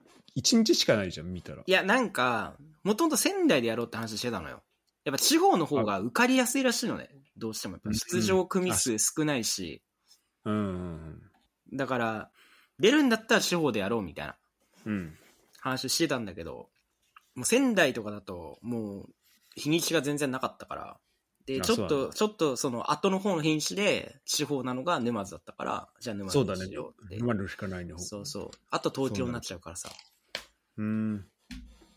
Speaker 1: 日しかないじゃん、見たら。
Speaker 2: いやなんかもともと仙台でやろうって話してたのよやっぱ地方の方が受かりやすいらしいのねどうしてもやっぱ出場組数少ないし、
Speaker 1: うんうん
Speaker 2: だから、出るんだったら地方でやろうみたいな
Speaker 1: うん。うん。
Speaker 2: 話してたんだけど、もう仙台とかだと、もう、日にちが全然なかったから、
Speaker 1: あ
Speaker 2: で、ちょっ
Speaker 1: そうなん
Speaker 2: と、ちょっとその後の方の日にちで、地方なのが沼津だったから、じゃあ沼津
Speaker 1: そうだ
Speaker 2: に
Speaker 1: ね
Speaker 2: しようって。。
Speaker 1: 沼津しかないね。
Speaker 2: そうそう。あと東京になっちゃうからさ。
Speaker 1: う。うん。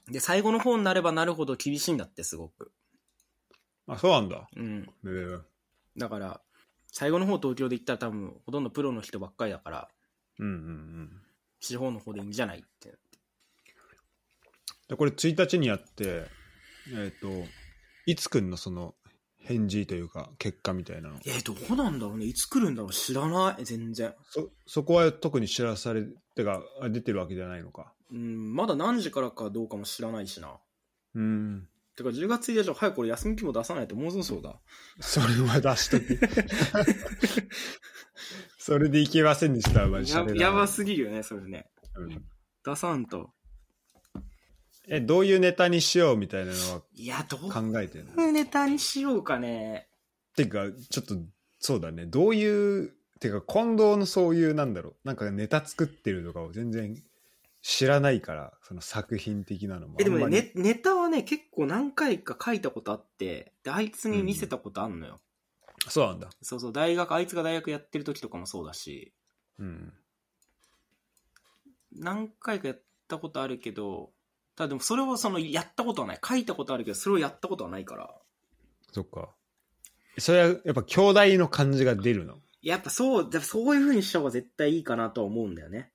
Speaker 2: で、最後の方になればなるほど厳しいんだって、すごく。
Speaker 1: あ、そうなんだ。
Speaker 2: うん。
Speaker 1: えー
Speaker 2: だから、最後の方東京で行ったら多分、ほとんどプロの人ばっかりだから、
Speaker 1: うんうんうん。
Speaker 2: 地方の方でいいんじゃないって。
Speaker 1: でこれ1日にやって、えっ、と、いつくんのその返事というか、結果みたいなの。
Speaker 2: えー、どうなんだろうね。いつ来るんだろう知らない。全然。
Speaker 1: そ、そこは特に知らされてか、あ出てるわけじゃないのか。
Speaker 2: うん、まだ何時からかどうかも知らないしな。
Speaker 1: うん。
Speaker 2: てか10月1日は早くこれ休み期も出さないともうそろそろだ。
Speaker 1: それは出 しとき。それでいけませんでしたわ、マジで。
Speaker 2: やばすぎるよね、それね。
Speaker 1: うん
Speaker 2: 出さんと。
Speaker 1: え、どういうネタにしようみたいなのはい
Speaker 2: や、どう
Speaker 1: 考えてるの
Speaker 2: いうネタにしようかね。
Speaker 1: てか、ちょっと、そうだね。どういう、てか、近藤のそういう、なんだろう、なんかネタ作ってるとかを全然知らないから、その作品的なのも。
Speaker 2: え、でも
Speaker 1: あんまり
Speaker 2: ね、ネネタはね、結構何回か書いたことあって、で、あいつに見せたことあんのよ。
Speaker 1: そうなんだ。
Speaker 2: そうそう、大学、あいつが大学やってる時とかもそうだし、
Speaker 1: うん。
Speaker 2: 何回かやったことあるけど、ただでもそれをその、やったことはない。書いたことあるけど、それをやったことはないから。
Speaker 1: そっか。それは、やっぱ、兄弟の感じが出るの。
Speaker 2: やっぱそう、だからそういう風にした方が絶対いいかなとは思うんだよね。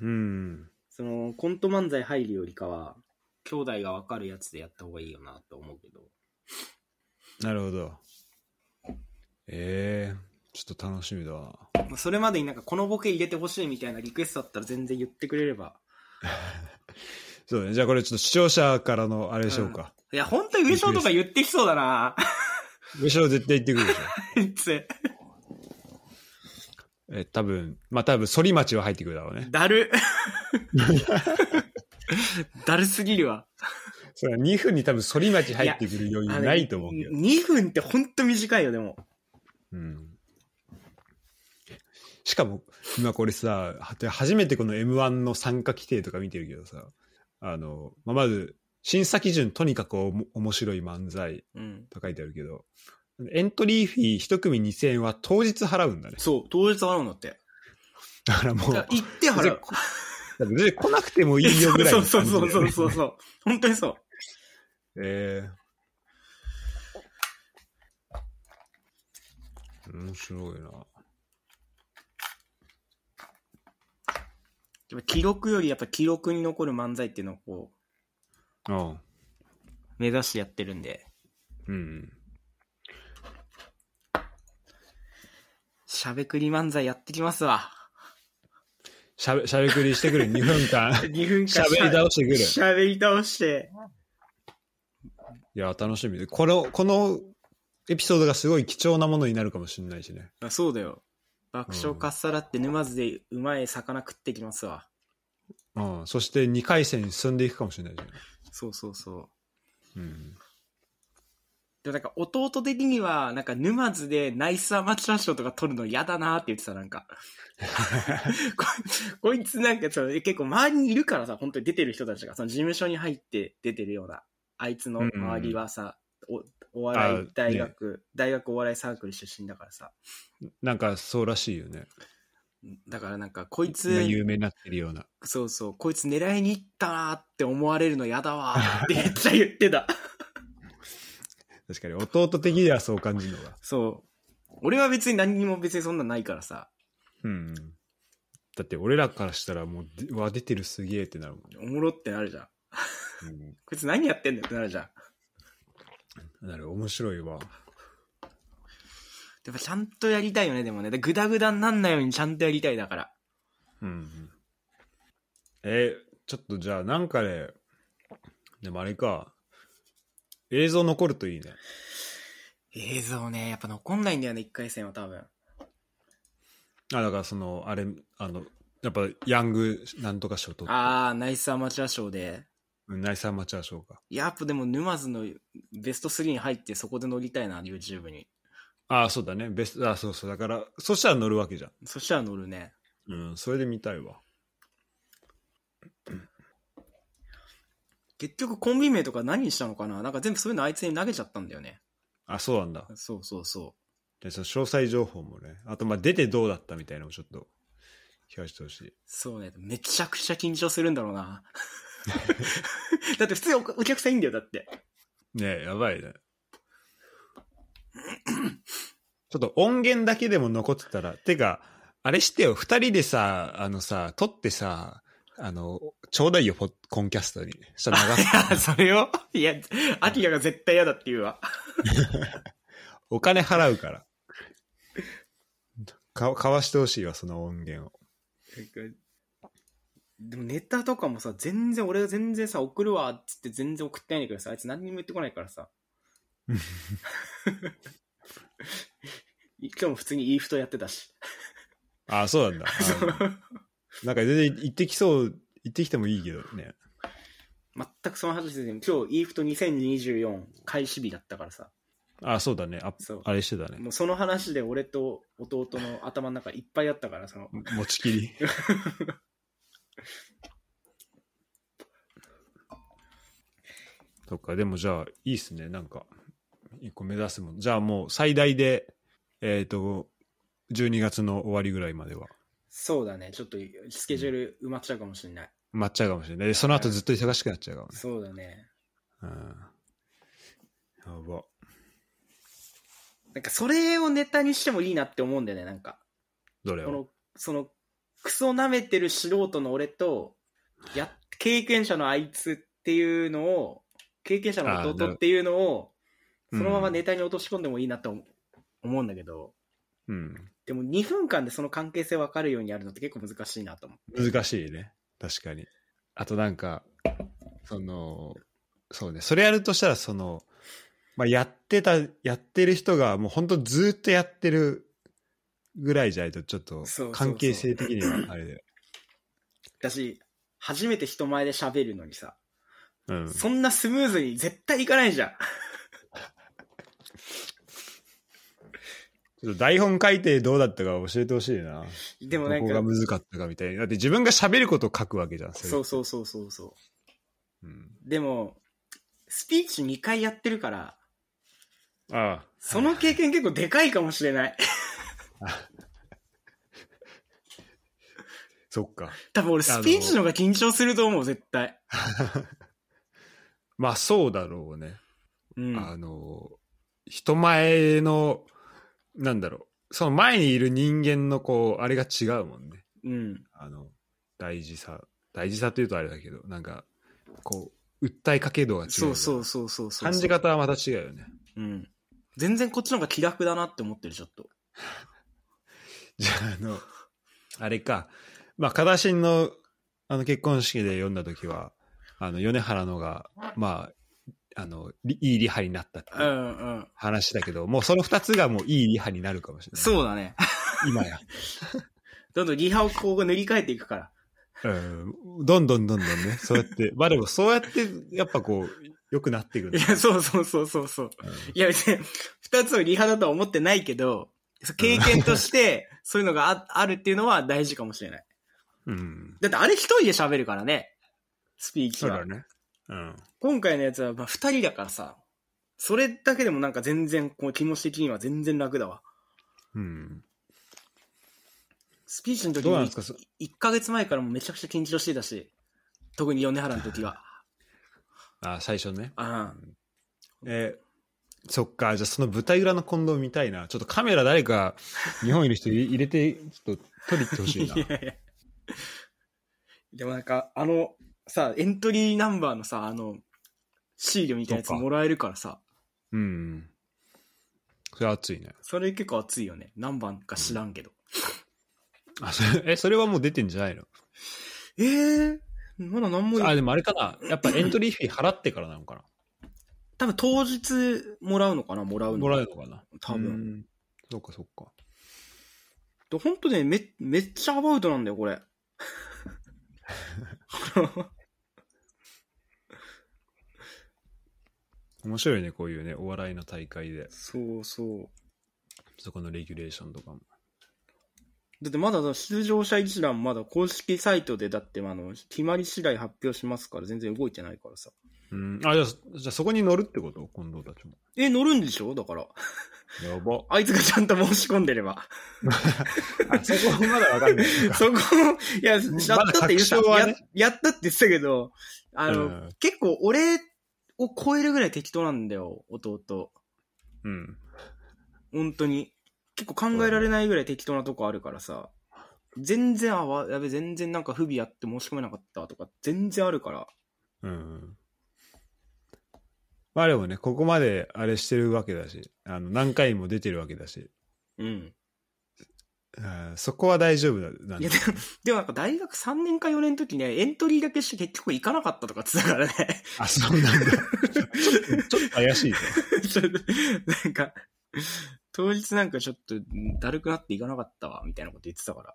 Speaker 1: うん。
Speaker 2: その、コント漫才入るよりかは、兄弟がわかるやつでやった方がいいよなと思うけど。
Speaker 1: なるほど。ええちょっと楽しみだな。
Speaker 2: まあそれまでになんかこのボケ入れてほしいみたいなリクエストあったら全然言ってくれれば。
Speaker 1: そうね。じゃあこれちょっと視聴者からのあれでしょうか。
Speaker 2: いや、ほんと上昇とか言ってきそうだな
Speaker 1: むしろ絶対言ってくるでしょ。
Speaker 2: あいつ。
Speaker 1: え、多分、まあ多分、反町は入ってくるだろうね。
Speaker 2: だ る。だるすぎるわ。
Speaker 1: それは2分に多分反町入ってくる余裕ないと思うけど。
Speaker 2: 2分ってほんと短いよ、でも。
Speaker 1: うん。しかも、今これさ、は初めてこの M1 の参加規定とか見てるけどさ、あの、まあ、まず、審査基準とにかくおも面白い漫才
Speaker 2: うん。
Speaker 1: と書いてあるけど、エントリーフィー1組2000円は当日払うんだね。
Speaker 2: そう、当日払うんだって。
Speaker 1: だからも
Speaker 2: だ
Speaker 1: う、
Speaker 2: から行って払う。
Speaker 1: だから来なくてもいいよぐらい
Speaker 2: そ
Speaker 1: の
Speaker 2: うそう
Speaker 1: 感じだよ
Speaker 2: そ
Speaker 1: ね
Speaker 2: うそうそうそう。本当にそう。
Speaker 1: ええ面白いな。
Speaker 2: やっぱ記録よりやっぱ記録に残る漫才っていうのをこう、
Speaker 1: ああ
Speaker 2: 目指してやってるんで、
Speaker 1: うん。
Speaker 2: しゃべくり漫才やってきますわ。
Speaker 1: しゃべ、しゃべくりしてくる、2分間。
Speaker 2: 2分間
Speaker 1: しゃべり倒してくる。
Speaker 2: しゃべり倒して。
Speaker 1: いや、楽しみで。この、このエピソードがすごい貴重なものになるかもしれないしね。
Speaker 2: あそうだよ。爆笑かっさらって沼津でうまい魚食ってきますわ。
Speaker 1: うん。そして2回戦に進んでいくかもしれないじゃん。
Speaker 2: そうそうそう。
Speaker 1: うん。
Speaker 2: で、なんか弟的には、なんか沼津でナイスアマチュア賞とか取るの嫌だなって言ってた、なんか。ここいつなんかその結構周りにいるからさ、本当に出てる人たちが、その事務所に入って出てるような、あいつの周りはさ、おお笑い
Speaker 1: あ
Speaker 2: 大学、大学お笑いサークル出身だからさ。
Speaker 1: なんかそうらしいよね。
Speaker 2: だからなんか、こい
Speaker 1: 今
Speaker 2: つ、
Speaker 1: 有名になってるような。
Speaker 2: そうそう、こいつ狙いに行ったなって思われるの嫌だわってめっちゃ言ってた。
Speaker 1: 確かに、弟的にはそう感じるのが。
Speaker 2: そう。俺は別に何にも別にそんなないからさ。
Speaker 1: うん。だって俺らからしたらもう、でうわ、出てるすげえってなるもんね。
Speaker 2: おもろってなるじゃん。
Speaker 1: うん
Speaker 2: こいつ何やってんだよってなるじゃん。や
Speaker 1: なる、面白いわ。
Speaker 2: っぱちゃんとやりたいよね、でもね。でグダグダになんないようにちゃんとやりたいだから。
Speaker 1: うん。えーちょっとじゃあなんかで、でもあれか、映像残るといいね。
Speaker 2: 映像ね、やっぱ残んないんだよね、一回戦は多分。
Speaker 1: あ、だからその、あれ、あの、やっぱヤングなんとか賞と
Speaker 2: あー、ナイスアマチュア賞で。
Speaker 1: ナイスアマチュア賞か。
Speaker 2: やっぱでも沼津のベスト3に入ってそこで乗りたいな、YouTube に。
Speaker 1: ああ、そうだね。ベスト、あそうそう。だから、そしたら乗るわけじゃん。
Speaker 2: そしたら乗るね。
Speaker 1: うん、それで見たいわ。
Speaker 2: 結局コンビ名とか何にしたのかななんか全部そういうのあいつに投げちゃったんだよね。
Speaker 1: あ、そうなんだ。
Speaker 2: そうそうそ
Speaker 1: で、その詳細情報もね。あと、まあ、出てどうだったみたいなのもちょっと、表してほしい。
Speaker 2: う。そうね。めちゃくちゃ緊張するんだろう な。だって普通におお客さんいいんだよ、だって。
Speaker 1: ねえ、やばいね。ちょっと音源だけでも残ってたら、てか、あれしてよ、二人でさ、あのさ、撮ってさ、あの、ちょうだいよ、ポッコンキャストに。したら流す。
Speaker 2: それをいや、アキラが絶対嫌だって言うわ。
Speaker 1: お金払うから。か、かわしてほしいわ、その音源を。
Speaker 2: なんかでもネタとかもさ、全然、俺は全然さ、送るわっつって全然送ってないんだけどさ、あいつ何にも言ってこないからさ。今日も普通にイーフトやってたし。
Speaker 1: ああ、そうなんだ。あのなんか全然行ってきそう、行ってきてもいいけどね。
Speaker 2: 全くその話で、今日イーフト2024開始日だったからさ。
Speaker 1: ああ、そうだね。あ
Speaker 2: そう
Speaker 1: あれしてたね。
Speaker 2: もうその話で俺と弟の頭の中いっぱいあったから、その、
Speaker 1: 持ちき り。とか、でもじゃあ、いいっすね。なんか、一個目指すもん。じゃあもう最大で、えっ、と、12月の終わりぐらいまでは、
Speaker 2: そうだね、ちょっとスケジュール埋まっちゃうかもしれない。
Speaker 1: 待っちゃうかもしれない。で、その後ずっと忙しくなっちゃうかもね。
Speaker 2: そうだね。
Speaker 1: うん。やば。
Speaker 2: なんかそれをネタにしてもいいなって思うんだよね、なんか。
Speaker 1: どれ
Speaker 2: こ
Speaker 1: を
Speaker 2: の、その、クソ舐めてる素人の俺と、や、経験者のあいつっていうのを、経験者
Speaker 1: あー
Speaker 2: の
Speaker 1: なる
Speaker 2: 弟っていうのを、
Speaker 1: うん
Speaker 2: そのままネタに落とし込んでもいいなと思思うんだけど、
Speaker 1: うん。
Speaker 2: でも2分間でその関係性分かるようにやるのって結構難しいなと思う。
Speaker 1: 難しいね確かにあとなんかそのそうねそれやるとしたらその、まあ、やってたやってる人がもうほんとずーっとやってるぐらいじゃないとちょっと
Speaker 2: そうそうそう
Speaker 1: 関係性的にはあれだ よ
Speaker 2: 私、初めて人前で喋るのにさ、
Speaker 1: うん
Speaker 2: そんなスムーズに絶対いかないじゃん。
Speaker 1: ちょっと台本書いてどうだったか教えてほしいな
Speaker 2: でもなん
Speaker 1: ど
Speaker 2: か
Speaker 1: こが、難かったかみたいなだって自分が喋ることを書くわけじゃんれ
Speaker 2: そうそうそうそうそう。
Speaker 1: うん、
Speaker 2: でも、スピーチ2回やってるから、
Speaker 1: ああ
Speaker 2: その経験結構でかいかもしれない。
Speaker 1: そっか
Speaker 2: 多分俺
Speaker 1: あの
Speaker 2: スピーチの方が緊張すると思う、絶対。
Speaker 1: まあそうだろうね
Speaker 2: うん。
Speaker 1: あの、人前の、なんだろう、その前にいる人間のこう、あれが違うもんね。
Speaker 2: うん。
Speaker 1: あの、大事さ、大事さというとあれだけど、なんか、こう、訴えかけ度が違う。
Speaker 2: そうそうそうそうそう。
Speaker 1: 感じ。方はまた違うよね。
Speaker 2: うん。全然こっちの方が気楽だなって思ってる、ちょっと。
Speaker 1: じゃあ、あの、あれか、まあ、カダシンの、あの、結婚式で読んだ時は、あの、米原のが、まあ、あの、りいいリハになったって
Speaker 2: う
Speaker 1: いうん
Speaker 2: うん。
Speaker 1: 話だけど、もうその二つがもういいリハになるかもしれない。
Speaker 2: そうだ ね。
Speaker 1: 今や。
Speaker 2: どんどんリハをこう塗り替えていくから。
Speaker 1: うん。どんどんどんどんね、そうや って、まあでもそうやって、やっぱこう、良くなっていくん
Speaker 2: い
Speaker 1: だ
Speaker 2: や、そうそうそうそうそう。いや、別に、二つをリハだとは思ってないけど、経験として、そういうのがああるっていうのは大事かもしれない。
Speaker 1: うん。うん
Speaker 2: だってあれ一人で喋るからね。スピーキ
Speaker 1: そう
Speaker 2: ーは。
Speaker 1: だね。うん。
Speaker 2: 今回のやつは、まあ、二人だからさ、それだけでもなんか全然、こう、気持ち的には全然楽だわ。
Speaker 1: うん。
Speaker 2: スピーチの時
Speaker 1: どうなん
Speaker 2: に
Speaker 1: ですかそ
Speaker 2: 1ヶ月前からもうめちゃくちゃ緊張してたし、特に米原の時は。
Speaker 1: あ、最初ね。
Speaker 2: あ
Speaker 1: えーそっか、じゃあその舞台裏の近藤見たいな。ちょっとカメラ誰か、日本いる人 入入れて、ちょっと撮りに行ってほしいな。
Speaker 2: いやいや。でもなんか、あの、さ、エントリーナンバーのさ、あの、シールみたいなやつ
Speaker 1: そっか
Speaker 2: もらえるからさ、
Speaker 1: うん。それ熱いね。
Speaker 2: それ結構熱いよね。何番か知らんけど。
Speaker 1: あ、それ、え、それはもう出てんじゃないの
Speaker 2: ええー、まだ何も
Speaker 1: あ、でもあれかな。やっぱエントリーフィー払ってからなのか
Speaker 2: 多分当日もらうのかなもらう
Speaker 1: な。
Speaker 2: の。
Speaker 1: もらえるのかな。
Speaker 2: 多分
Speaker 1: うん。そっかそっか。
Speaker 2: で、ほんとね、め、めっちゃアバウトなんだよ、これ。
Speaker 1: 面白いね、こういうね、お笑いの大会で。
Speaker 2: そうそう。
Speaker 1: そこのレギュレーションとかも。
Speaker 2: だってまだ出場者一覧まだ公式サイトでだってあの決まり次第発表しますから全然動いてないからさ。
Speaker 1: うん。あ、じゃあ、じゃあそこに乗るってこと近藤たちも。
Speaker 2: え、乗るんでしょだから。
Speaker 1: やば。
Speaker 2: あいつがちゃんと申し込んでれば。
Speaker 1: あ、そこまだわかん ない。
Speaker 2: そこ、いや、やったって言っ た、
Speaker 1: まだ確証は
Speaker 2: や
Speaker 1: ね
Speaker 2: やったって言ってたけど、あの、
Speaker 1: うん
Speaker 2: 結構俺を超えるぐらい適当なんだよ、弟。
Speaker 1: うん。
Speaker 2: 本当に。結構考えられないぐらい適当なとこあるからさ。全然、あ、わやべ、全然なんか不備やって申し込めなかったとか、全然あるから。
Speaker 1: うん。まあでもね、ここまであれしてるわけだし、あの何回も出てるわけだし、
Speaker 2: うん。
Speaker 1: あーそこは大丈夫だなん
Speaker 2: いや
Speaker 1: だ
Speaker 2: でも、でもなんか大学3年か4年の時ね、エントリーだけして結局行かなかったとかって言ってたからね。
Speaker 1: あ、そうなんだ。 ちょっと怪しいね。
Speaker 2: ちょっとなんか、当日なんかちょっとだるくなって行かなかったわ、みたいなこと言ってたから。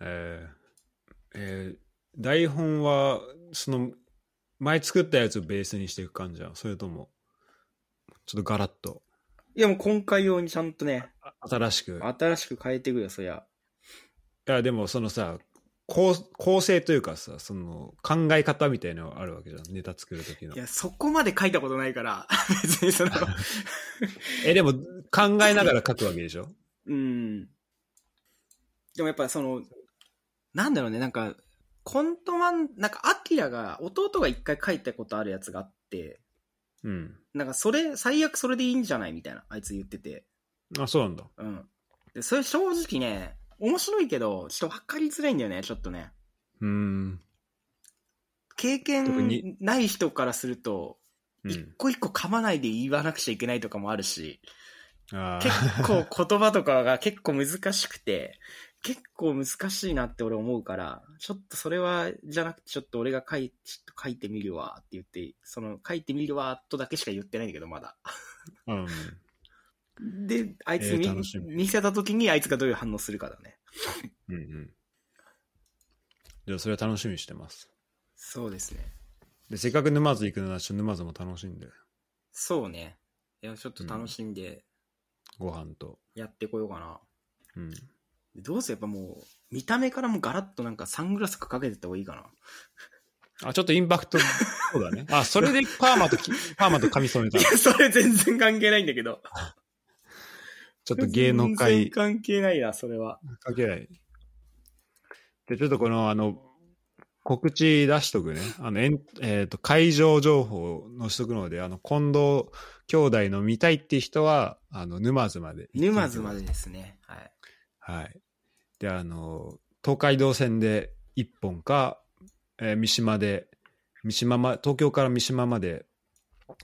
Speaker 1: えーえー台本は、その、前作ったやつをベースにしていく感じじゃん。それとも、ちょっとガラッと、
Speaker 2: いやもう今回用にちゃんとね、
Speaker 1: 新しく。
Speaker 2: 新しく変えていくよ、そりゃ。
Speaker 1: いや、でもそのさ、構構成というかさ、その考え方みたいなのあるわけじゃん。ネタ作る時の
Speaker 2: い。や、そこまで書いたことないから、 別にその、
Speaker 1: え、でも考えながら書くわけでしょ
Speaker 2: うん。でもやっぱその、なんだろうね、なんか、コントマン、なんか、アキラが、弟が一回書いたことあるやつがあって、
Speaker 1: うん。
Speaker 2: なんか、それ、最悪それでいいんじゃないみたいな、あいつ言ってて。
Speaker 1: あ、そうなんだ。
Speaker 2: うん。で、それ正直ね、面白いけど、ちょっと分かりづらいんだよね、ちょっとね。
Speaker 1: うーん。
Speaker 2: 経
Speaker 1: 特
Speaker 2: 験
Speaker 1: に
Speaker 2: ない人からすると、
Speaker 1: う
Speaker 2: 一
Speaker 1: ん。
Speaker 2: 個一個噛まないで言わなくちゃいけないとかもあるし、
Speaker 1: あ
Speaker 2: 結
Speaker 1: あ。
Speaker 2: 構言葉とかが結構難しくて、結構難しいなって俺思うから、ちょっとそれは、じゃなくてちょっと俺が書いちょっと書いてみるわって言って、その書いてみるわとだけしか言ってないんだけど、まだ。
Speaker 1: うん。
Speaker 2: で、あいつ
Speaker 1: えー
Speaker 2: 見,、
Speaker 1: 楽しみ
Speaker 2: 見せた時にあいつがどういう反応するかだね。
Speaker 1: うんうん。じゃあそれは楽しみにしてます。
Speaker 2: そうですね。
Speaker 1: で、せっかく沼津行くなら、ちょっと沼津も楽しんで、
Speaker 2: そうね。いや、ちょっと楽しんで
Speaker 1: ご飯と。
Speaker 2: やってこようかな。
Speaker 1: うん。
Speaker 2: どうせやっぱもう、見た目からもうガラッとなんかサングラスかけてった方がいいかな。
Speaker 1: あ、ちょっとインパクト、そうだね。あ、それでパーマとき、パーマと髪染めた
Speaker 2: い。や、 それ全然関係ないんだけど。
Speaker 1: ちょっと芸能
Speaker 2: 全然
Speaker 1: 界
Speaker 2: 関係ないな、それは。
Speaker 1: かけない。で、ちょっとこの、あの、告知出しとくね。あの、えんえーと、会場情報のしとくので、あの、近藤兄弟の見たいって人は、あの、沼津まで。
Speaker 2: 沼津まで。ですね。はい。
Speaker 1: はい。で、あの、東海道線で1本か、えー三島で、三島ま、東京から三島まで、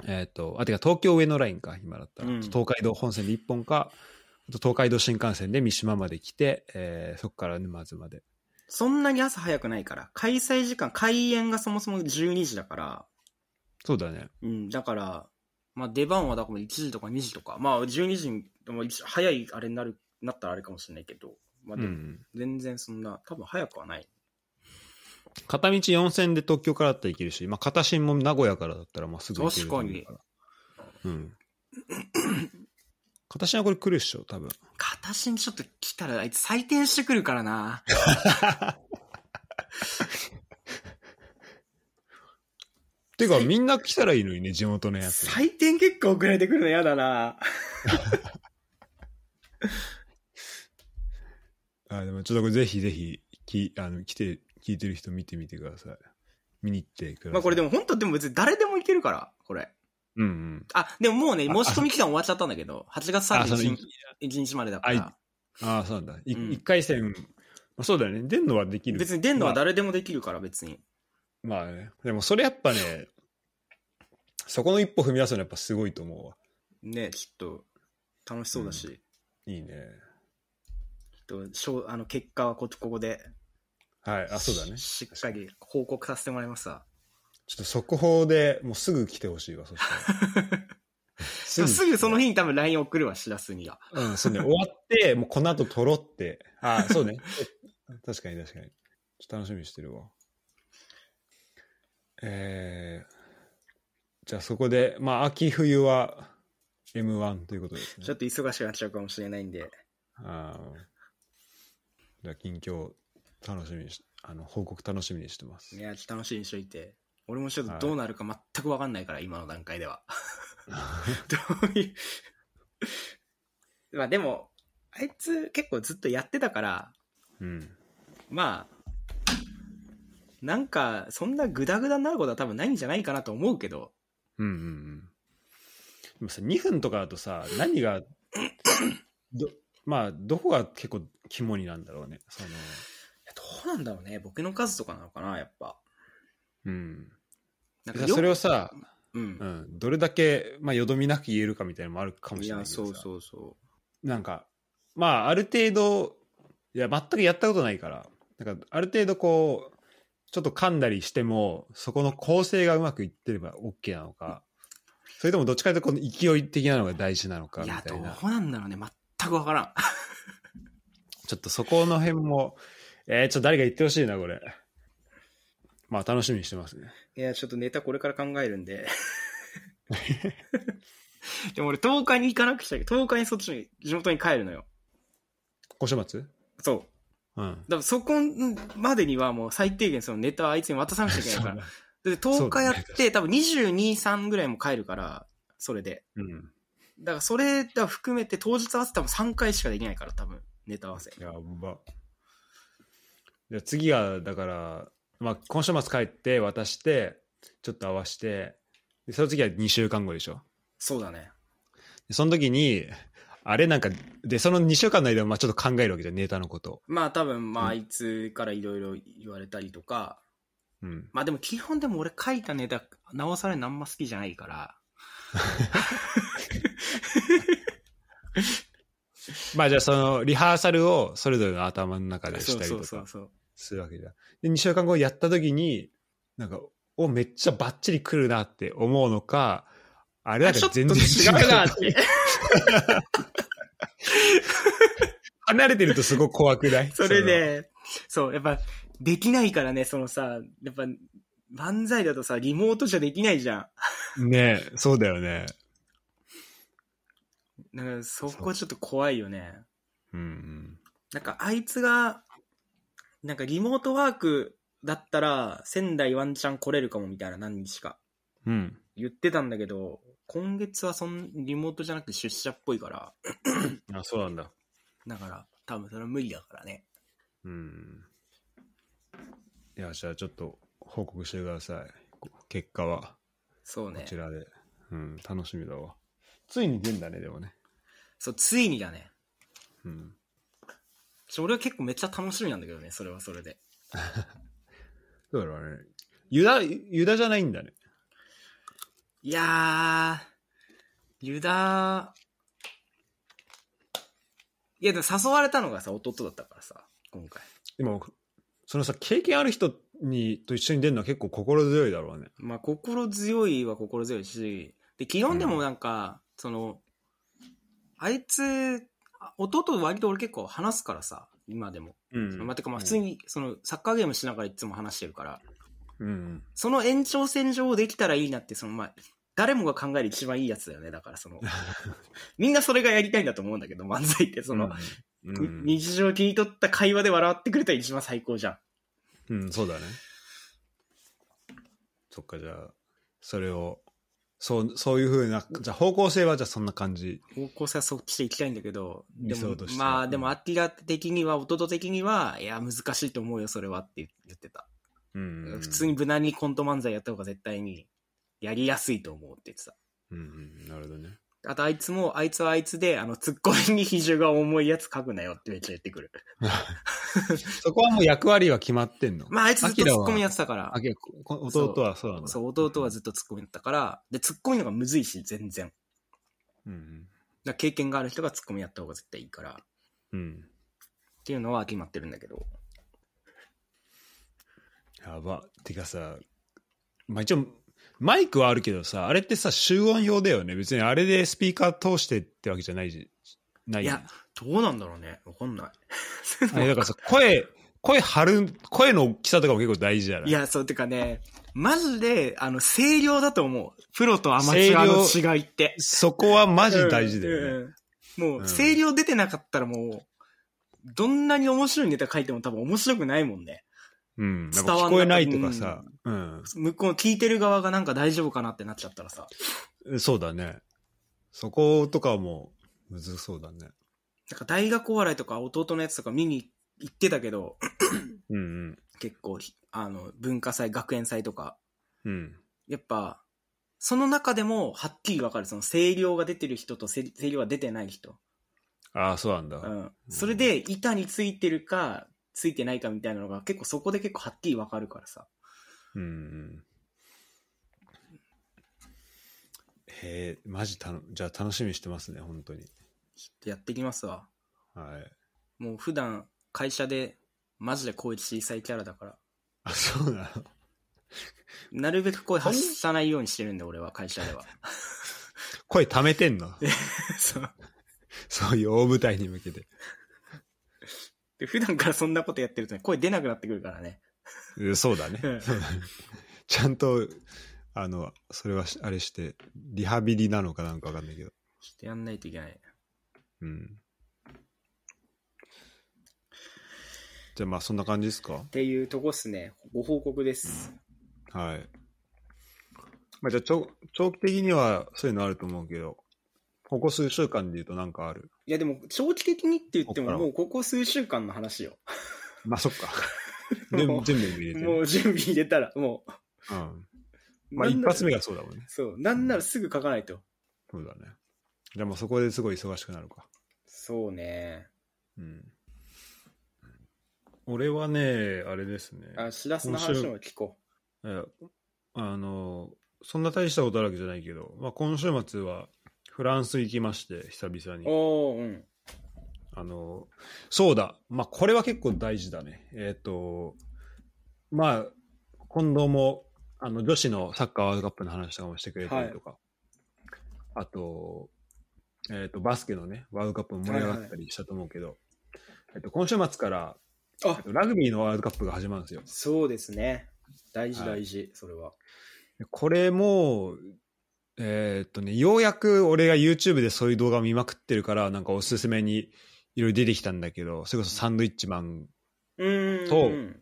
Speaker 1: えっ、と、あ、てか東京上野ラインか、今だったら。
Speaker 2: うん
Speaker 1: 東海道本線で1本か、あと東海道新幹線で三島まで来て、えーそこから沼津まで。
Speaker 2: そんなに朝早くないから、開催時間、開演がそもそも12時だから、
Speaker 1: そうだね。
Speaker 2: うん、だから、まあ出番はだから1時とか2時とか、まあ12時に、まあ一早いあれになる、なったらあれかもしれないけど、まあ
Speaker 1: う
Speaker 2: でも
Speaker 1: ん。
Speaker 2: 全然そんな、多分早くはない。
Speaker 1: 片道4線で東京からだったら行けるし、まあ、片新も名古屋からだったらまあすぐ行けると思う
Speaker 2: 確
Speaker 1: から。うん。 片新はこれ来るっしょ、多分。
Speaker 2: 片新ちょっと来たらあいつ採点してくるからな。
Speaker 1: ていうか、みんな来たらいいのに ね、地元のやつ。
Speaker 2: 採点結構遅れてくるの嫌だな。
Speaker 1: あでもちょっとこれぜひぜひ、きあの来て、聞いてる人見てみてください。見に行ってください。
Speaker 2: まあこれで
Speaker 1: も。
Speaker 2: も本当でも別に誰でもいけるから、これ。
Speaker 1: うんうん。
Speaker 2: あ、でももうね、申し込み期間終わっちゃったんだけど、8月
Speaker 1: あ、その、
Speaker 2: 31
Speaker 1: い
Speaker 2: 日日までだか
Speaker 1: あ
Speaker 2: ら、
Speaker 1: あそうなんだ。い一、
Speaker 2: うん
Speaker 1: 回戦、まあ、そうだよね。出んのはできる。
Speaker 2: 別に出んのは誰でもできるから別に。
Speaker 1: まあね。でもそれやっぱね、そこの一歩踏み出すのやっぱすごいと思うわ。
Speaker 2: ね、ちょっと楽しそうだし、
Speaker 1: いいね。
Speaker 2: ちょっとしょうあの結果はこここで、
Speaker 1: はい。あ、そうだね。ち
Speaker 2: ししっかり報告させてもらいますわ。
Speaker 1: ょっと速報でもうすぐ来てほしいわ、そしたら。 す
Speaker 2: でもすぐその
Speaker 1: 日。
Speaker 2: 日に多分 LINE 送るわ、知らすには。
Speaker 1: うん、そうね。終わって、もうこの後撮ろうって。あそうね。 確かに確かに。ちょっと楽しみにしてるわ。えー、じゃあそこで、まあ秋冬は M1 ということですね
Speaker 2: ちょ。っと忙しくなっちゃうかもしれないんで。
Speaker 1: ああ。じゃあ、近況、楽しみにし、あの、報告楽しみにしてます。
Speaker 2: いや、ちょっと楽しみにしといて。俺もちょっとどうなるか全く分かんないから、今の段階では。 どう いう。まあでも、あいつ結構ずっとやってたから、
Speaker 1: うん。
Speaker 2: まあ、なんか、そんなグダグダになることは多分ないんじゃないかなと思うけど、
Speaker 1: うんうんうん。でもさ、2分とかだとさ、何が、ど、 まあ、どこが結構肝になんだろうね。その、
Speaker 2: いやどうなんだろうね。ボケの数とかなのかな、やっぱ。
Speaker 1: うん。
Speaker 2: なん
Speaker 1: で
Speaker 2: か
Speaker 1: さ
Speaker 2: よ
Speaker 1: それをさ、
Speaker 2: うん
Speaker 1: う。ん、どれだけ、まあ、よどみなく言えるかみたいなのもあるかも
Speaker 2: い
Speaker 1: しれない
Speaker 2: や、
Speaker 1: けど
Speaker 2: そ
Speaker 1: さ。
Speaker 2: うそうそ
Speaker 1: なんか、まあ、ある程度、いや、全くやったことないから、なんか、ある程度こう、ちょっと噛んだりしても、そこの構成がうまくいってれば OK なのか、それともどっちかというと、この勢い的なのが大事なの
Speaker 2: う。
Speaker 1: か、
Speaker 2: い
Speaker 1: み
Speaker 2: や、
Speaker 1: た
Speaker 2: ど
Speaker 1: いな。
Speaker 2: うなんだろうね。全く分からん。
Speaker 1: ちょっとそこの辺も、えー、ちょっと誰か言ってほしいな、これ。まあ、楽しみにしてますね。
Speaker 2: いや、ちょっとネタこれから考えるんで。 でも俺10日に行かなくちゃいけない。10日にそっちに、地元に帰るのよ。
Speaker 1: 今週末
Speaker 2: そう。
Speaker 1: うん。
Speaker 2: だからそこまでにはもう最低限そのネタをあいつに渡さなくちゃいけ ないから。だって10日やって、多分22、3ぐらいも帰るから、それで。
Speaker 1: うん。
Speaker 2: だからそれだ含めて当日合わせ多分3回しかできないから、多分。ネタ合わせ。
Speaker 1: やば。じゃあ次が、だから、まあ、今週末帰って渡して、ちょっと合わして、でその次は2週間後でしょ。
Speaker 2: そうだね。
Speaker 1: でその時に、あれなんか、で、その2週間の間もまあちょっと考えるわけじゃん、ネタのこと。
Speaker 2: まあ多分、まあ
Speaker 1: うん
Speaker 2: あいつからいろいろ言われたりとか。
Speaker 1: うん。
Speaker 2: まあでも基本でも俺書いたネタ、なおさらなんま好きじゃないから。
Speaker 1: まあじゃあその、リハーサルをそれぞれの頭の中で
Speaker 2: そ
Speaker 1: し
Speaker 2: う
Speaker 1: たり
Speaker 2: そう
Speaker 1: と
Speaker 2: そ
Speaker 1: か
Speaker 2: うそう。
Speaker 1: するわけじゃん。で、2週間後やった時に、なんか、お、めっちゃバッチリ来るなって思うのか、あれなん
Speaker 2: ちょ
Speaker 1: か
Speaker 2: っと違
Speaker 1: 全然
Speaker 2: うなって。
Speaker 1: 離れてるとすごい怖くない
Speaker 2: それ。で、そう、やっぱ、できないからね、そのさ、やっぱ、漫才だとさ、リモートじゃできないじゃ
Speaker 1: ねえそうだよね。
Speaker 2: ん。だから、そこちょっと怖いよね。
Speaker 1: うん
Speaker 2: なんか、あいつが、なんか、リモートワークだったら、仙台ワンチャン来れるかもみたいな、何日か。
Speaker 1: うん。うん。
Speaker 2: 言ってたんだけど、今月はそん、リモートじゃなくて出社っぽいから、
Speaker 1: あ、そうなんだ。
Speaker 2: だから、多分それは無理だからね。
Speaker 1: うん。いや、じゃあちょっと報告してください。こ結果は、
Speaker 2: そう
Speaker 1: こ
Speaker 2: ね
Speaker 1: ち。らで。うん、楽しみだわ。ついに出んだね、でもね。
Speaker 2: そう、ついにだね。
Speaker 1: うん。
Speaker 2: ちょ俺は結構めっちゃ楽しみなんだけどね、それはそれで。
Speaker 1: そうだろうね。ユダ、ユダじゃないんだね。
Speaker 2: いやー、ユダいや、でも誘われたのがさ、弟だったからさ、今回。
Speaker 1: でも、そのさ、経験ある人に、と一緒に出るのは結構心強いだろうね。
Speaker 2: まあ、心強いは心強いし、で、気温でもなんか、その、あいつ、あ弟割と俺結構話すからさ、今でも。
Speaker 1: うん
Speaker 2: まあ、てかまあ普通に、その、サッカーゲームしながらいつも話してるから、
Speaker 1: うん。
Speaker 2: その延長線上できたらいいなって、その、まあ、誰もが考える一番いいやつだよね。だからそ の、みんなそれがやりたいんだと思うんだけど、漫才ってその、
Speaker 1: うん、う
Speaker 2: に
Speaker 1: ん
Speaker 2: 日常切り取った会話で笑ってくれたら一番最高じゃん。
Speaker 1: うん、そうだね。そっか、じゃあ、それを、そう、そういうふうな、じゃあ方向性はじゃあそんな感じ。
Speaker 2: 方向性はそっちで行きたいんだけど、で
Speaker 1: 理想
Speaker 2: も
Speaker 1: と、しては
Speaker 2: まあでも、アッキラ的には、弟的には、いや、難しいと思うよ、それはって言ってた。
Speaker 1: うん。
Speaker 2: 普通に無難にコント漫才やった方が絶対に、やりやすいと思うって言ってた。
Speaker 1: うん。うん、なるほどね。
Speaker 2: あと、あいつも、あいつはあいつで、あの、ツッコミに比重が重いやつ書くなよってめっちゃ言ってくる。
Speaker 1: そこはもう役割は決まってんの
Speaker 2: まあ、あいつずっと
Speaker 1: アキ
Speaker 2: ツ
Speaker 1: ラ
Speaker 2: ッ
Speaker 1: は
Speaker 2: コミやってたから
Speaker 1: あ、。結構、弟はそうなんだ。
Speaker 2: そう、弟はずっとツッコミだったから、で、ツッコミの方がむずいし、全然。だか
Speaker 1: うん。
Speaker 2: ら経験がある人がツッコミやった方が絶対いいから、っ
Speaker 1: うん。
Speaker 2: ていうのは決まってるんだけど。
Speaker 1: やば。てかさ、まあ一応、マイクはあるけどさ、あれってさ、集音用だよね。別にあれでスピーカー通してってわけじゃないじ、ない
Speaker 2: い
Speaker 1: よね
Speaker 2: や、どうなんだろうね。わかんない。
Speaker 1: あれだからさ、声、声張る、声の大きさとかも結構大事じゃない
Speaker 2: いや、そう、てかね、マジで、あの、声量だと思う。プロとアマチュアの違いって。
Speaker 1: そこはマジ大事だ
Speaker 2: うん
Speaker 1: よね。
Speaker 2: うん
Speaker 1: う
Speaker 2: もう、
Speaker 1: ん
Speaker 2: 声量出てなかったらもう、どんなに面白いネタ書いても多分面白くないもんね。
Speaker 1: うん。やっ
Speaker 2: 伝
Speaker 1: ぱ聞
Speaker 2: わんな
Speaker 1: こえないとかさ、うん。
Speaker 2: 向こう聞いてる側がなんか大丈夫かなってなっちゃったらさ。
Speaker 1: そうだね。そことかも、むずそうだね。
Speaker 2: なんか大学お笑いとか弟のやつとか見に行ってたけど、
Speaker 1: うん
Speaker 2: 結構、あの、文化祭、学園祭とか。
Speaker 1: うん。うん。
Speaker 2: やっぱ、その中でもはっきりわかる。その声量が出てる人と声声量が出てない人。
Speaker 1: ああ、そうなんだ。
Speaker 2: うん、それで板についてるかついてないかみたいなのが結構そこで結構はっきりわかるからさ
Speaker 1: うんうん。へえ、マジたの、じゃあ楽しみにしてますね、本当に。
Speaker 2: ちょっとやってきますわ
Speaker 1: はい。
Speaker 2: もう普段会社でマジで声小さいキャラだから
Speaker 1: あ、そうなの。
Speaker 2: なるべく声発さないようにしてるんで俺は会社では
Speaker 1: 声溜めてんの
Speaker 2: そう
Speaker 1: そういう大舞台に向けて。
Speaker 2: で普段からそんなことやってるとね声出なくなってくるからね
Speaker 1: うんそうだね
Speaker 2: う。ん
Speaker 1: そうだねちゃんと、あの、それはし、あれして、リハビリなのかなんかわかんないけど。
Speaker 2: ちょっとやんないといけない
Speaker 1: うん。じゃあまあそんな感じですか
Speaker 2: っていうとこっすねご報告です
Speaker 1: はい。まあじゃあ長長期的にはそういうのあると思うけど、ここ数週間で言うとなんかある。
Speaker 2: いやでも長期的にって言って
Speaker 1: ここか
Speaker 2: も
Speaker 1: ら
Speaker 2: もうここ数週間の話よ
Speaker 1: まあそっか。 全 部
Speaker 2: もう
Speaker 1: 全部入れて
Speaker 2: も
Speaker 1: る。
Speaker 2: う準備入れたらも
Speaker 1: うん。
Speaker 2: う
Speaker 1: まあ一発目
Speaker 2: が
Speaker 1: がそうだもんね。
Speaker 2: そうなんならすぐ書かないと
Speaker 1: そうだね。じゃあもうそこですごい忙しくなるか。
Speaker 2: そうね。
Speaker 1: うん。俺はね、あれですね。
Speaker 2: あ、しらすの話も聞こ
Speaker 1: えあの、そんな大したことあるわけじゃないけど、まあ、今週末はフランス行きまして、久々
Speaker 2: う。
Speaker 1: に。
Speaker 2: おおうん。
Speaker 1: あの、そうだ、まあ、これは結構大事だね。えっ、と、まあ、近藤も、あの、女子のサッカーワールドカップの話とかもしてくれたりとか、あと、えっ、と、バスケのね、ワールドカップも盛り上がったりしたと思うけど、えっと、今週末から、
Speaker 2: あ
Speaker 1: えっとラグビーのワールドカップが始まるんですよ。
Speaker 2: そうですね。大事
Speaker 1: はい
Speaker 2: 大事、それは。
Speaker 1: これも、えーっとね、ようやく俺が YouTube でそういう動画を見まくってるから、なんかおすすめにいろいろ出てきたんだけど、それこそサンドイッチマン、
Speaker 2: うーん。
Speaker 1: そう
Speaker 2: うん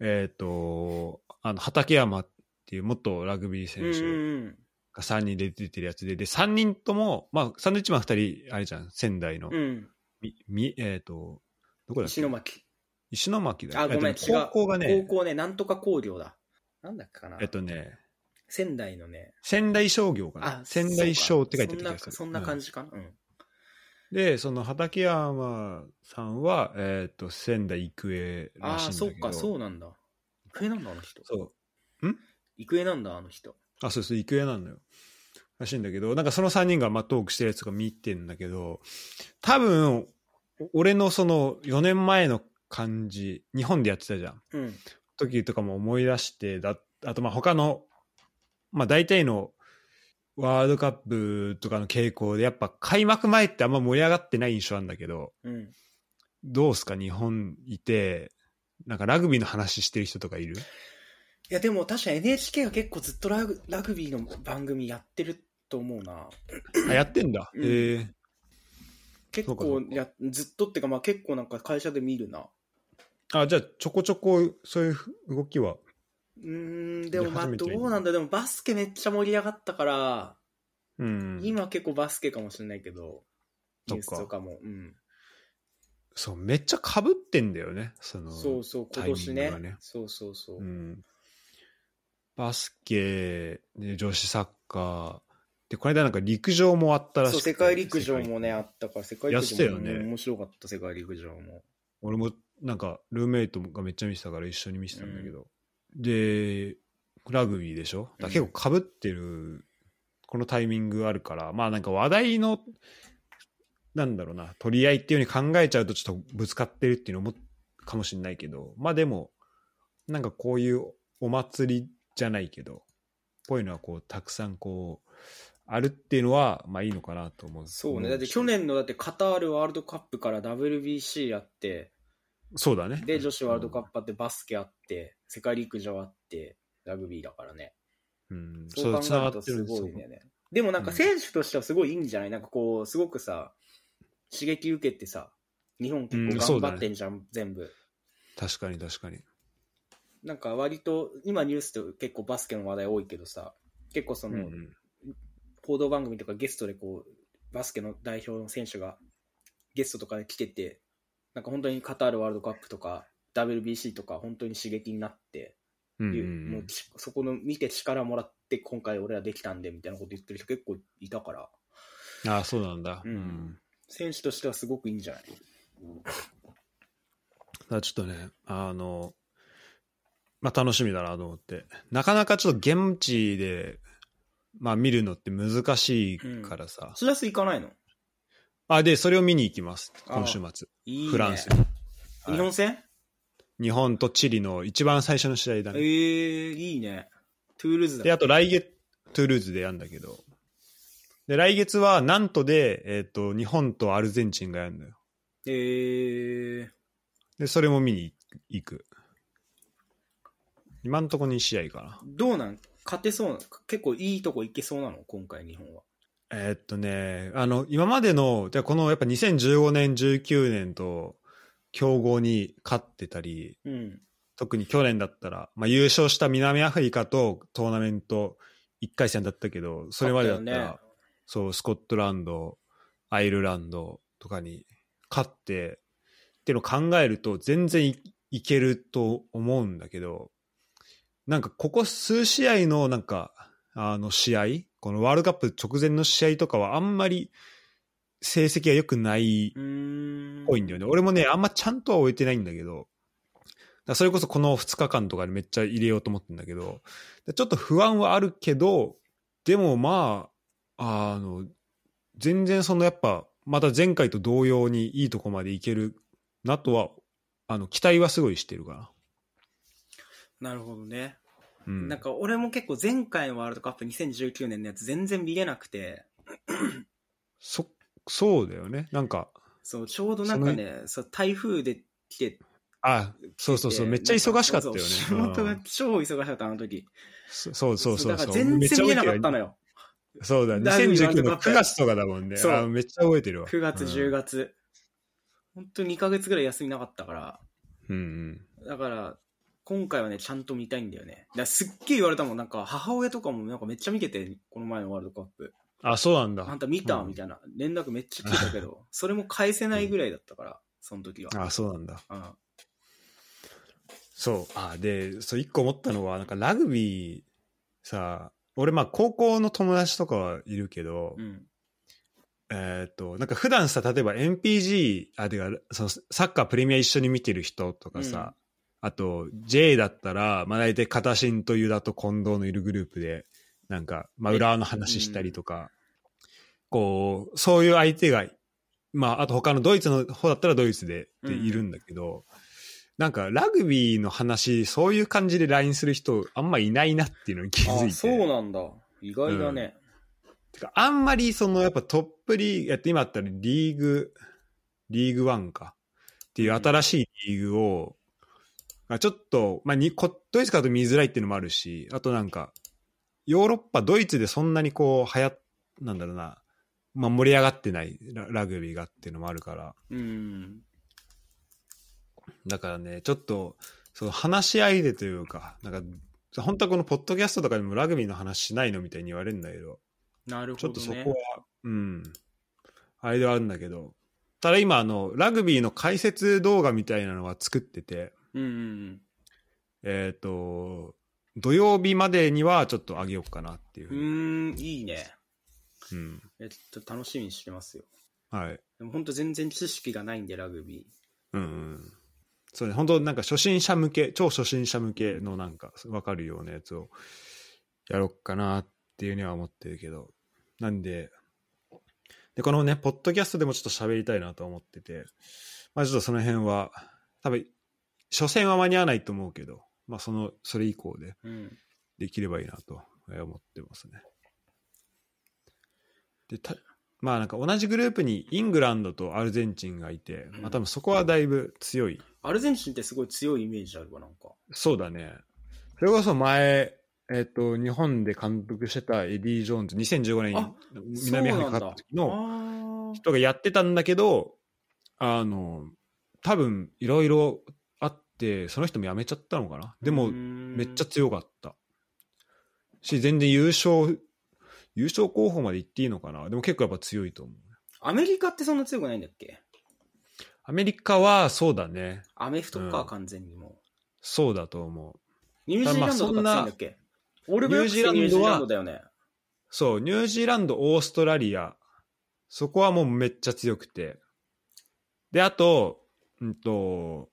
Speaker 1: えーっと、あの、畠山っていう元ラグビー
Speaker 2: う
Speaker 1: 選
Speaker 2: ん
Speaker 1: 手
Speaker 2: うん。
Speaker 1: が3人で出てるやつで、で、3人とも、まあ、サンドイッチマン2人、あれじゃん、仙台の、
Speaker 2: うん。
Speaker 1: み、み、えーっと、どこだっけ
Speaker 2: 石巻。
Speaker 1: 石巻だよ
Speaker 2: あ、ご
Speaker 1: え
Speaker 2: めん、違う
Speaker 1: っと。ね高校がね、
Speaker 2: 高校ね、なんとか工業だ。なんだっけかな。
Speaker 1: えっとね、
Speaker 2: 仙台のね。
Speaker 1: 仙台商業かな。仙台商って書いてあった気
Speaker 2: る
Speaker 1: がする
Speaker 2: そんな
Speaker 1: うん
Speaker 2: 感じかな。うん。
Speaker 1: で、その畠山さんは、えっ、と、仙台育英
Speaker 2: あ
Speaker 1: ら
Speaker 2: あ
Speaker 1: しいんだ
Speaker 2: ー、
Speaker 1: け
Speaker 2: そ
Speaker 1: ど。
Speaker 2: っか、そうなんだ。育英なんだ、あの人。
Speaker 1: そう。
Speaker 2: 育英なんだ、あの人。
Speaker 1: あ、そうそう、育英なのよ。らしいんだけど、なんかその3人がまあトークしてるやつが見てんだけど、多分、お俺のその4年前の感じ、日本でやってたじゃん。
Speaker 2: うん。
Speaker 1: 時とかも思い出して、だあとまあ他の、まあ大体のワールドカップとかの傾向で、やっぱ開幕前ってあんま盛り上がってない印象なんだけど、
Speaker 2: うん。
Speaker 1: どうすか日本いて、なんかラグビーの話してる人とかいる
Speaker 2: いや、でも確か NHK が結構ずっとラグラグビーの番組やってると思うな。
Speaker 1: あ、やってんだ。
Speaker 2: うん
Speaker 1: ええ
Speaker 2: 結
Speaker 1: そう
Speaker 2: 構
Speaker 1: かそうか
Speaker 2: や、ずっとってか、まあ結構なんか会社で見るな。
Speaker 1: あ、じゃあちょこちょこそういう動きは。
Speaker 2: うーん、でもまあ
Speaker 1: 初めて
Speaker 2: ど
Speaker 1: 見る
Speaker 2: うなんだ、でもバスケめっちゃ盛り上がったから、
Speaker 1: うん。
Speaker 2: 今結構バスケかもしれないけど、
Speaker 1: そ
Speaker 2: ニ
Speaker 1: っか
Speaker 2: ュースとかも。うん。
Speaker 1: そう、めっちゃ被ってんだよね。その、
Speaker 2: そうそう、今年
Speaker 1: タイミ
Speaker 2: ね
Speaker 1: ングがね
Speaker 2: そうそうそう。
Speaker 1: うん、バスケ、ね、女子サッカー。で、この間なんか陸上もあったらし
Speaker 2: そう、
Speaker 1: くて
Speaker 2: 世界陸上もね、あったから、世界陸
Speaker 1: やってた
Speaker 2: 上
Speaker 1: よ
Speaker 2: も、
Speaker 1: ね
Speaker 2: 面白かった、世界陸上も。
Speaker 1: 俺もなんかルーメイトがめっちゃ見てたから一緒に見てたんだけど、でラグビーでしょだから結構かぶってるこのタイミングあるから、まあなんか話題のなんだろうな取り合いっていうふうに考えちゃうとちょっとぶつかってるっていうのもかもしれないけどまあでもなんかこういうお祭りじゃないけどこういうのはこうたくさんこうあるっていうのはまあいいのかなと思う
Speaker 2: そうね、だって去年のだってカタールワールドカップから WBC やって、
Speaker 1: そうだね
Speaker 2: で、女子ワールドカップあって、バスケあって、世界陸上あって、ラグビーだからね。
Speaker 1: うん、
Speaker 2: そう考
Speaker 1: 繋
Speaker 2: え
Speaker 1: が
Speaker 2: る
Speaker 1: って
Speaker 2: と
Speaker 1: る
Speaker 2: すごい
Speaker 1: そう
Speaker 2: ね。でもなんか選手としてはすごいいいんじゃないなんかこう、すごくさ、刺激受けてさ、日本
Speaker 1: うん
Speaker 2: 結
Speaker 1: そ
Speaker 2: 構
Speaker 1: うだ
Speaker 2: 頑
Speaker 1: ね
Speaker 2: 張ってんじゃん、全部。
Speaker 1: 確かに確かに
Speaker 2: なんか割と、今ニュースって結構バスケの話題多いけどさ、結構その、報道番組とかゲストでこう、バスケの代表の選手がゲストとかで来てて、なんか本当にカタールワールドカップとか、WBC とか本当に刺激になって、
Speaker 1: うんうん
Speaker 2: いううんもうちそこの見て力もらって今回俺らできたんでみたいなこと言ってる人結構いたから、
Speaker 1: ああそうなんだ、
Speaker 2: うん選手としてはすごくいいんじゃない
Speaker 1: だからちょっとねあのまあ楽しみだなと思ってなかなかちょっと現地でまあ見るのって難しいからさ、
Speaker 2: それは行かないの
Speaker 1: あでそれを見に行きます
Speaker 2: ああ
Speaker 1: 今週末
Speaker 2: いい、ね、
Speaker 1: フランス
Speaker 2: 日本戦、
Speaker 1: 日本とチリの一番最初の試合だ
Speaker 2: え
Speaker 1: ね、
Speaker 2: ー、いいね。トゥールーズ
Speaker 1: で
Speaker 2: だ。
Speaker 1: あと来月トゥールーズでやるんだけどで来月はなんとで、えっと日本とアルゼンチンがやるんだよ
Speaker 2: えー、
Speaker 1: でそれも見に行く今んとこ2試合かな
Speaker 2: どうなん勝てそうな結構いいとこ行けそうなの今回日本は。
Speaker 1: えーっとね、あの、今までの、でこのやっぱ2015年、19年と、強豪に勝ってたり、
Speaker 2: うん。
Speaker 1: 特に去年だったら、まあ、優勝した南アフリカとトーナメント1回戦だったけど、それまでだったら、
Speaker 2: 勝よね
Speaker 1: そう、スコットランド、アイルランドとかに勝ってっていうのを考えると全然いいけると思うんだけど、なんかここ数試合のなんか、あの試合、このワールドカップ直前の試合とかはあんまり成績が良くないう
Speaker 2: ーん。
Speaker 1: 多いんだよね。俺もね、あんまちゃんとは終えてないんだけど、だからそれこそこの2日間とかでめっちゃ入れようと思ってんだけど、でちょっと不安はあるけど、でもまあ、あの、全然そのやっぱ、また前回と同様にいいとこまでいけるなとは、あの、期待はすごいしてるか
Speaker 2: なるほどね。
Speaker 1: な。うん。
Speaker 2: なんか俺も結構前回のワールドカップ2019年のやつ全然見れなくて、
Speaker 1: そ、そうだよね。なんか、
Speaker 2: そう、ちょうどなんかね、そう台風で来て、
Speaker 1: あ、そうそうそう、めっちゃ忙しかったよね。
Speaker 2: そうそう仕事
Speaker 1: う
Speaker 2: が
Speaker 1: ん
Speaker 2: 超忙しかった、あの時。
Speaker 1: そそうそうそうそう。
Speaker 2: だから全然見れなかったのよ。
Speaker 1: そうだ、
Speaker 2: ラグビーワール
Speaker 1: 2019
Speaker 2: ドカ
Speaker 1: の
Speaker 2: ップ
Speaker 1: 9月とかだもんね。
Speaker 2: そう
Speaker 1: あめっちゃ覚えてるわ。
Speaker 2: 9月、10
Speaker 1: 月。
Speaker 2: 月。本当に2ヶ月ぐらい休みなかったから。
Speaker 1: うんうん。
Speaker 2: だから、今回はね、ちゃんと見たいんだよね。だからすっげえ言われたもん、なんか母親とかもなんかめっちゃ見てて、この前のワールドカップ。
Speaker 1: あ、そうなんだ。
Speaker 2: あんた見た、
Speaker 1: うん
Speaker 2: みたいな。連絡めっちゃ来てたけど、それも返せないぐらいだったから、その時は。
Speaker 1: あ、そうなんだ。
Speaker 2: うん
Speaker 1: そう。あ、で、そう、一個思ったのは、なんかラグビー、さ、俺、まあ、高校の友達とかはいるけど、
Speaker 2: うん。
Speaker 1: えっ、と、なんか普段さ、例えば MPG、あ、てか、その、サッカープレミア一緒に見てる人とかさ、あと、J だったら、まあ、大体、片新とユダと近藤のいるグループで、なんか、まあ、
Speaker 2: え
Speaker 1: 浦和の話したりとか、こう、そういう相手が、まあ、あと他のドイツの方だったらドイツででいるんだけど、なんか、ラグビーの話、そういう感じで LINE する人、あんまいないなっていうのに気づい
Speaker 2: あ、
Speaker 1: て。
Speaker 2: そうなんだ。意外だね。
Speaker 1: てか、あんまりそのやっぱトップリーグ、えっと今あったらリーグ、リーグワンか。っていう新しいリーグを、まあちょっと、まあに、こドイツからだと見づらいっていうのもあるし、あとなんか、ヨーロッパ、ドイツでそんなにこう、流行っ、なんだろうな、まあ盛り上がってないララグビーがっていうのもあるから、
Speaker 2: うん。
Speaker 1: だからね、ちょっと、その話し合いでというか、なんか、本当はこのポッドキャストとかでもラグビーの話しないのみたいに言われるんだけど、
Speaker 2: なる
Speaker 1: ちょ
Speaker 2: ほ
Speaker 1: っと
Speaker 2: ど
Speaker 1: そこは、
Speaker 2: ね。
Speaker 1: うん、あれではあるんだけど、ただ今、あの、ラグビーの解説動画みたいなのは作ってて、
Speaker 2: うんうん
Speaker 1: えっ、と、土曜日までにはちょっと上げようかなっていうふ
Speaker 2: う
Speaker 1: うに。
Speaker 2: ん。うーん、いいね。
Speaker 1: うん。
Speaker 2: えちょっと楽しみにしてますよ。
Speaker 1: はい。
Speaker 2: でも本当全然知識がないんで、ラグビ
Speaker 1: うん、うん。そうね、本当なんか初心者向け、超初心者向けのなんか分かるようなやつをやろうかなっていうには思ってるけど。なんで、で、このね、ポッドキャストでもちょっと喋りたいなと思ってて、まあちょっとその辺は、多分、初戦は間に合わないと思うけど、まあその、それ以降で
Speaker 2: ー。うん。
Speaker 1: できればいいなとえー思ってますね。でたまあなんか同じグループにイングランドとアルゼンチンがいて、まあ、多分そこはだいぶ強い。
Speaker 2: アルゼンチンってすごい強いイメージあるわ、なんか。
Speaker 1: そうだね。それこそ前、えっと日本で監督してたエディ・ジョーンズ2015年
Speaker 2: あ
Speaker 1: に南アフリカ勝った時の
Speaker 2: の
Speaker 1: 人がやってたんだけどあの多分いろいろあってその人も辞めちゃったのかなでもめ
Speaker 2: め
Speaker 1: っちゃ強かった。し、全然優勝、優勝候補まで行っていいのかな。でも結構やっぱ強いと思う。
Speaker 2: アメリカってそんな強くないんだっけ
Speaker 1: アメリカはそうだね。
Speaker 2: アメフト
Speaker 1: う
Speaker 2: か、
Speaker 1: ん
Speaker 2: 完全にも
Speaker 1: そうだと思う。
Speaker 2: う。ニュージーランドとか強いんだっけオールブラックスってニュージーランドだよね。
Speaker 1: そう、ニュージーランド、オーストラリア。そこはもうめっちゃ強くて。で、あと、うんと、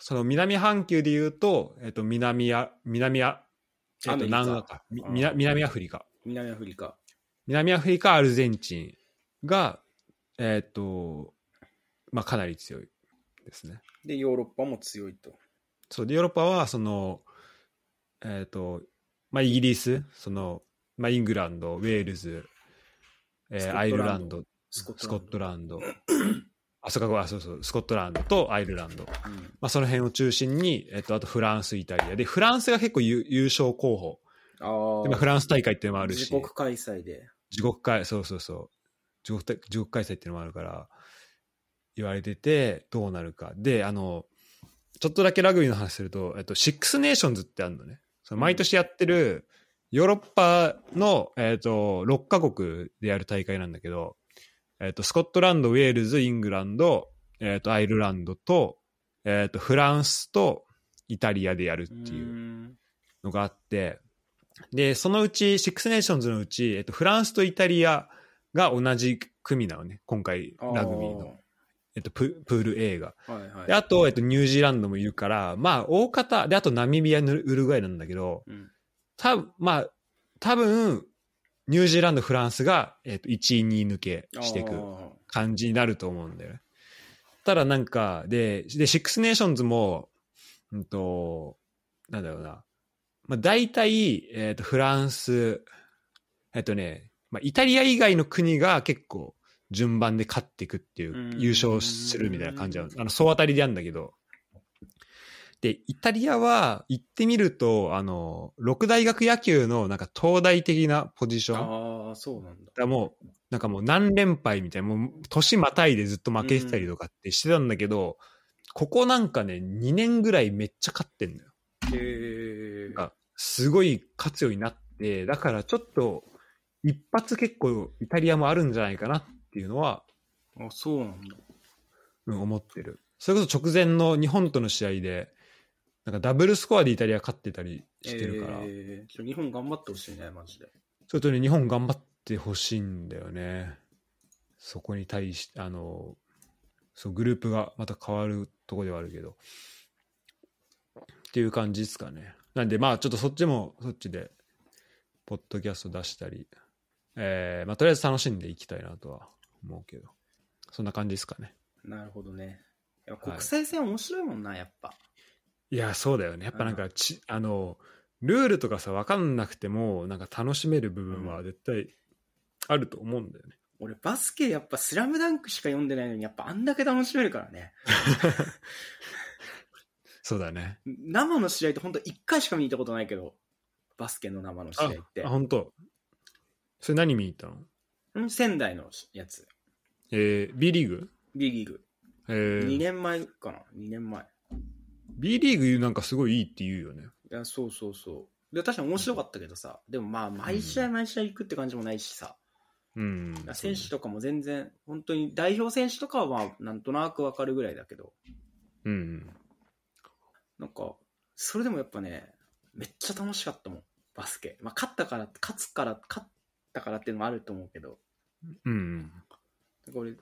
Speaker 1: その南半球で言うと、えっと、南ア、南ア、え
Speaker 2: ア
Speaker 1: っ
Speaker 2: メ
Speaker 1: と、
Speaker 2: リカ
Speaker 1: 南アか。み
Speaker 2: うん
Speaker 1: 南南アフリカ。
Speaker 2: 南アフリカ。
Speaker 1: 南アフリカ、アルゼンチンが、えっ、と、まあ、かなり強いですね。
Speaker 2: で、ヨーロッパも強いと。
Speaker 1: そうで、ヨーロッパは、その、えっ、と、まあ、イギリス、その、まあ、イングランド、ウェールズ、えー
Speaker 2: スコットランド
Speaker 1: アイルランド、
Speaker 2: スコッ
Speaker 1: ス
Speaker 2: ト
Speaker 1: コ
Speaker 2: ラ
Speaker 1: ッ
Speaker 2: ン
Speaker 1: ト
Speaker 2: ド。
Speaker 1: ランド、あ、そうか、あそうそう、スコットランドとアイルランド。
Speaker 2: うん
Speaker 1: まあ、その辺を中心に、えっ、と、あとフランス、イタリア。で、フランスが結構優優勝候補。
Speaker 2: あ
Speaker 1: でまあ、
Speaker 2: あ。
Speaker 1: フランス大会っていうのもあるし。
Speaker 2: 自国開催で。
Speaker 1: 地獄開そうそうそう地獄大地獄開催っていうのもあるから言われててどうなるかであのちょっとだけラグビーの話すると、えっと、シックスネーションズってあるのねその毎年やってるヨーロッパの、えっと、6カ国でやる大会なんだけど、えっと、スコットランドウェールズイングランド、えっと、アイルランドと,、えっとフランスとイタリアでやるっていう
Speaker 2: うん
Speaker 1: のがあって、で、そのうち、シックスネーションズのうち、えっと、フランスとイタリアが同じ組なのね、今回、ラグビーの、。えっと、ププール A が。
Speaker 2: あーはいはい。
Speaker 1: で、あと、えっと、ニュージーランドもいるから、まあ、大方、で、あと、ナミビア、ウルグアイなんだけど、
Speaker 2: うん
Speaker 1: 多分まあ、多分ニュージーランド、フランスが、えっと、1位、2位抜けしてい
Speaker 2: あ
Speaker 1: く
Speaker 2: ー
Speaker 1: 感じになると思うんだよね。ただなんか、で、で、シックスネーションズも、うんと、なんだろうな。まあ、大体、えっ、と、フランス、えっ、とね、まあ、イタリア以外の国が結構順番で勝っていくっていうう、
Speaker 2: ん
Speaker 1: 優勝するみたいな感じなの。あの、総当たりでやるんだけど。で、イタリアは、行ってみると、あの、六大学野球のなんか東大的なポジション。
Speaker 2: あー、そうなんだ
Speaker 1: だ。からもう、なんかもう何連敗みたいな、もう年またいでずっと負けてたりとかってしてたんだけど、ここなんかね、2年ぐらいめっちゃ勝ってんのよ。な
Speaker 2: へえ
Speaker 1: ん。かすごい勝つようになって、だからちょっと、一発結構イタリアもあるんじゃないかなっていうのは、
Speaker 2: あ、そうなんだ。
Speaker 1: うん、思ってる。それこそ直前の日本との試合で、なんかダブルスコアでイタリア勝ってたりしてるから、
Speaker 2: えーちょ日本頑張ってほしいね、マジで。
Speaker 1: ちょっとね、日本頑張ってほしいんだよね。そこに対して、あの、そう、グループがまた変わるとこではあるけど。っていう感じですかね。なんで、まあ、ちょっとそっちも、そっちで、ポッドキャスト出したり、えー、まあ、とりあえず楽しんでいきたいなとは思うけど。そんな感じですかね。
Speaker 2: なるほどね。いや
Speaker 1: はい
Speaker 2: 国際線面白いもんな、やっぱ。
Speaker 1: いや、そうだよね。やっぱなんか、ち、あの、ルールとかさ、わかんなくても、なんか楽しめる部分は絶対あると思うんだよね。
Speaker 2: 俺バスケやっぱスラムダンクしか読んでないのにやっぱあんだけ楽しめるからね。
Speaker 1: そうだね。
Speaker 2: 生の試合って本当一回しか見に行ったことないけど、バスケの生の試合って
Speaker 1: あ、。本当。それ何見に行ったの
Speaker 2: うん仙台のやつ、
Speaker 1: えー、B リーグ
Speaker 2: B リーグ。
Speaker 1: え
Speaker 2: 2
Speaker 1: ー、
Speaker 2: 年前かな ?2 年前。い
Speaker 1: B リーグなんかすごいいいって言うよね。
Speaker 2: や、そうそうそう。で、確かに面白かったけどさ、でもまあ、毎試合毎試合行くって感じもないしさ、
Speaker 1: うん。
Speaker 2: 選手とかも全然、本当に代表選手とかはまあ、なんとなくわかるぐらいだけど、
Speaker 1: うんうん。
Speaker 2: なんか、それでもやっぱね、めっちゃ楽しかったもん、バスケ。まあ、勝ったから、勝つから、勝ったからっていうのもあると思うけど、
Speaker 1: うんうん。
Speaker 2: なんか俺、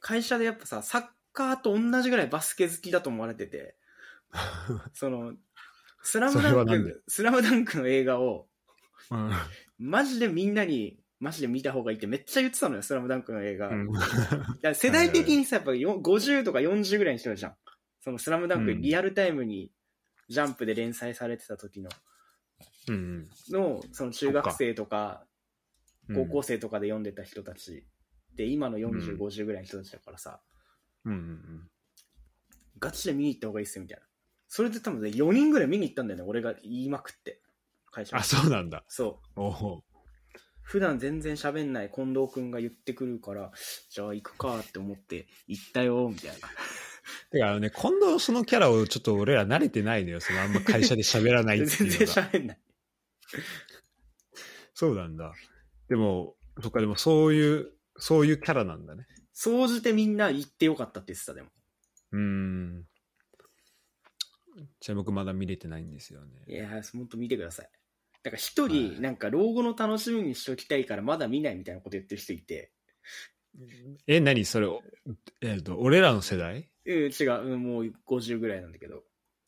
Speaker 2: 会社でやっぱさ、サッカーと同じぐらいバスケ好きだと思われ てて、その、スラムダ
Speaker 1: それ
Speaker 2: ン
Speaker 1: はなんで
Speaker 2: ク、スラムダンクの映画を、
Speaker 1: うん
Speaker 2: マジでみんなに、マジで見た方がいいってめっちゃ言ってたのよ、スラムダンクの映画。
Speaker 1: うん
Speaker 2: だから世代的にさ、やっぱよ50とか40ぐらいにしてたじゃん。そのスラムダンク
Speaker 1: うん
Speaker 2: リアルタイムにジャンプで連載されてた時の、
Speaker 1: うん
Speaker 2: の、その中学生と
Speaker 1: う
Speaker 2: か、
Speaker 1: ん。
Speaker 2: 高校生とかで読んでた人たちで、今の40、
Speaker 1: うん
Speaker 2: 50ぐらいの人たちだからさ、
Speaker 1: うんうんうん。
Speaker 2: ガチで見に行った方がいいっすよ、みたいな。それで多分ね、4人ぐらい見に行ったんだよね、俺が言いまくって。会社
Speaker 1: あ、そうなんだ。
Speaker 2: そう。
Speaker 1: おお。
Speaker 2: 普段全然喋んない近藤くんが言ってくるから、じゃあ行くかって思って行ったよ、みたいな。
Speaker 1: てかあのね、今度そのキャラをちょっと俺ら慣れてないのよ。そのあんま会社で喋らない
Speaker 2: 全
Speaker 1: ってい
Speaker 2: 然
Speaker 1: うのが。
Speaker 2: 喋んない。
Speaker 1: そうなんだ。でも、そっか、でもそういう、そういうキャラなんだね。
Speaker 2: 総じてみんな行ってよかったって言ってた、でも。
Speaker 1: うーん。じゃあ僕まだ見れてないんですよ
Speaker 2: い
Speaker 1: ね。
Speaker 2: やー、ほんと見てください。だから一
Speaker 1: は
Speaker 2: 人、
Speaker 1: い
Speaker 2: なんか老後の楽しみにしときたいからまだ見ないみたいなこと言ってる人いて、
Speaker 1: え、何それ、おえっと、俺らの世代
Speaker 2: うん、違う、うんもう50ぐらいなんだけど。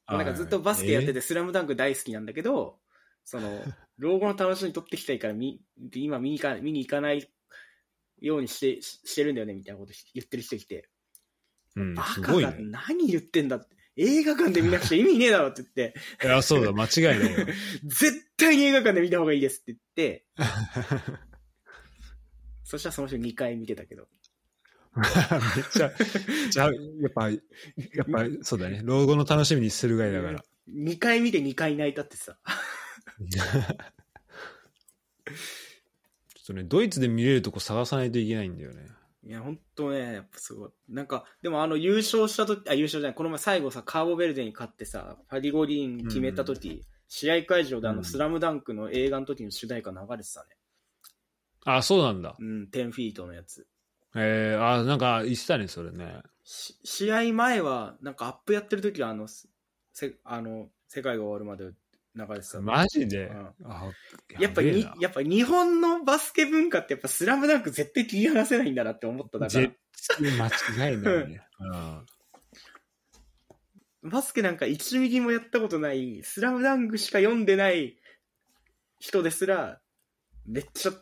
Speaker 2: なんかずっとバスケやって
Speaker 1: て。
Speaker 2: て、スラムダンク大好きなんだけど、その、老後の楽しみ取ってきたいから見、今見に行か見に行かないようにしてししてるんだよねみたいなこと言ってる人来て、
Speaker 1: えうん、
Speaker 2: バ
Speaker 1: す
Speaker 2: カ
Speaker 1: ごい
Speaker 2: だ、
Speaker 1: ね。
Speaker 2: 何言ってんだって、映画館で見なくちゃ意味ねえだろって 言っ
Speaker 1: い
Speaker 2: て、
Speaker 1: や、そうだ、間違い ないよ。
Speaker 2: 絶対に映画館で見た方がいいですって 言って、そしたらその人2回見てたけど、
Speaker 1: めっちゃ、じゃあやっぱ、やっぱ、そうだね。老後の楽しみにするがいだから。
Speaker 2: 2回見て2回泣いたってさ、
Speaker 1: ちょっとね、ドイツで見れるとこ探さないといけないんだよね。
Speaker 2: いや、本当ね、やっぱすごい。なんか、でもあの、優勝したとき、あ、優勝じゃない、この前最後さ、カーボベルデに勝ってさ、パリ五輪決めたとき、試合会場であ
Speaker 1: う
Speaker 2: の、
Speaker 1: ん
Speaker 2: スラムダンクの映画の時の主題歌流れてたね。
Speaker 1: あ、そうなんだ。
Speaker 2: うん、10フィートのやつ。
Speaker 1: えー、あ、なんか言ってたね、それね。
Speaker 2: し試合前は、なんかアップやってるときは、あの、せあの、世界が終わるまで流れてた。
Speaker 1: マジで、
Speaker 2: うん
Speaker 1: あ
Speaker 2: やっぱ
Speaker 1: べえ
Speaker 2: に
Speaker 1: な、
Speaker 2: やっぱ日本のバスケ文化ってやっぱスラムダンク絶対切り離せないんだなって思っただから。
Speaker 1: 絶対間違いないね。 うん
Speaker 2: バスケなんか1ミリもやったことない、スラムダンクしか読んでない人ですら、めっちゃ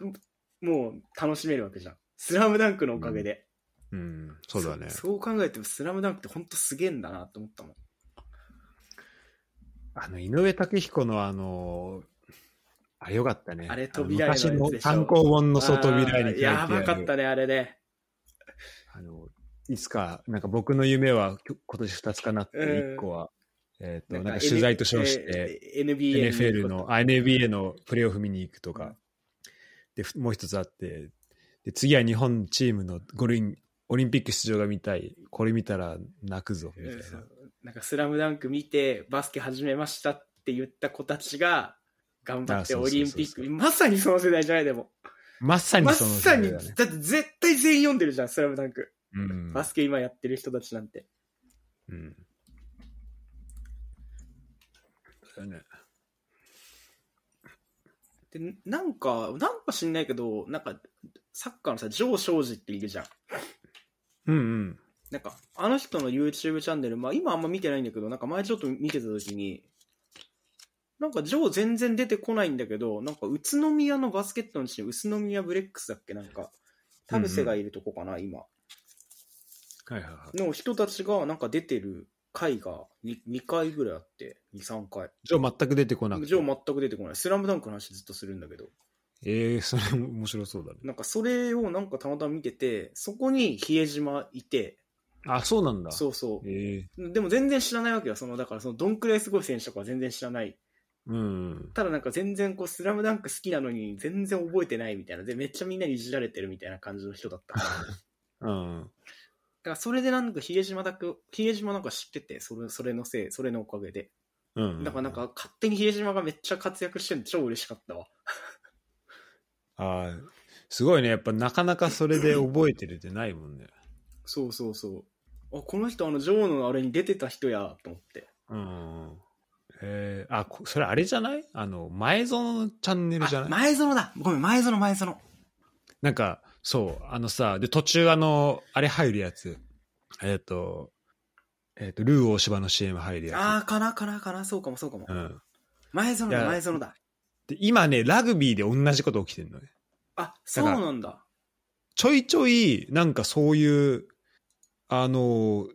Speaker 2: もう楽しめるわけじゃん。スラムダンクのおかげで。
Speaker 1: うん、そうだね。
Speaker 2: そそう考えてもスラムダンクってほんとすげえんだなと思ったもん。
Speaker 1: あの、井上武彦のあの、あれよかったね。
Speaker 2: あれ扉絵のやつ
Speaker 1: あの昔
Speaker 2: で
Speaker 1: の
Speaker 2: しょ
Speaker 1: 単行本の外
Speaker 2: あ
Speaker 1: 扉絵に
Speaker 2: ー
Speaker 1: 書いて
Speaker 2: や
Speaker 1: ある
Speaker 2: ばかったね、あれね。
Speaker 1: あの、いつか、なんか僕の夢はきょ今年2つかなって、
Speaker 2: うん
Speaker 1: 1個は、えっ、と、なんか取材と称して、、
Speaker 2: N- えー NBA
Speaker 1: NFL の、あ NBA のプレーオフ見に行くとか、で、ふもう一つあって、で、次は日本チームの五輪、オリンピック出場が見たい、これ見たら泣くぞ、みたいな。
Speaker 2: なんかスラムダンク見てバスケ始めましたって言った子たちが、頑張って
Speaker 1: あーそうそうそうそう
Speaker 2: オリンピック、まさにその世代じゃないでも。
Speaker 1: まさに
Speaker 2: ま
Speaker 1: その
Speaker 2: さに、だ
Speaker 1: 世代だね。
Speaker 2: って絶対全員読んでるじゃん、スラムダンク。
Speaker 1: うん
Speaker 2: バスケ今やってる人たちなんて。
Speaker 1: うん。だよね。
Speaker 2: で、なんか、なんか知んないけど、なんか、サッカーのさ、ジョー・ショージっているじゃん。
Speaker 1: うんうん。
Speaker 2: なんか、あの人の YouTube チャンネル、まあ今あんま見てないんだけど、なんか前ちょっと見てた時に、なんかジョー全然出てこないんだけど、なんか宇都宮のバスケットのチーム、宇都宮ブレックスだっけなんか、田臥がいるとこかな、今。
Speaker 1: はいはいはい。
Speaker 2: の人たちがなんか出てる回が 2, 2回ぐらいあって、2、3回。
Speaker 1: ジョー全く出てこなくて。
Speaker 2: ジョー全く出てこない。スラムダンクの話ずっとするんだけど。
Speaker 1: ええそれも面白そうだね。
Speaker 2: なんかそれをなんかたまたま見てて、そこに比江島いて、
Speaker 1: あ、そうなんだ。
Speaker 2: そうそ
Speaker 1: ええ
Speaker 2: う。でも全然知らないわけよ。その、だからその、どんくらいすごい選手とかは全然知らない。
Speaker 1: うん。
Speaker 2: ただなんか全然こう、スラムダンク好きなのに全然覚えてないみたいな。で、めっちゃみんなにいじられてるみたいな感じの人 だったから。
Speaker 1: うん。
Speaker 2: だからそれでなんか比江島だく、比江島なんか知ってて、それ、それのせい、それのおかげで。
Speaker 1: うん。
Speaker 2: だからなん、か勝手に比江島がめっちゃ活躍してるの超嬉しかったわ。
Speaker 1: ああ、すごいね。やっぱなかなかそれで覚えてるってないもんね。
Speaker 2: そうそうそう。あ、この人あの、ジョーのあれに出てた人や、と思って。
Speaker 1: うん。ええあ、こそれあれじゃないあの、前園のチャンネルじゃな
Speaker 2: あ
Speaker 1: い
Speaker 2: 前園だごめん、前園前園。
Speaker 1: なんか、そう、あのさ、で、途中あの、あれ入るやつ。えっ、と、えっ、と、ルー大芝の CM 入るや
Speaker 2: ああ、かなかなかな、そうかもそうかも
Speaker 1: つ。う。ん。
Speaker 2: 前園
Speaker 1: い
Speaker 2: だ、
Speaker 1: や
Speaker 2: 前園だ。
Speaker 1: で、今ね、ラグビーで同じこと起きてるのね。
Speaker 2: あ、そうなんだ。
Speaker 1: ちょいちょい、なんかそういう、あの、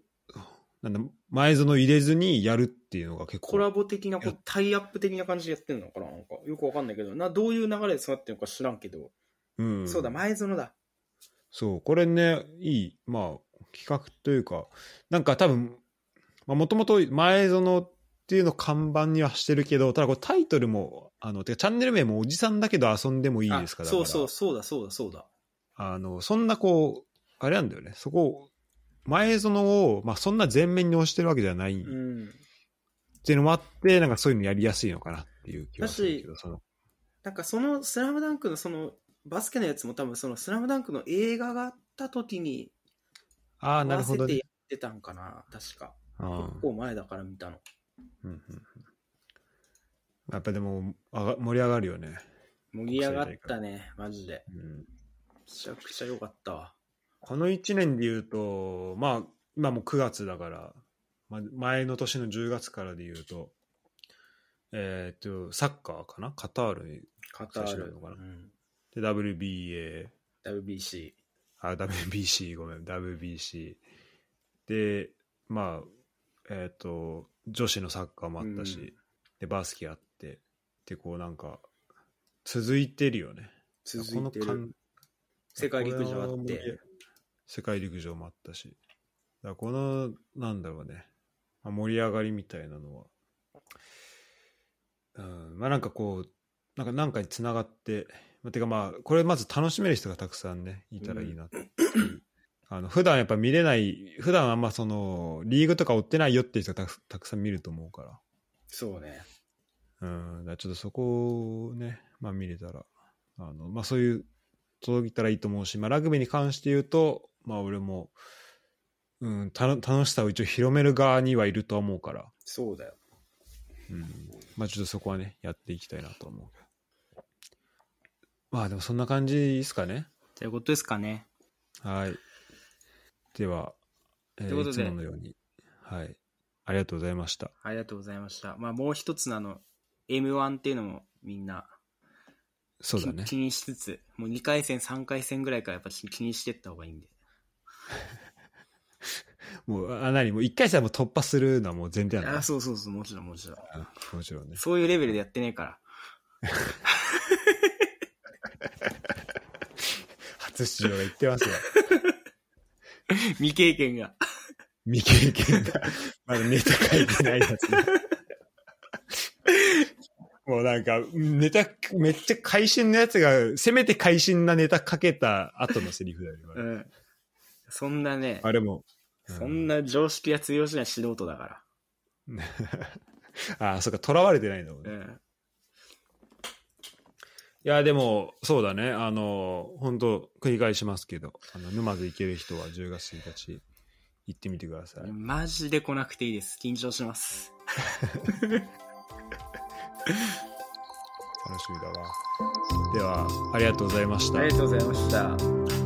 Speaker 1: なんだ、前園入れずにやるっていうのが結構。
Speaker 2: コラボ的な、こ
Speaker 1: いう
Speaker 2: タイアップ的な感じでやってるのかななんか、よくわかんないけど、な、どういう流れでそうやってるのか知らんけど。
Speaker 1: うん、
Speaker 2: そうだ、前園だ。
Speaker 1: そう、これね、いい、まあ、企画というか、なんか多分、まあ、もともと前園っていうの看板にはしてるけど、ただこれタイトルも、あの、てかチャンネル名もおじさんだけど遊んでもいい
Speaker 2: あ
Speaker 1: ですから、
Speaker 2: そうそう、
Speaker 1: だか
Speaker 2: そうだ、そうだ、そうだ。
Speaker 1: らあの、そんなこう、あれなんだよね、そこ、前園を、まあ、そんな前面に押してるわけじゃないっ
Speaker 2: うん。
Speaker 1: ていうのもあって、なんかそういうのやりやすいのかなっていう気はするけど、その、
Speaker 2: なんかその、スラムダンクのその、バスケのやつも多分その、スラムダンクの映画があった時に、
Speaker 1: ああ、
Speaker 2: 合
Speaker 1: なる
Speaker 2: わ
Speaker 1: ほ
Speaker 2: せ
Speaker 1: ど、
Speaker 2: て
Speaker 1: ね
Speaker 2: や。ってたんかな、確か。
Speaker 1: あ
Speaker 2: 結構前だから見たの。
Speaker 1: ーうんうんうんやっぱでも、あが盛り上がるよね。
Speaker 2: 盛り上がったね、マジで。
Speaker 1: うん
Speaker 2: めちゃくちゃ良かったわ。
Speaker 1: この1年で言うと、まあ、今もう9月だから、まあ、前の年の10月からで言うと、えーっと、サッカーかなカタールに
Speaker 2: カター
Speaker 1: 久しぶり
Speaker 2: ル
Speaker 1: なのかな、
Speaker 2: うん
Speaker 1: で WBA、
Speaker 2: WBC。
Speaker 1: あ、WBC、ごめ ん、WBC。で、まあ、えーっと、女子のサッカーもあったし、
Speaker 2: うん
Speaker 1: で、バスケあって、で、こうなんか、続いてるよね。
Speaker 2: 続いて
Speaker 1: この
Speaker 2: る
Speaker 1: 感
Speaker 2: 世界陸上あ
Speaker 1: こ
Speaker 2: っ
Speaker 1: れは盛り上
Speaker 2: て
Speaker 1: が世界陸上もあったしだからこのなんだろうねまあ盛り上がりみたいなのはうんまあなんかこうなんかなんかにつながって、まあ、てかまあこれまず楽しめる人がたくさんねいたらいいなって、あの普段やっぱ見れない普段あんまそのリーグとか追ってないよっていう人がたくたくさん見ると思うか
Speaker 2: そうね
Speaker 1: らうんだからちょっとそこをね、まあ、見れたらあの、まあ、そういう届いたらいいと思うし、まあ、ラグビーに関して言うと、まあ、俺も、うん、たの楽しさを一応広める側にはいるとは思うから、
Speaker 2: そうだよ
Speaker 1: うんまあ、ちょっとそこはねやっていきたいなと思うまあでもそんな感じですかね
Speaker 2: ということですかね
Speaker 1: はいでは、えー
Speaker 2: ということで
Speaker 1: いつものようにはいありがとうございました
Speaker 2: ありがとうございましたまあもう一つのあの M1 っていうのもみんな
Speaker 1: そうだね
Speaker 2: 気気にしつつもう2回戦3回戦ぐらいからやっぱ気気にしてった方がいいんで
Speaker 1: もうあ何もう1回戦はもう突破するのはもう前提なの
Speaker 2: あそうそうそうもちろんもちろん
Speaker 1: うんもちろんね
Speaker 2: そういうレベルでやってねえから
Speaker 1: 初出場が言ってますよ
Speaker 2: 未経験が
Speaker 1: 未経験がまだネタ書いてないやつね もうなんかネタめっちゃ会心のやつがせめて会心なネタ書けた後のセリフだよ今
Speaker 2: うんそんなね
Speaker 1: あれも。
Speaker 2: そんな常識が通用しない素人だか
Speaker 1: ああ、そっか、囚われてないんだもん
Speaker 2: らう
Speaker 1: ね。
Speaker 2: ん
Speaker 1: いや、でも、そうだね。あの、本当繰り返しますけど、あの、沼津行ける人は10月1日、行ってみてください。
Speaker 2: マジで来なくていいです緊張します
Speaker 1: 楽しみだわ。では、ありがとうございまし
Speaker 2: あ
Speaker 1: た
Speaker 2: り。がとうございました
Speaker 1: はい